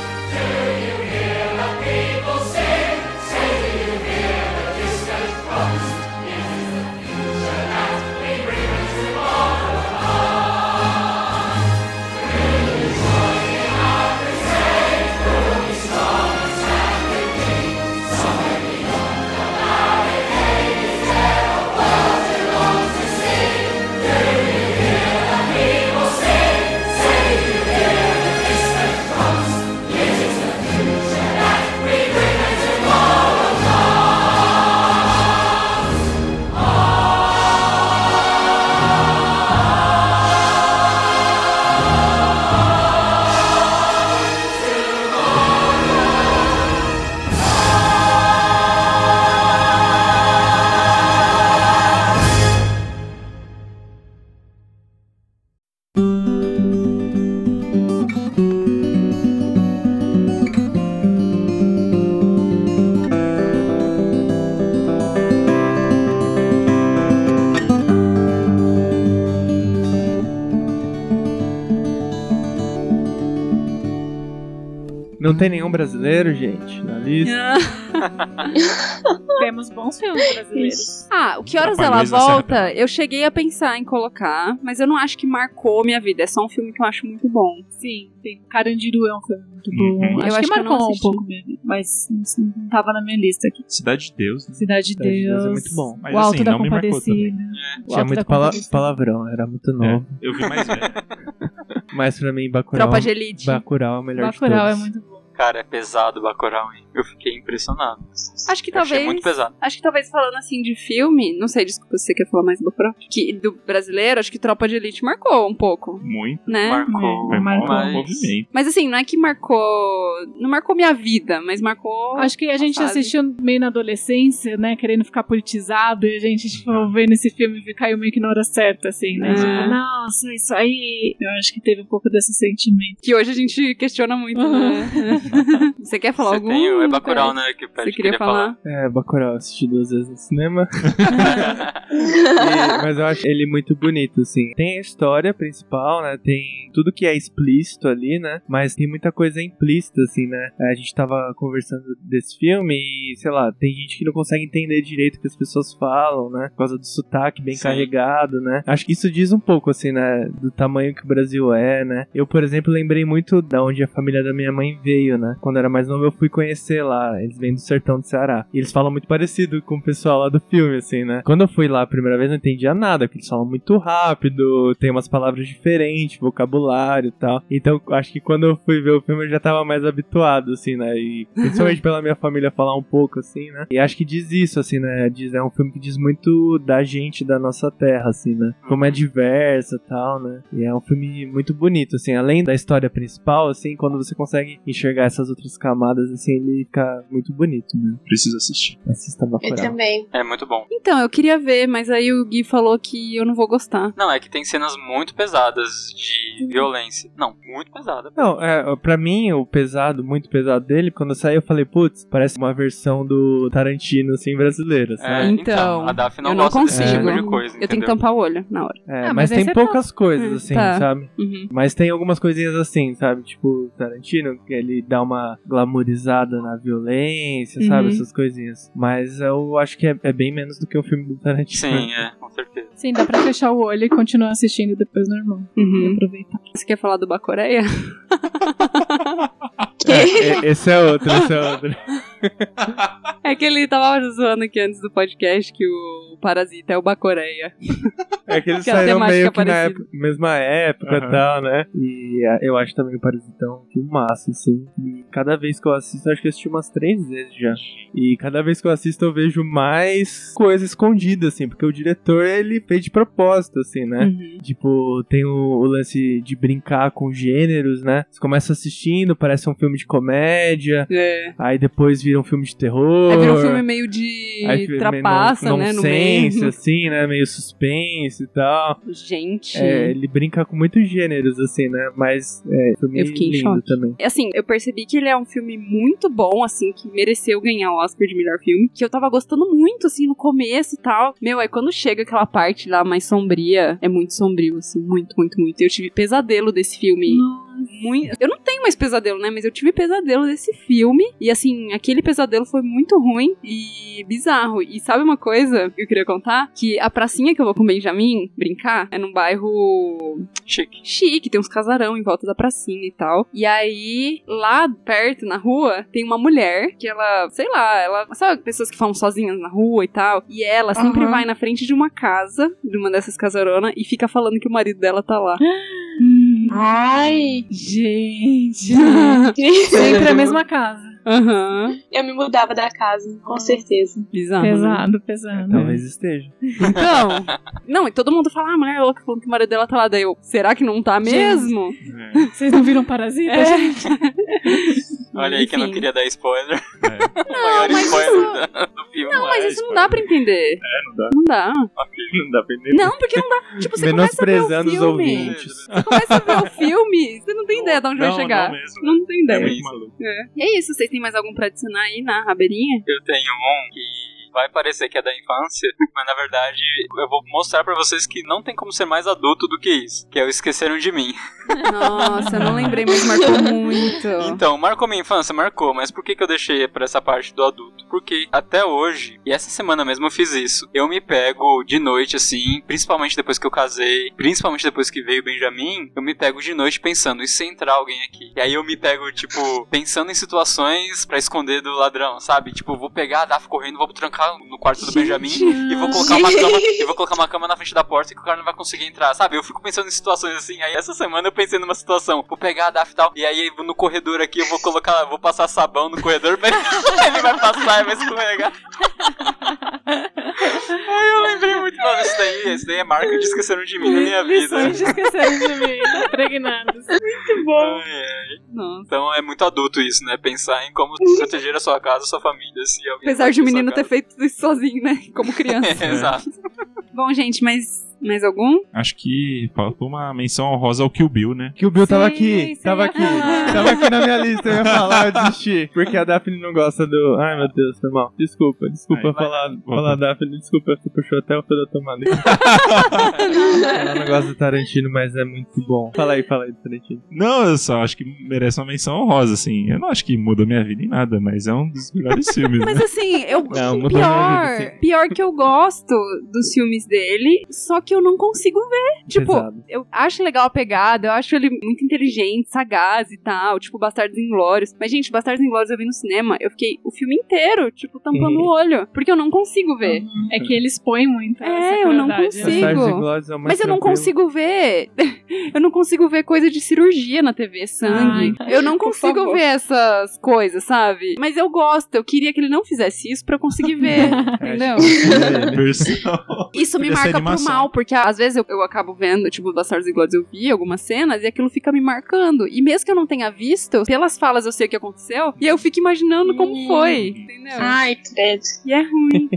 S4: Não tem nenhum brasileiro, gente, na lista.
S7: Temos bons filmes brasileiros.
S2: Ah, o que horas ela
S6: Trapalhões na Serra
S2: volta? Eu cheguei a pensar em colocar, mas eu não acho que marcou minha vida. É só um filme que eu acho muito bom.
S7: Sim, tem Carandiru é um filme muito bom.
S6: Uhum.
S2: Eu acho que eu não
S7: marcou um
S2: assisti.
S7: pouco mesmo, mas não, não tava na minha lista aqui.
S6: Cidade de Deus. né?
S7: Cidade de
S4: Cidade de Deus
S7: Deus.
S4: é muito bom.
S6: Mas
S7: o Alto
S6: assim,
S7: da
S6: não me marcou
S7: Compadecida.
S3: É.
S4: Tinha
S7: O Alto da
S4: muito pala-
S7: Compadecida.
S4: palavrão, era muito novo.
S6: É, eu vi mais velho.
S4: Mas pra mim, Bacurau,
S2: Tropa de Elite.
S4: Bacurau é o melhor
S7: Bacurau
S4: de
S7: é
S4: todos.
S7: muito bom.
S3: Cara, é pesado o Bacurau, hein? Eu fiquei impressionado.
S2: Acho que
S3: Eu achei
S2: talvez.
S3: muito pesado.
S2: Acho que talvez falando assim de filme, não sei, desculpa, você quer falar mais do Bacurau? Que do brasileiro, acho que Tropa de Elite marcou um pouco,
S6: Muito.
S2: né?
S3: Marcou.
S6: Foi mó
S3: mas-
S6: movimento.
S2: Mas assim, não é que marcou. Não marcou minha vida, mas marcou.
S7: Acho que a gente
S2: fase.
S7: assistiu meio na adolescência, né? Querendo ficar politizado, e a gente, tipo, vendo esse filme e caiu meio que na hora certa, assim, né?
S2: É.
S7: Tipo, nossa, isso aí. Eu acho que teve um pouco desse sentimento.
S2: que hoje a gente questiona muito, né? você quer falar
S3: Você
S2: algum?
S3: tem o é Bacurau, né? Que o
S2: Você
S3: Pet
S2: queria falar?
S4: É, Bacurau, eu assisti duas vezes no cinema. E- mas eu acho ele muito bonito, assim. Tem a história principal, né? Tem tudo que é explícito ali, né? Mas tem muita coisa implícita, assim, né? A gente tava conversando desse filme e, sei lá, tem gente que não consegue entender direito o que as pessoas falam, né? Por causa do sotaque bem
S3: Sim.
S4: carregado, né? Acho que isso diz um pouco, assim, né? Do tamanho que o Brasil é, né? Eu, por exemplo, lembrei muito da onde a família da minha mãe veio, Rio, né? Quando era mais novo, eu fui conhecer lá. Eles vêm do sertão do Ceará. E eles falam muito parecido com o pessoal lá do filme, assim, né? Quando eu fui lá a primeira vez, eu não entendia nada, porque eles falam muito rápido, tem umas palavras diferentes, vocabulário e tal. Então, acho que quando eu fui ver o filme, eu já tava mais habituado, assim, né? E principalmente pela minha família falar um pouco, assim, né? E acho que diz isso, assim, né? Diz, é um filme que diz muito da gente, da nossa terra, assim, né? Como é diversa e tal, né? E é um filme muito bonito, assim, além da história principal, assim, quando você consegue enxergar essas outras camadas, assim, ele fica muito bonito, né?
S6: Preciso assistir.
S4: Assista
S5: Eu
S4: Bacurau.
S5: também.
S3: É muito bom.
S2: Então, eu queria ver, mas aí o Gui falou que eu não vou gostar.
S3: Não, é que tem cenas muito pesadas de violência. Não, muito pesada.
S4: Não, é, pra mim, o pesado, muito pesado dele, quando eu saí, eu falei, putz, parece uma versão do Tarantino, assim, brasileira,
S3: É,
S4: sabe?
S2: então,
S3: então, a Daf não
S2: eu não
S3: gosta desse
S2: consigo.
S3: tipo de coisa,
S2: Eu tenho que
S3: entendeu?
S2: tampar o olho na hora.
S4: É,
S7: Ah,
S4: mas,
S7: mas aí
S4: tem
S7: você
S4: poucas coisas,
S2: Hum,
S4: assim,
S2: tá.
S4: sabe?
S2: Uhum.
S4: Mas tem algumas coisinhas assim, sabe? Tipo, Tarantino, que ele dá uma glamourizada na violência, sabe?
S2: Uhum.
S4: Essas coisinhas. Mas eu acho que é, é bem menos do que o filme do Tarantino.
S3: Sim, é, com certeza.
S7: Sim, dá pra fechar o olho e continuar assistindo depois normal.
S2: Uhum.
S7: Aproveitar.
S2: Você quer falar do Bacoreia?
S4: É, esse é outro, esse é outro.
S2: É que ele tava zoando aqui antes do podcast que o Parasita é o Bacoreia.
S4: É que eles
S2: Aquela
S4: saíram
S2: temática
S4: meio que na
S2: parecida.
S4: época- mesma época e
S6: Aham.
S4: tal, né? E ah, eu acho também o Parasitão que massa, assim. E cada vez que eu assisto, eu acho que eu assisti umas três vezes já. E cada vez que eu assisto, eu vejo mais coisa escondida, assim. Porque o diretor, ele fez de propósito, assim, né?
S2: Uhum.
S4: Tipo, tem o, o lance de brincar com gêneros, né? Você começa assistindo, parece um filme de comédia,
S2: É.
S4: aí depois vira um filme de terror.
S2: Aí virou um filme meio de
S4: aí fica meio
S2: trapaça,
S4: non-
S2: né? No
S4: nonsense,
S2: meio.
S4: assim, né? Meio suspense e tal.
S2: Gente.
S4: É, ele brinca com muitos gêneros, assim, né? Mas é, filme
S2: Eu fiquei em
S4: lindo
S2: choque.
S4: também.
S2: É Assim, eu percebi que ele é um filme muito bom, assim, que mereceu ganhar o Oscar de melhor filme. Que eu tava gostando muito, assim, no começo e tal. Meu, aí quando chega aquela parte lá mais sombria, é muito sombrio, assim, muito, muito, muito. Eu tive pesadelo desse filme. Muito... Eu não tenho mais pesadelo, né? Mas eu tive pesadelo desse filme. E assim, aquele pesadelo foi muito ruim e bizarro. E sabe uma coisa que eu queria contar? Que a pracinha que eu vou com o Benjamin brincar é num bairro
S3: Chique.
S2: chique, tem uns casarão em volta da pracinha e tal. E aí, lá perto, na rua, tem uma mulher que ela, sei lá, ela. Sabe pessoas que falam sozinhas na rua e tal? E ela sempre
S7: Aham.
S2: vai na frente de uma casa, de uma dessas casarona, e fica falando que o marido dela tá lá.
S5: Ai!
S7: Gente. Sempre a mesma casa.
S2: Aham.
S5: Eu me mudava da casa, com certeza.
S2: Bizarro. né?
S7: Pesado, pesado.
S4: É, Talvez esteja.
S2: Então. Não, e todo mundo fala, ah, a mulher é louca falando que o marido dela tá lá. Daí eu, será que não tá
S7: Gente.
S2: mesmo?
S7: Vocês não viram Parasita?
S2: É.
S3: Olha aí que eu não
S2: Enfim.
S3: queria dar spoiler.
S6: É,
S2: um
S3: Não,
S2: mas
S3: maior
S2: né?
S3: spoiler da- do filme.
S2: Não, mas
S6: é
S2: isso não dá pra entender. É,
S6: não dá.
S2: Não dá.
S6: não dá pra entender.
S2: Não, porque não dá. Tipo, você começa a ver o
S4: Menosprezando os
S2: filme.
S4: ouvintes.
S2: Você começa a ver o filme, você não tem ideia de onde
S6: Não,
S2: vai chegar.
S6: Não,
S2: Não,
S6: mesmo.
S2: tem
S6: É
S2: ideia.
S6: muito maluco.
S2: E é isso, vocês têm mais algum pra adicionar aí na rabeirinha?
S3: Eu tenho um que vai parecer que é da infância, mas na verdade eu vou mostrar pra vocês que não tem como ser mais adulto do que isso, que é o Esqueceram de Mim.
S2: Nossa, eu não lembrei, mas marcou muito.
S3: Então, marcou minha infância? Marcou, mas por que, que eu deixei pra essa parte do adulto? Porque até hoje, e essa semana mesmo eu fiz isso, eu me pego de noite assim, principalmente depois que eu casei, principalmente depois que veio o Benjamin, eu me pego de noite pensando, e se entrar alguém aqui? E aí eu me pego, tipo, pensando em situações pra esconder do ladrão, sabe? Tipo, vou pegar a Daf correndo, vou trancar no quarto do Benjamin e vou colocar uma cama, e vou colocar uma cama na frente da porta que o cara não vai conseguir entrar, sabe? Eu fico pensando em situações assim. Aí essa semana eu pensei numa situação, vou pegar a Daf e tal, e aí no corredor aqui eu vou colocar, vou passar sabão no corredor, mas ele vai passar e vai escorregar. Aí eu lembrei muito, mano, isso daí, isso daí é marca de esqueceram de mim na minha
S2: é
S3: vida.
S7: Lições de esquecerem de mim. Impregnados.
S5: Muito bom.
S3: Ai, ai.
S2: Nossa.
S3: Então é muito adulto isso, né? Pensar em como proteger a sua casa, a sua família, se alguém
S2: Apesar
S3: vai
S2: de o
S3: pra sua
S2: menino ter
S3: casa.
S2: feito isso sozinho, né? Como criança.
S3: É, Exato.
S2: Bom, gente, mas mais algum?
S6: Acho que faltou uma menção honrosa ao Kill Bill, né?
S4: Que o Bill tava
S7: Sim,
S4: aqui,
S7: sim,
S4: tava
S7: ia
S4: aqui,
S7: falar.
S4: tava aqui na minha lista, eu ia falar, eu desisti. Porque a Daphne não gosta do. Ai meu Deus, foi mal. Desculpa, desculpa
S6: Aí vai,
S4: falar,
S6: volta.
S4: falar Daphne, desculpa, você puxou até o fio da tomada. Ela não gosta do Tarantino, mas é muito bom. Fala aí, fala aí do Tarantino.
S6: Não, eu só acho que merece uma menção honrosa, assim. Eu não acho que mudou minha vida em nada, mas é um dos melhores filmes, né?
S2: Mas assim, eu.
S4: Não, mudou minha vida,
S2: pior, pior que eu gosto dos filmes dele, só que que eu não consigo ver. Tipo,
S4: Pesado.
S2: eu acho legal a pegada, eu acho ele muito inteligente, sagaz e tal, tipo Bastardos Inglórios. Mas, gente, Bastardos Inglórios eu vi no cinema, eu fiquei o filme inteiro, tipo, tampando
S4: Uhum.
S2: o olho, porque eu não consigo ver.
S7: É que ele expõe muito.
S2: É,
S7: essa
S2: eu não
S7: crueldade,
S2: consigo.
S7: né?
S4: Bastardos Inglórios é o mais
S2: Mas eu não
S4: tranquilo.
S2: consigo ver. eu não consigo ver coisa de cirurgia na TV, sangue. eu não
S5: por
S2: consigo
S5: favor.
S2: ver essas coisas, sabe? Mas eu gosto, eu queria que ele não fizesse isso pra eu conseguir ver.
S4: É,
S2: entendeu? é.
S6: Versão-
S2: Isso me
S6: Podia ser
S2: marca pro
S6: animação.
S2: mal, porque às vezes eu, eu acabo vendo, tipo, Bastardos Inglórios, eu vi algumas cenas e aquilo fica me marcando. E mesmo que eu não tenha visto, pelas falas eu sei o que aconteceu, e eu fico imaginando como
S5: Hum. Ah,
S2: foi, entendeu?
S5: Ai, credo.
S2: E é ruim.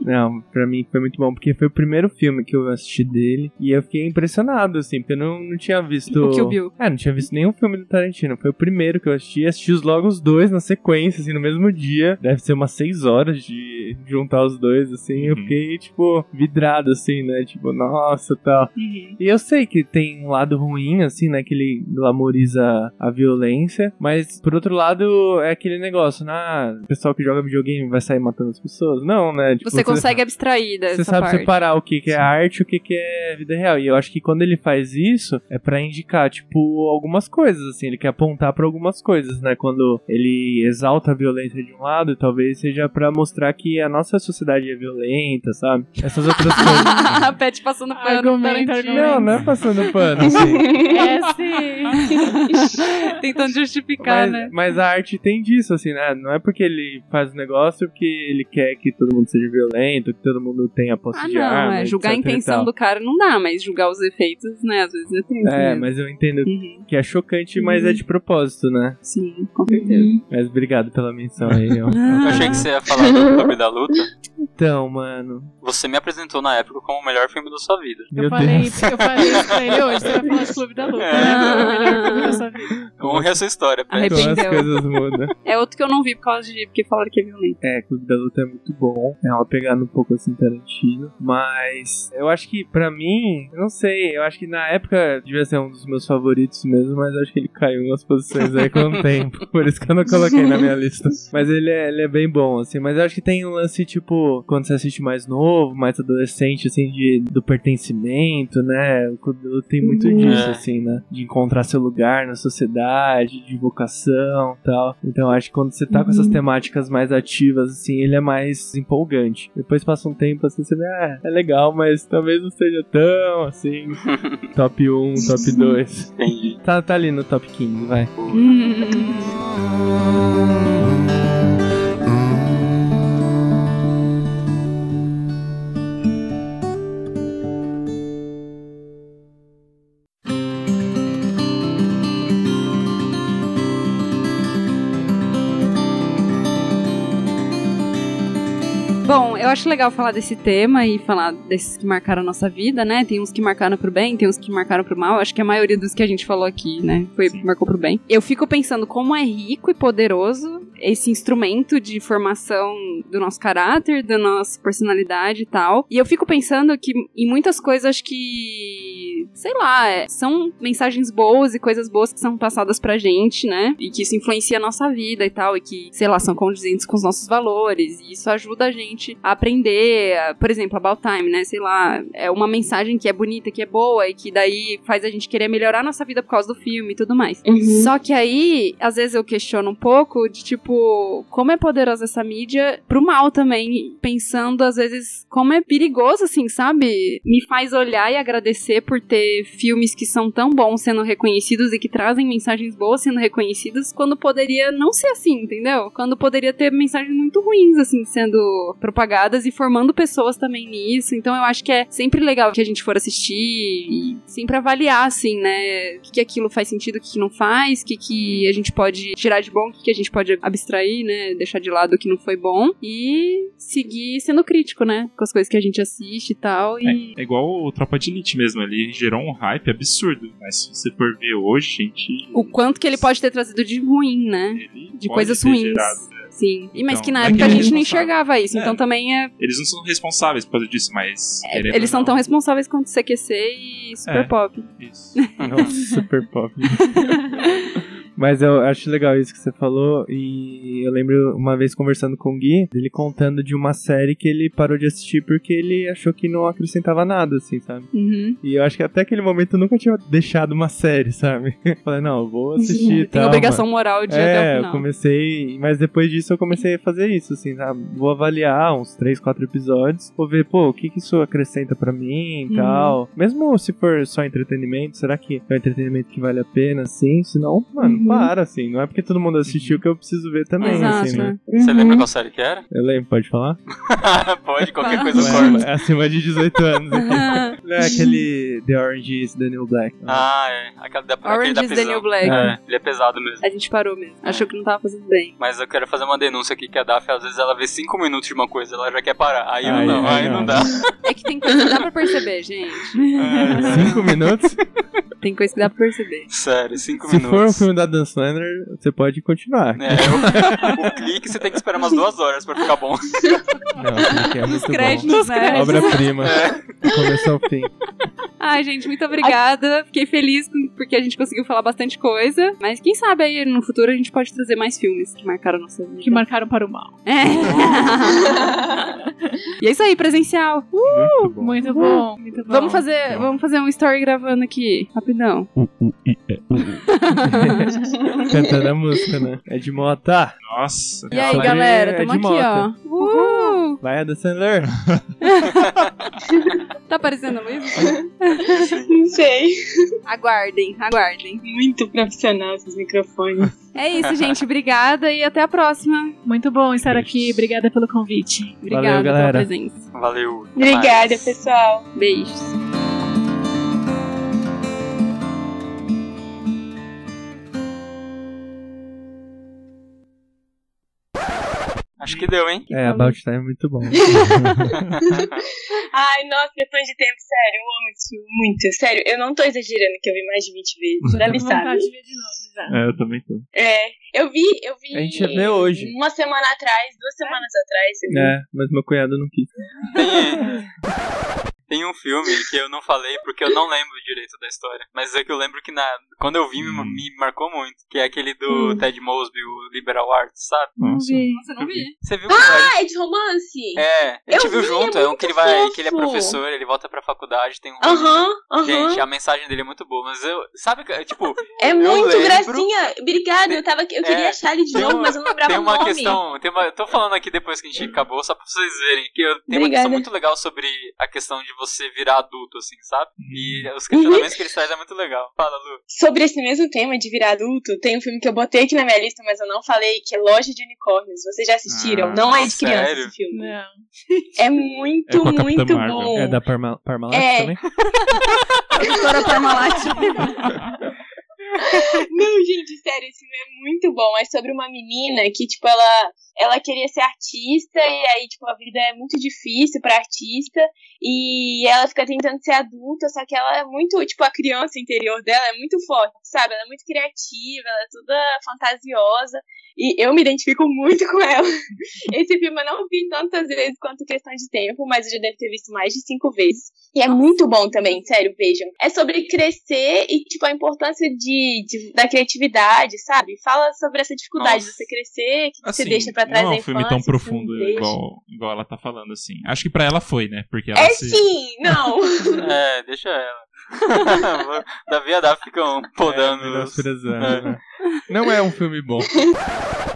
S4: Não, pra mim foi muito bom, porque foi o primeiro filme que eu assisti dele. E eu fiquei impressionado, assim, porque eu não, não tinha visto.
S2: O Kill Bill.
S4: É, não tinha visto nenhum filme do Tarantino. Foi o primeiro que eu assisti. Assisti os- logo os dois na sequência, assim, no mesmo dia. Deve ser umas seis horas de juntar os dois, assim. Eu
S6: Uhum.
S4: fiquei, tipo, vidrado, assim, né? Tipo, nossa, tal. E eu sei que tem um lado ruim, assim, né? Que ele glamoriza a violência. Mas, por outro lado, é aquele negócio, né? Ah, o pessoal que joga videogame vai sair matando as pessoas. Não, né? Tipo,
S2: Você consegue abstrair dessa
S4: Você sabe
S2: parte.
S4: separar o que, que é arte e o que, que é vida real. E eu acho que quando ele faz isso, é pra indicar, tipo, algumas coisas, assim. Ele quer apontar pra algumas coisas, né? Quando ele exalta a violência de um lado, talvez seja pra mostrar que a nossa sociedade é violenta, sabe? Essas outras coisas.
S2: A Pet passando pano,
S7: Argumento,
S2: Tarantino,
S7: argumento.
S4: Não, não é passando pano, assim.
S7: É, sim.
S2: tentando justificar,
S4: Mas,
S2: né?
S4: mas a arte tem disso, assim, né? Não é porque ele faz o negócio que ele quer que todo mundo seja violento, que todo mundo tenha posse
S2: Ah,
S4: de
S2: não,
S4: arma,
S2: é. Julgar a
S4: etc e
S2: intenção
S4: tal.
S2: do cara não dá, mas julgar os efeitos, né? Às vezes é tenso
S4: É,
S2: mesmo.
S4: mas eu entendo
S2: Uhum.
S4: que é chocante, mas é de propósito, né?
S2: Sim, com certeza.
S4: Mas obrigado pela menção aí. ó.
S2: Ah.
S3: Eu achei que você ia falar do Clube da Luta.
S4: Então, mano.
S3: Você me apresentou na época como o melhor filme da sua vida.
S4: Meu
S7: Eu falei,
S4: Deus.
S7: eu falei isso pra ele hoje, você vai falar assim, de Clube da Luta.
S3: É.
S7: né? Eu sabia.
S3: Honre essa história, Pet.
S2: Arrependo.
S4: Então as
S2: Arrependeu.
S4: coisas mudam.
S2: É outro que eu não vi por causa de. Porque falaram que é violento.
S4: É, Clube da Luta é muito bom. É uma pegada um pouco assim Tarantino. Mas eu acho que pra mim, eu não sei, eu acho que na época devia ser um dos meus favoritos mesmo, mas eu acho que ele caiu umas posições aí com o tempo. Por isso que eu não coloquei na minha lista. Mas ele é, ele é bem bom, assim. Mas eu acho que tem um lance, tipo, quando você assiste mais novo, mais adolescente, assim, de, do pertencimento, né? O Clube da Luta tem muito disso,
S3: É.
S4: assim, né? De encontrar seu lugar na sociedade, de vocação e tal. Então eu acho que quando você tá com essas temáticas mais ativas, assim, ele é mais empolgante. Depois passa um tempo, assim, você vê, ah, é legal, mas talvez não seja tão, assim, top 1, top 2.
S3: Entendi.
S4: Tá, tá ali no top 15, vai.
S2: Bom, eu acho legal falar desse tema e falar desses que marcaram a nossa vida, né? Tem uns que marcaram pro bem, tem uns que marcaram pro mal. Acho que a maioria dos que a gente falou aqui, né? Foi, marcou pro bem. Eu fico pensando como é rico e poderoso esse instrumento de formação do nosso caráter, da nossa personalidade e tal. E eu fico pensando que em muitas coisas acho que, sei lá, é, são mensagens boas e coisas boas que são passadas pra gente, né? E que isso influencia a nossa vida e tal, e que, sei lá, são condizentes com os nossos valores. E isso ajuda a gente a aprender, a- por exemplo, About Time, né? Sei lá, é uma mensagem que é bonita, que é boa e que daí faz a gente querer melhorar a nossa vida por causa do filme e tudo mais.
S5: Uhum.
S2: Só que aí, às vezes eu questiono um pouco de tipo, como é poderosa essa mídia pro mal também, pensando às vezes como é perigoso assim, sabe? Me faz olhar e agradecer por ter filmes que são tão bons sendo reconhecidos e que trazem mensagens boas sendo reconhecidas, quando poderia não ser assim, entendeu? Quando poderia ter mensagens muito ruins assim sendo propagadas e formando pessoas também nisso. Então eu acho que é sempre legal que a gente for assistir e sempre avaliar assim, né, o que, que aquilo faz sentido, o que, que não faz, o que, que a gente pode tirar de bom, o que, que a gente pode abstrair, né, deixar de lado o que não foi bom e seguir sendo crítico, né, com as coisas que a gente assiste e tal e
S6: É igual o Tropa de Elite mesmo, ele gerou um hype absurdo. Mas se você for ver hoje, gente.
S2: o quanto que ele pode ter trazido de ruim, né?
S6: ele
S2: De
S6: pode
S2: coisas
S6: ter
S2: ruins.
S6: gerado.
S2: Sim. E mas
S6: Então,
S2: que na
S6: é
S2: época
S6: que
S2: a
S6: ele é
S2: gente não
S6: responsável.
S2: enxergava isso,
S6: É.
S2: então também é
S6: Eles não são responsáveis por causa disso, mas. querendo
S2: eles
S6: ou
S2: são
S6: não,
S2: tão responsáveis quanto CQC e Super
S6: É.
S2: Pop.
S6: isso.
S4: Nossa, super pop. Mas eu acho legal isso que você falou. E eu lembro uma vez conversando com o Gui, ele contando de uma série que ele parou de assistir porque ele achou que não acrescentava nada, assim, sabe?
S2: Uhum.
S4: E eu acho que até aquele momento eu nunca tinha deixado uma série, sabe? Falei, não, eu vou assistir.
S2: Tem
S4: tá,
S2: obrigação moral de ir até o
S4: é, eu
S2: final.
S4: comecei, mas depois disso eu comecei a fazer isso, assim, tá? Vou avaliar uns 3, 4 episódios, vou ver, pô, o que que isso acrescenta pra mim e
S2: Uhum.
S4: tal. Mesmo se for só entretenimento, será que é um entretenimento que vale a pena, assim? Se não, mano,
S2: Uhum.
S4: para, assim, não é porque todo mundo assistiu
S3: Uhum.
S4: que eu preciso ver também,
S2: Exato.
S4: assim, né?
S3: Você
S2: Uhum.
S3: lembra qual série que era?
S4: Eu lembro, pode falar?
S3: Pode, qualquer
S7: Fala.
S3: coisa
S4: Mas-
S3: corta.
S4: é acima de 18 anos aqui.
S2: Aham.
S4: Não é aquele The Orange is the New Black. não.
S3: Ah, é. Aquela da, aquele
S2: Orange
S3: da
S2: is the
S3: prisão.
S2: New Black.
S3: É, ele é pesado mesmo.
S2: A gente parou mesmo. Achou que não tava fazendo bem.
S3: Mas eu quero fazer uma denúncia aqui que a Daf, às vezes, ela vê 5 minutos de uma coisa, ela já quer parar. Aí eu
S4: Aí,
S3: não,
S4: aí
S3: aí não
S4: não.
S3: dá.
S2: É que tem coisa que dá pra perceber, gente.
S4: Cinco minutos?
S2: Tem coisa que dá pra perceber.
S3: É, Sério, 5
S4: Se for um
S3: minutos.
S4: filme da Dan Sandler, você pode continuar.
S3: É, o, o clique você tem que esperar umas duas horas pra ficar bom.
S4: Não, porque é muito
S2: Nos
S4: bom.
S2: créditos, né?
S4: Obra-prima.
S6: É.
S4: Do Começo ao fim.
S2: Ai, gente, muito obrigada. Fiquei feliz com- porque a gente conseguiu falar bastante coisa. Mas quem sabe aí no futuro a gente pode trazer mais filmes que marcaram nossa vida.
S7: Que marcaram para o mal.
S2: É. e é isso aí, presencial. Uh,
S4: Muito bom.
S7: Muito bom, muito bom.
S2: vamos fazer, vamos fazer um story gravando aqui, rapidão.
S4: Cantando a música, né? É de mota.
S6: Nossa.
S2: E aí,
S4: Sobre
S2: galera, tamo aqui, ó.
S4: Edmota.
S2: Uh,
S4: Vai, Adam Sandler.
S2: tá aparecendo Luiz?
S5: Não sei.
S2: Aguardem, aguardem.
S5: Muito profissional esses microfones.
S2: É isso, gente. Obrigada e até a próxima.
S7: Muito bom estar aqui. Obrigada pelo convite.
S2: Obrigada pela
S4: galera.
S2: presença.
S3: Valeu. até
S5: Obrigada,
S3: mais.
S5: pessoal.
S2: Beijos.
S3: Acho que deu, hein?
S4: É, About Time é muito bom.
S5: Ai, nossa, depois de tempo, sério, eu amo isso muito. Sério, eu não tô exagerando que eu vi mais de 20 vezes. Dá
S7: Tô com
S5: me sabe.
S7: vontade de ver de novo, já.
S6: É, eu também tô.
S5: É, eu vi, eu vi.
S4: A gente vê hoje.
S5: Uma semana atrás, duas semanas atrás. eu vi.
S4: É, mas meu cunhado não quis.
S3: Tem, é. tem um filme que eu não falei porque eu não lembro direito da história. Mas é que eu lembro que na, quando eu vi me,
S6: Hum.
S3: me marcou muito. Que é aquele
S5: Hum.
S3: do Ted Mosby, o Liberal Arts, sabe?
S7: Vamos
S6: Nossa.
S7: ver.
S2: Você não viu?
S3: Você viu? Ah!
S5: Ah, é de romance?
S3: É, a gente
S5: Eu
S3: viu
S5: vi, é
S3: junto. É, um que ele
S5: muito
S3: vai. Que ele é
S5: fofo.
S3: professor, ele volta pra faculdade, tem um.
S5: Aham, aham.
S3: Gente, a mensagem dele é muito boa, mas eu. Sabe, que- tipo,
S5: É
S3: eu
S5: muito
S3: lembro-
S5: gracinha. Obrigada, eu, tava, eu
S3: é,
S5: queria achar ele de
S3: tem
S5: novo,
S3: uma-
S5: mas eu não lembrava
S3: tem
S5: o
S3: uma
S5: um nome.
S3: questão. Tem uma, eu tô falando aqui depois que a gente acabou, só pra vocês verem. Que eu, tem uma
S5: Obrigada.
S3: questão muito legal sobre a questão de você virar adulto, assim, sabe? E os questionamentos que eles trazem é muito legal. Fala, Lu.
S5: Sobre esse mesmo tema de virar adulto, tem um filme que eu botei aqui na minha lista, mas eu não falei, que é Loja de Unicórnios. Vocês já assistiram?
S6: Ah,
S5: não é de criança
S3: sério?
S5: esse filme.
S7: Não.
S5: É muito,
S6: É com a Capitã
S5: muito
S6: Marvel.
S5: bom.
S4: É da Parma- Parmalat
S5: É.
S4: também?
S2: Doutora Parmalat.
S5: Não, gente, sério, esse filme é muito bom. É sobre uma menina que, tipo, ela, ela queria ser artista e aí, tipo, a vida é muito difícil pra artista e ela fica tentando ser adulta, só que ela é muito, tipo, a criança interior dela é muito forte, sabe? Ela é muito criativa, ela é toda fantasiosa e eu me identifico muito com ela. Esse filme eu não vi tantas vezes quanto questão de tempo, mas eu já devo ter visto mais de cinco vezes. E é muito bom também, sério, vejam. É sobre crescer e, tipo, a importância de, de- da criatividade, sabe? Fala sobre essa dificuldade
S3: Nossa.
S5: de você crescer, que você
S6: Assim,
S5: deixa pra trás
S6: Não
S5: da
S6: é um
S5: infância.
S6: filme tão
S5: que você não
S6: profundo
S5: deixa.
S6: igual, igual ela tá falando, assim. Acho que pra ela foi, né? Porque ela
S5: É
S6: se.
S5: sim, não.
S3: É, deixa ela. Davi e a Davi ficam podando.
S4: É,
S3: os-
S4: menosprezando,
S3: É.
S4: né? Não é um filme bom.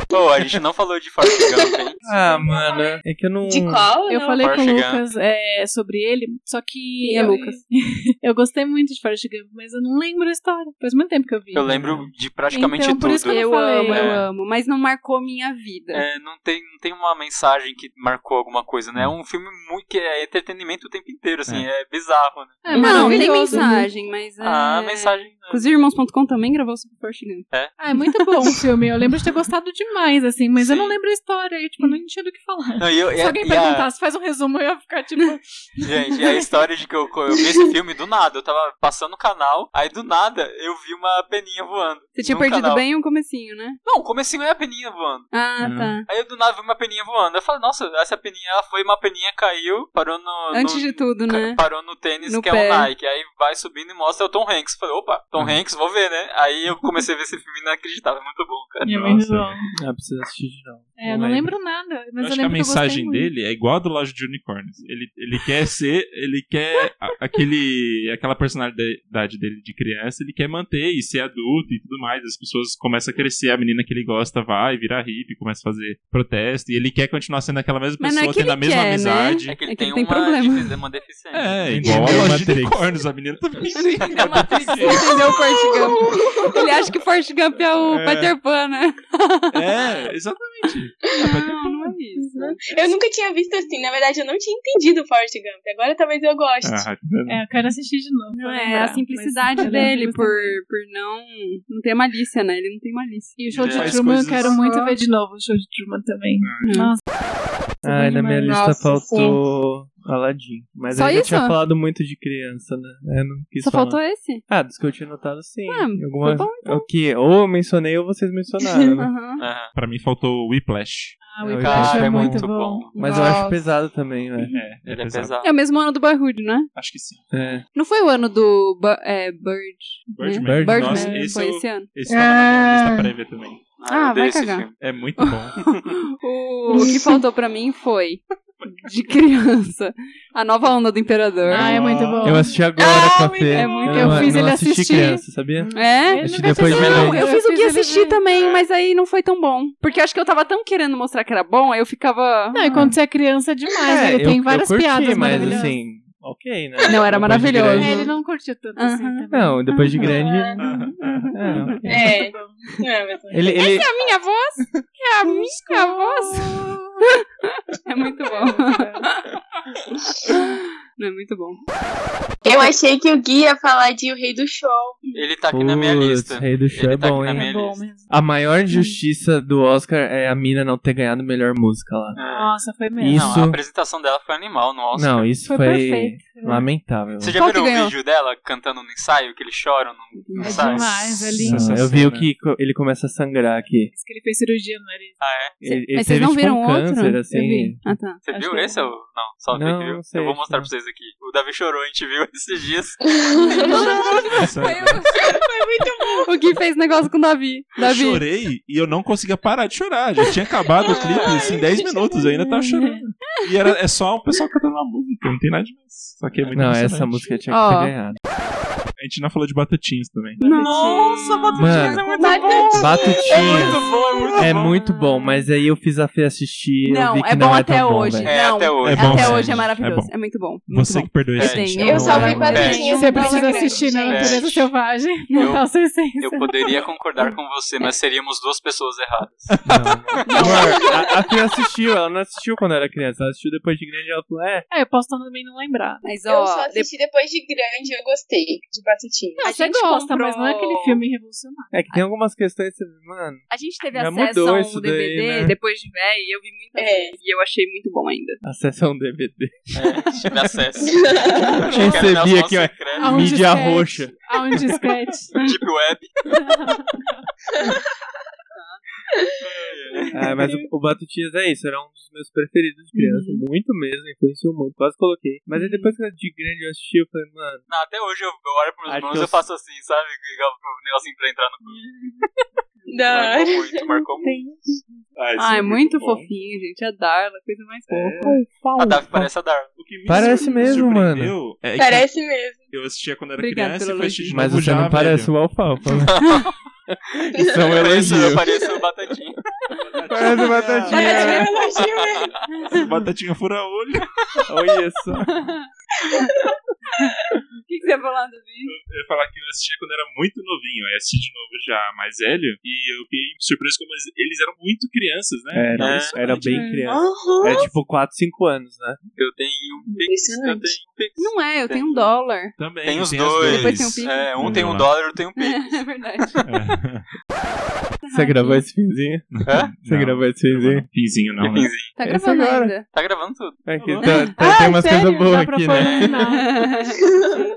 S3: Pô, a gente não falou de Forrest Gump, hein?
S4: Ah, mano. É que eu não.
S5: De qual?
S7: Eu
S5: não?
S7: falei com
S3: Forrest
S7: o
S3: Gump.
S7: Lucas é, sobre ele, só que.
S2: Quem é
S7: eu-
S2: Lucas?
S7: Eu gostei muito de Forrest Gump, mas eu não lembro a história. Faz muito tempo que eu vi.
S3: Eu lembro de praticamente
S7: Então, por
S3: tudo.
S7: isso que
S2: Eu
S7: falei,
S2: amo, eu
S3: é.
S2: amo. Mas não marcou minha vida.
S3: É, não tem, não tem uma mensagem que marcou alguma coisa, né? É um filme muito que é entretenimento o tempo inteiro, assim, é, bizarro, né?
S7: É
S2: não, tem
S7: maravilhoso.
S2: mensagem, mas.
S3: Ah, a
S2: é...
S3: mensagem. né?
S2: Inclusive, irmãos.com também gravou sobre Forrest Gump.
S7: Ah, é muito bom o filme. Eu lembro de ter gostado demais. demais, assim, mas eu
S3: Sim.
S7: não lembro a história e, tipo, não tinha do que falar.
S3: Não, e eu- e
S7: Se
S3: a-
S7: alguém
S3: e a-
S7: perguntasse, faz um resumo, eu ia ficar tipo.
S3: Gente, é a história de que eu, eu vi esse filme do nada. Eu tava passando o canal, aí do nada eu vi uma peninha voando.
S2: Você tinha
S3: num
S2: perdido
S3: canal.
S2: bem um comecinho, né?
S3: Não, o comecinho é a peninha voando.
S2: Ah,
S6: Não.
S2: tá.
S3: Aí eu do nada vi uma peninha voando. Eu falei, nossa, essa peninha ela foi, uma peninha caiu, parou no.
S2: Antes
S3: no-
S2: de tudo,
S3: ca-
S2: né?
S3: Parou no tênis
S2: No
S3: que
S2: pé. Uhum.
S3: é um Nike. Aí vai subindo e mostra o Tom Hanks. Falei, opa, Tom Hanks, vou ver, né? Aí eu comecei a ver esse filme e não acreditava. é Muito bom, cara.
S7: É muito
S6: Nossa,
S7: bom.
S4: Ah, precisa assistir de novo.
S7: É, eu não lembro nada,
S6: Eu
S7: mas eu,
S6: acho que a
S7: lembro eu gostei
S6: mensagem
S7: muito.
S6: dele é igual a do Loja de Unicórnios. Ele, ele quer ser, ele quer a- aquele, aquela personalidade dele de criança, ele quer manter e ser adulto e tudo mais. As pessoas começam a crescer, a menina que ele gosta vai, vira hippie, começa a fazer protesto e ele quer continuar sendo aquela mesma
S2: Mas não é
S6: pessoa,
S2: que
S6: tendo a
S2: ele
S6: mesma
S2: quer, né?
S6: amizade.
S3: É que ele
S2: É que
S3: tem,
S2: ele tem
S3: uma
S2: problema.
S3: defici- uma deficiência.
S6: É,
S4: Entendeu,
S6: igual a Loja de
S4: Matrix?
S6: Unicórnios, a menina tá também tem uma
S2: É Você
S6: deficiência.
S2: entendeu o Forrest Gump? Ele acha que o Forrest Gump é o
S6: É.
S2: Peter Pan, né?
S6: É, exatamente.
S2: Não, não é isso.
S5: Eu nunca tinha visto assim, na verdade eu não tinha entendido o Forrest Gump. Agora talvez eu goste.
S6: Ah,
S7: É, eu quero assistir de novo. pra
S2: É,
S7: lembrar,
S2: a simplicidade
S7: mas-
S2: dele por, por não, não ter malícia, né? Ele não tem malícia.
S7: E o show de
S6: Faz
S7: Truman
S6: coisas-
S7: eu quero muito ver de novo o show de Truman também. Nossa.
S4: Ai, na minha lista
S5: Nossa,
S4: faltou Aladdin. Mas
S2: Só
S4: aí eu
S2: isso?
S4: tinha falado muito de criança, né? Eu não quis
S2: Só
S4: falar.
S2: faltou esse?
S4: Ah, dos que eu tinha notado, sim.
S2: Ah,
S4: Algumas... é
S2: foi bom,
S4: O que ou eu mencionei ou vocês mencionaram, né?
S2: Aham.
S3: Aham.
S6: Pra mim faltou o Whiplash.
S7: Ah,
S4: o
S7: o
S4: Whiplash
S7: Whiplash
S4: é
S7: é muito
S3: muito
S7: bom.
S3: bom.
S4: Mas eu acho pesado também, né?
S6: É,
S3: Ele é pesado.
S2: É o mesmo ano do Boyhood, né?
S6: Acho que sim.
S4: É.
S2: Não foi o ano do Bu- é, Bird. né?
S6: Birdman.
S4: Birdman.
S6: Nossa,
S2: Birdman,
S6: esse
S2: foi
S6: eu-
S2: esse ano.
S6: Esse tava na minha
S7: Ah.
S6: lista prévia também.
S3: eu
S2: Ah,
S3: odeio
S2: vai
S3: esse
S2: cagar.
S3: filme.
S6: É muito bom.
S2: O, o que faltou pra mim foi de criança. A nova onda do imperador.
S7: Ah, é muito bom.
S4: Eu assisti agora
S5: Ah,
S4: com a
S5: muito
S4: Fê.
S3: é
S5: bom.
S4: Eu,
S7: Eu
S4: não-
S7: fiz
S4: não
S7: ele
S4: assisti
S7: assistir.
S4: criança, sabia?
S2: É?
S7: Ele
S4: Acho que
S7: nunca
S4: depois
S7: assistiu,
S4: de
S2: Não,
S4: Ele-
S2: eu fiz o que
S7: ele ver.
S2: assisti
S7: é.
S2: também, mas aí não foi tão bom. Porque acho que eu tava tão querendo mostrar que era bom, aí eu ficava.
S7: Não, e quando você é criança é demais, né?
S4: É,
S7: ele
S4: eu-
S7: tem
S4: eu
S7: várias
S4: curti,
S7: piadas
S4: mas
S7: maravilhosas.
S4: assim, ok, né?
S2: Não, era
S4: Depois de
S2: maravilhoso.
S7: É,
S4: grande-
S7: ele não curtiu tanto assim
S2: Aham.
S7: também.
S4: Não, depois
S3: Ah.
S4: de grande... é, ok.
S5: É. Não, mas...
S4: Ele,
S3: é
S4: ele,
S2: A minha voz? É a minha voz? É muito bom. Não é muito bom.
S5: Eu achei que o Gui ia falar de O Rei do Show.
S3: Ele tá aqui na minha
S4: Putz,
S3: lista.
S4: Rei do show
S3: Ele
S4: é
S3: tá aqui
S4: bom,
S3: na
S4: hein?
S3: minha
S7: É bom
S3: lista.
S7: mesmo.
S4: A maior injustiça do Oscar é a mina não ter ganhado melhor música lá.
S3: É.
S7: Nossa, foi mesmo.
S4: Isso-
S3: Não, a apresentação dela foi animal no Oscar.
S4: Não, isso
S7: Foi
S4: foi,
S7: perfeito.
S4: lamentável.
S3: Você já
S2: Qual que
S3: viram o
S2: ganhou? Uhum.
S3: vídeo dela cantando no ensaio, que eles choram no, no
S7: É
S3: ensaio?
S7: demais, é lindo.
S4: Não, eu vi o que co- ele começa a sangrar aqui.
S7: Isso que ele fez cirurgia no nariz.
S4: Ele, ele
S2: Mas vocês
S4: teve,
S2: não
S4: tipo,
S2: viram
S4: um
S2: outro?
S4: câncer,
S7: Eu
S4: assim.
S7: vi.
S2: Ah, tá.
S3: Você
S7: Acho
S3: viu
S7: que
S3: esse?
S7: não.
S3: Ou... Não, só
S4: Não,
S3: não, viu.
S4: não sei,
S3: eu vou mostrar
S4: não.
S3: pra vocês aqui. O Davi chorou, a gente viu esses dias.
S2: O Gui fez negócio com o Davi.
S6: Eu
S2: Davi. Ah,
S6: chorei e eu não conseguia parar de chorar. Já tinha acabado o clipe assim, 10 minutos, eu ainda tava chorando. E era, é só o pessoal cantando uma música, não tem nada demais. Só que é muito
S4: Não,
S6: emocionante.
S4: essa música é- tinha
S2: Ó.
S4: que ter ganhado.
S6: A gente não falou de Batatinhas também.
S3: Nossa, Batutinhas é
S4: Mano,
S3: muito bom. É
S4: Batutinha.
S3: muito bom, é muito bom.
S4: É muito bom, mas aí eu fiz a Fê assistir. eu
S2: Não,
S4: vi que
S2: é
S4: não
S2: bom
S4: é tão
S2: até
S4: bom,
S2: hoje.
S4: velho.
S3: É,
S2: Não,
S3: até hoje.
S6: É bom,
S2: até
S6: sim.
S2: hoje é
S6: É
S2: maravilhoso.
S6: bom.
S2: É, muito bom. Muito
S6: Você
S2: bom.
S6: que perdeu
S3: É,
S6: esse.
S2: gente,
S5: Eu só vi
S3: pra
S5: Batatinha.
S7: Você
S5: Não,
S7: precisa
S5: não é
S7: assistir né? na
S5: grande,
S7: natureza
S3: gente.
S7: selvagem,
S3: Eu-
S7: montar a sua essência.
S3: Eu poderia concordar com você, mas seríamos duas pessoas erradas.
S4: Não. Amor, a, a Fê assistiu, ela não assistiu quando era criança, ela assistiu depois de grande, ela falou, é,
S7: É, eu posso também não lembrar.
S2: Mas,
S5: Eu
S2: ó,
S5: só assisti depois de grande e eu gostei de Batutinha.
S2: A
S7: Você
S2: gente
S7: gosta,
S2: comprou-
S7: mas não é aquele filme revolucionário.
S4: é que tem algumas questões, que você, mano,
S2: A gente teve
S4: Já
S2: acesso
S4: mudou
S2: a um
S4: isso daí,
S2: DVD
S4: né?
S2: depois de velho e eu vi muita
S5: É.
S2: e eu achei muito bom ainda.
S4: acessa um DVD.
S3: Tive acesso.
S4: Recebi
S3: é
S4: aqui, ó.
S7: A um
S4: Mídia
S7: disquete,
S4: roxa.
S7: A um disquete.
S3: Deep Web.
S4: Ah, mas o, o Batutinhas é isso, era um dos meus preferidos de criança,
S2: Uhum.
S4: muito mesmo, influenciou muito, quase coloquei. Mas aí depois que eu- de grande eu assisti, eu falei, mano,
S3: Não, até hoje eu eu olho pros
S4: Acho
S3: meus
S4: que eu-
S3: eu faço assim, sabe? Igual O negocinho pra entrar no
S5: Da
S6: É
S3: Marcou muito, marcou muito.
S2: Ah, é muito fofinho, gente. A Darla, coisa mais fofa.
S3: A Davi parece a Darwin.
S6: O que me
S4: Parece mesmo,
S6: surpreendeu É que
S5: Parece mesmo.
S6: eu assistia quando era
S2: Obrigada
S6: criança e
S2: pelo
S6: fui assistir de
S4: mas
S6: novo
S4: você
S6: já,
S4: não parece
S6: velho.
S4: o Alfalfa. Isso é um
S3: Eu pareço- Eu
S4: elogio.
S3: pareço o Batatinha.
S4: Parece o Batatinha.
S5: Parece um elogio mesmo.
S6: Batatinha fura-olho.
S4: Olha só.
S2: O que, que você ia falar?
S6: Eu ia falar que eu assistia quando era muito novinho. Aí assisti de novo já mais velho. E eu fiquei surpreso como eles- eles eram muito crianças, né?
S4: Era,
S3: É.
S4: era bem
S2: É.
S4: criança.
S5: Aham.
S4: Era tipo 4, 5 anos, né?
S3: Eu tenho um pix. Eu
S5: Impressionante.
S3: tenho um pix.
S2: Não é, eu tenho um dólar.
S6: Também.
S3: Tem os
S6: as
S3: dois.
S2: Depois tem um pix.
S3: É, um
S6: Vamos
S3: tem um
S6: lá.
S3: dólar, eu tenho um pix.
S2: É verdade.
S4: Você gravou esse finzinho?
S3: Hã?
S2: um
S4: Você
S6: Não,
S4: gravou esse finzinho?
S6: não, Pinzinho não, né?
S3: Pinzinho.
S9: Tá
S4: Esse
S9: gravando
S4: agora.
S9: ainda.
S3: Tá gravando tudo.
S4: É que
S6: Alô?
S4: tá- tá- tem
S7: um. Ah,
S4: umas
S7: sério?
S4: coisas boas
S7: Dá pra
S4: aqui,
S7: pôr
S4: né?
S7: no final.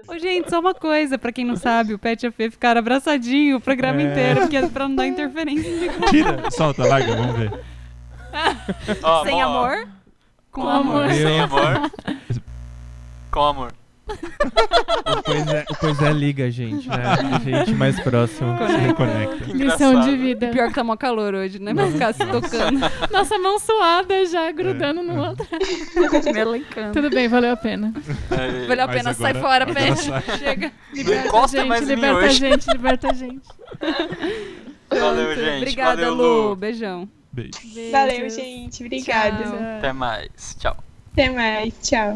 S2: Ô, gente, só uma coisa, pra quem não sabe, o Pet e a Fê ficaram abraçadinho o programa
S4: É.
S2: inteiro, porque é pra não dar interferência no microfone.
S6: Tira, solta, larga, vamos ver.
S3: Ó,
S2: Sem
S3: ó,
S2: amor? Com
S7: Com
S2: amor.
S7: amor.
S3: Sem amor. Com amor.
S4: Pois é, pois é, liga, gente. Né? A gente mais próximo.
S2: Conecta.
S6: Conecta.
S7: Lição de
S3: Engraçado.
S7: vida.
S2: Pior que tá mó calor hoje, né? Mas ficar se tocando,
S7: Nossa mão suada
S4: É.
S7: já grudando no outro.
S2: melencando.
S7: Tudo bem, valeu a pena.
S3: É,
S2: Valeu a
S6: Mas
S2: pena, sai
S6: agora-
S2: fora,
S6: agora
S2: Pet.
S6: sai.
S2: Chega.
S7: Liberta a
S3: encosta
S7: gente,
S3: mais em mim
S7: liberta a
S3: hoje.
S7: gente, liberta a gente.
S3: Valeu,
S2: Pronto.
S3: gente.
S2: Obrigada,
S3: Valeu,
S2: Lu.
S3: Lu.
S2: Beijão.
S6: Beijo.
S5: Valeu, gente. Obrigada.
S2: Tchau.
S3: Até mais. Tchau.
S5: Até mais. Tchau.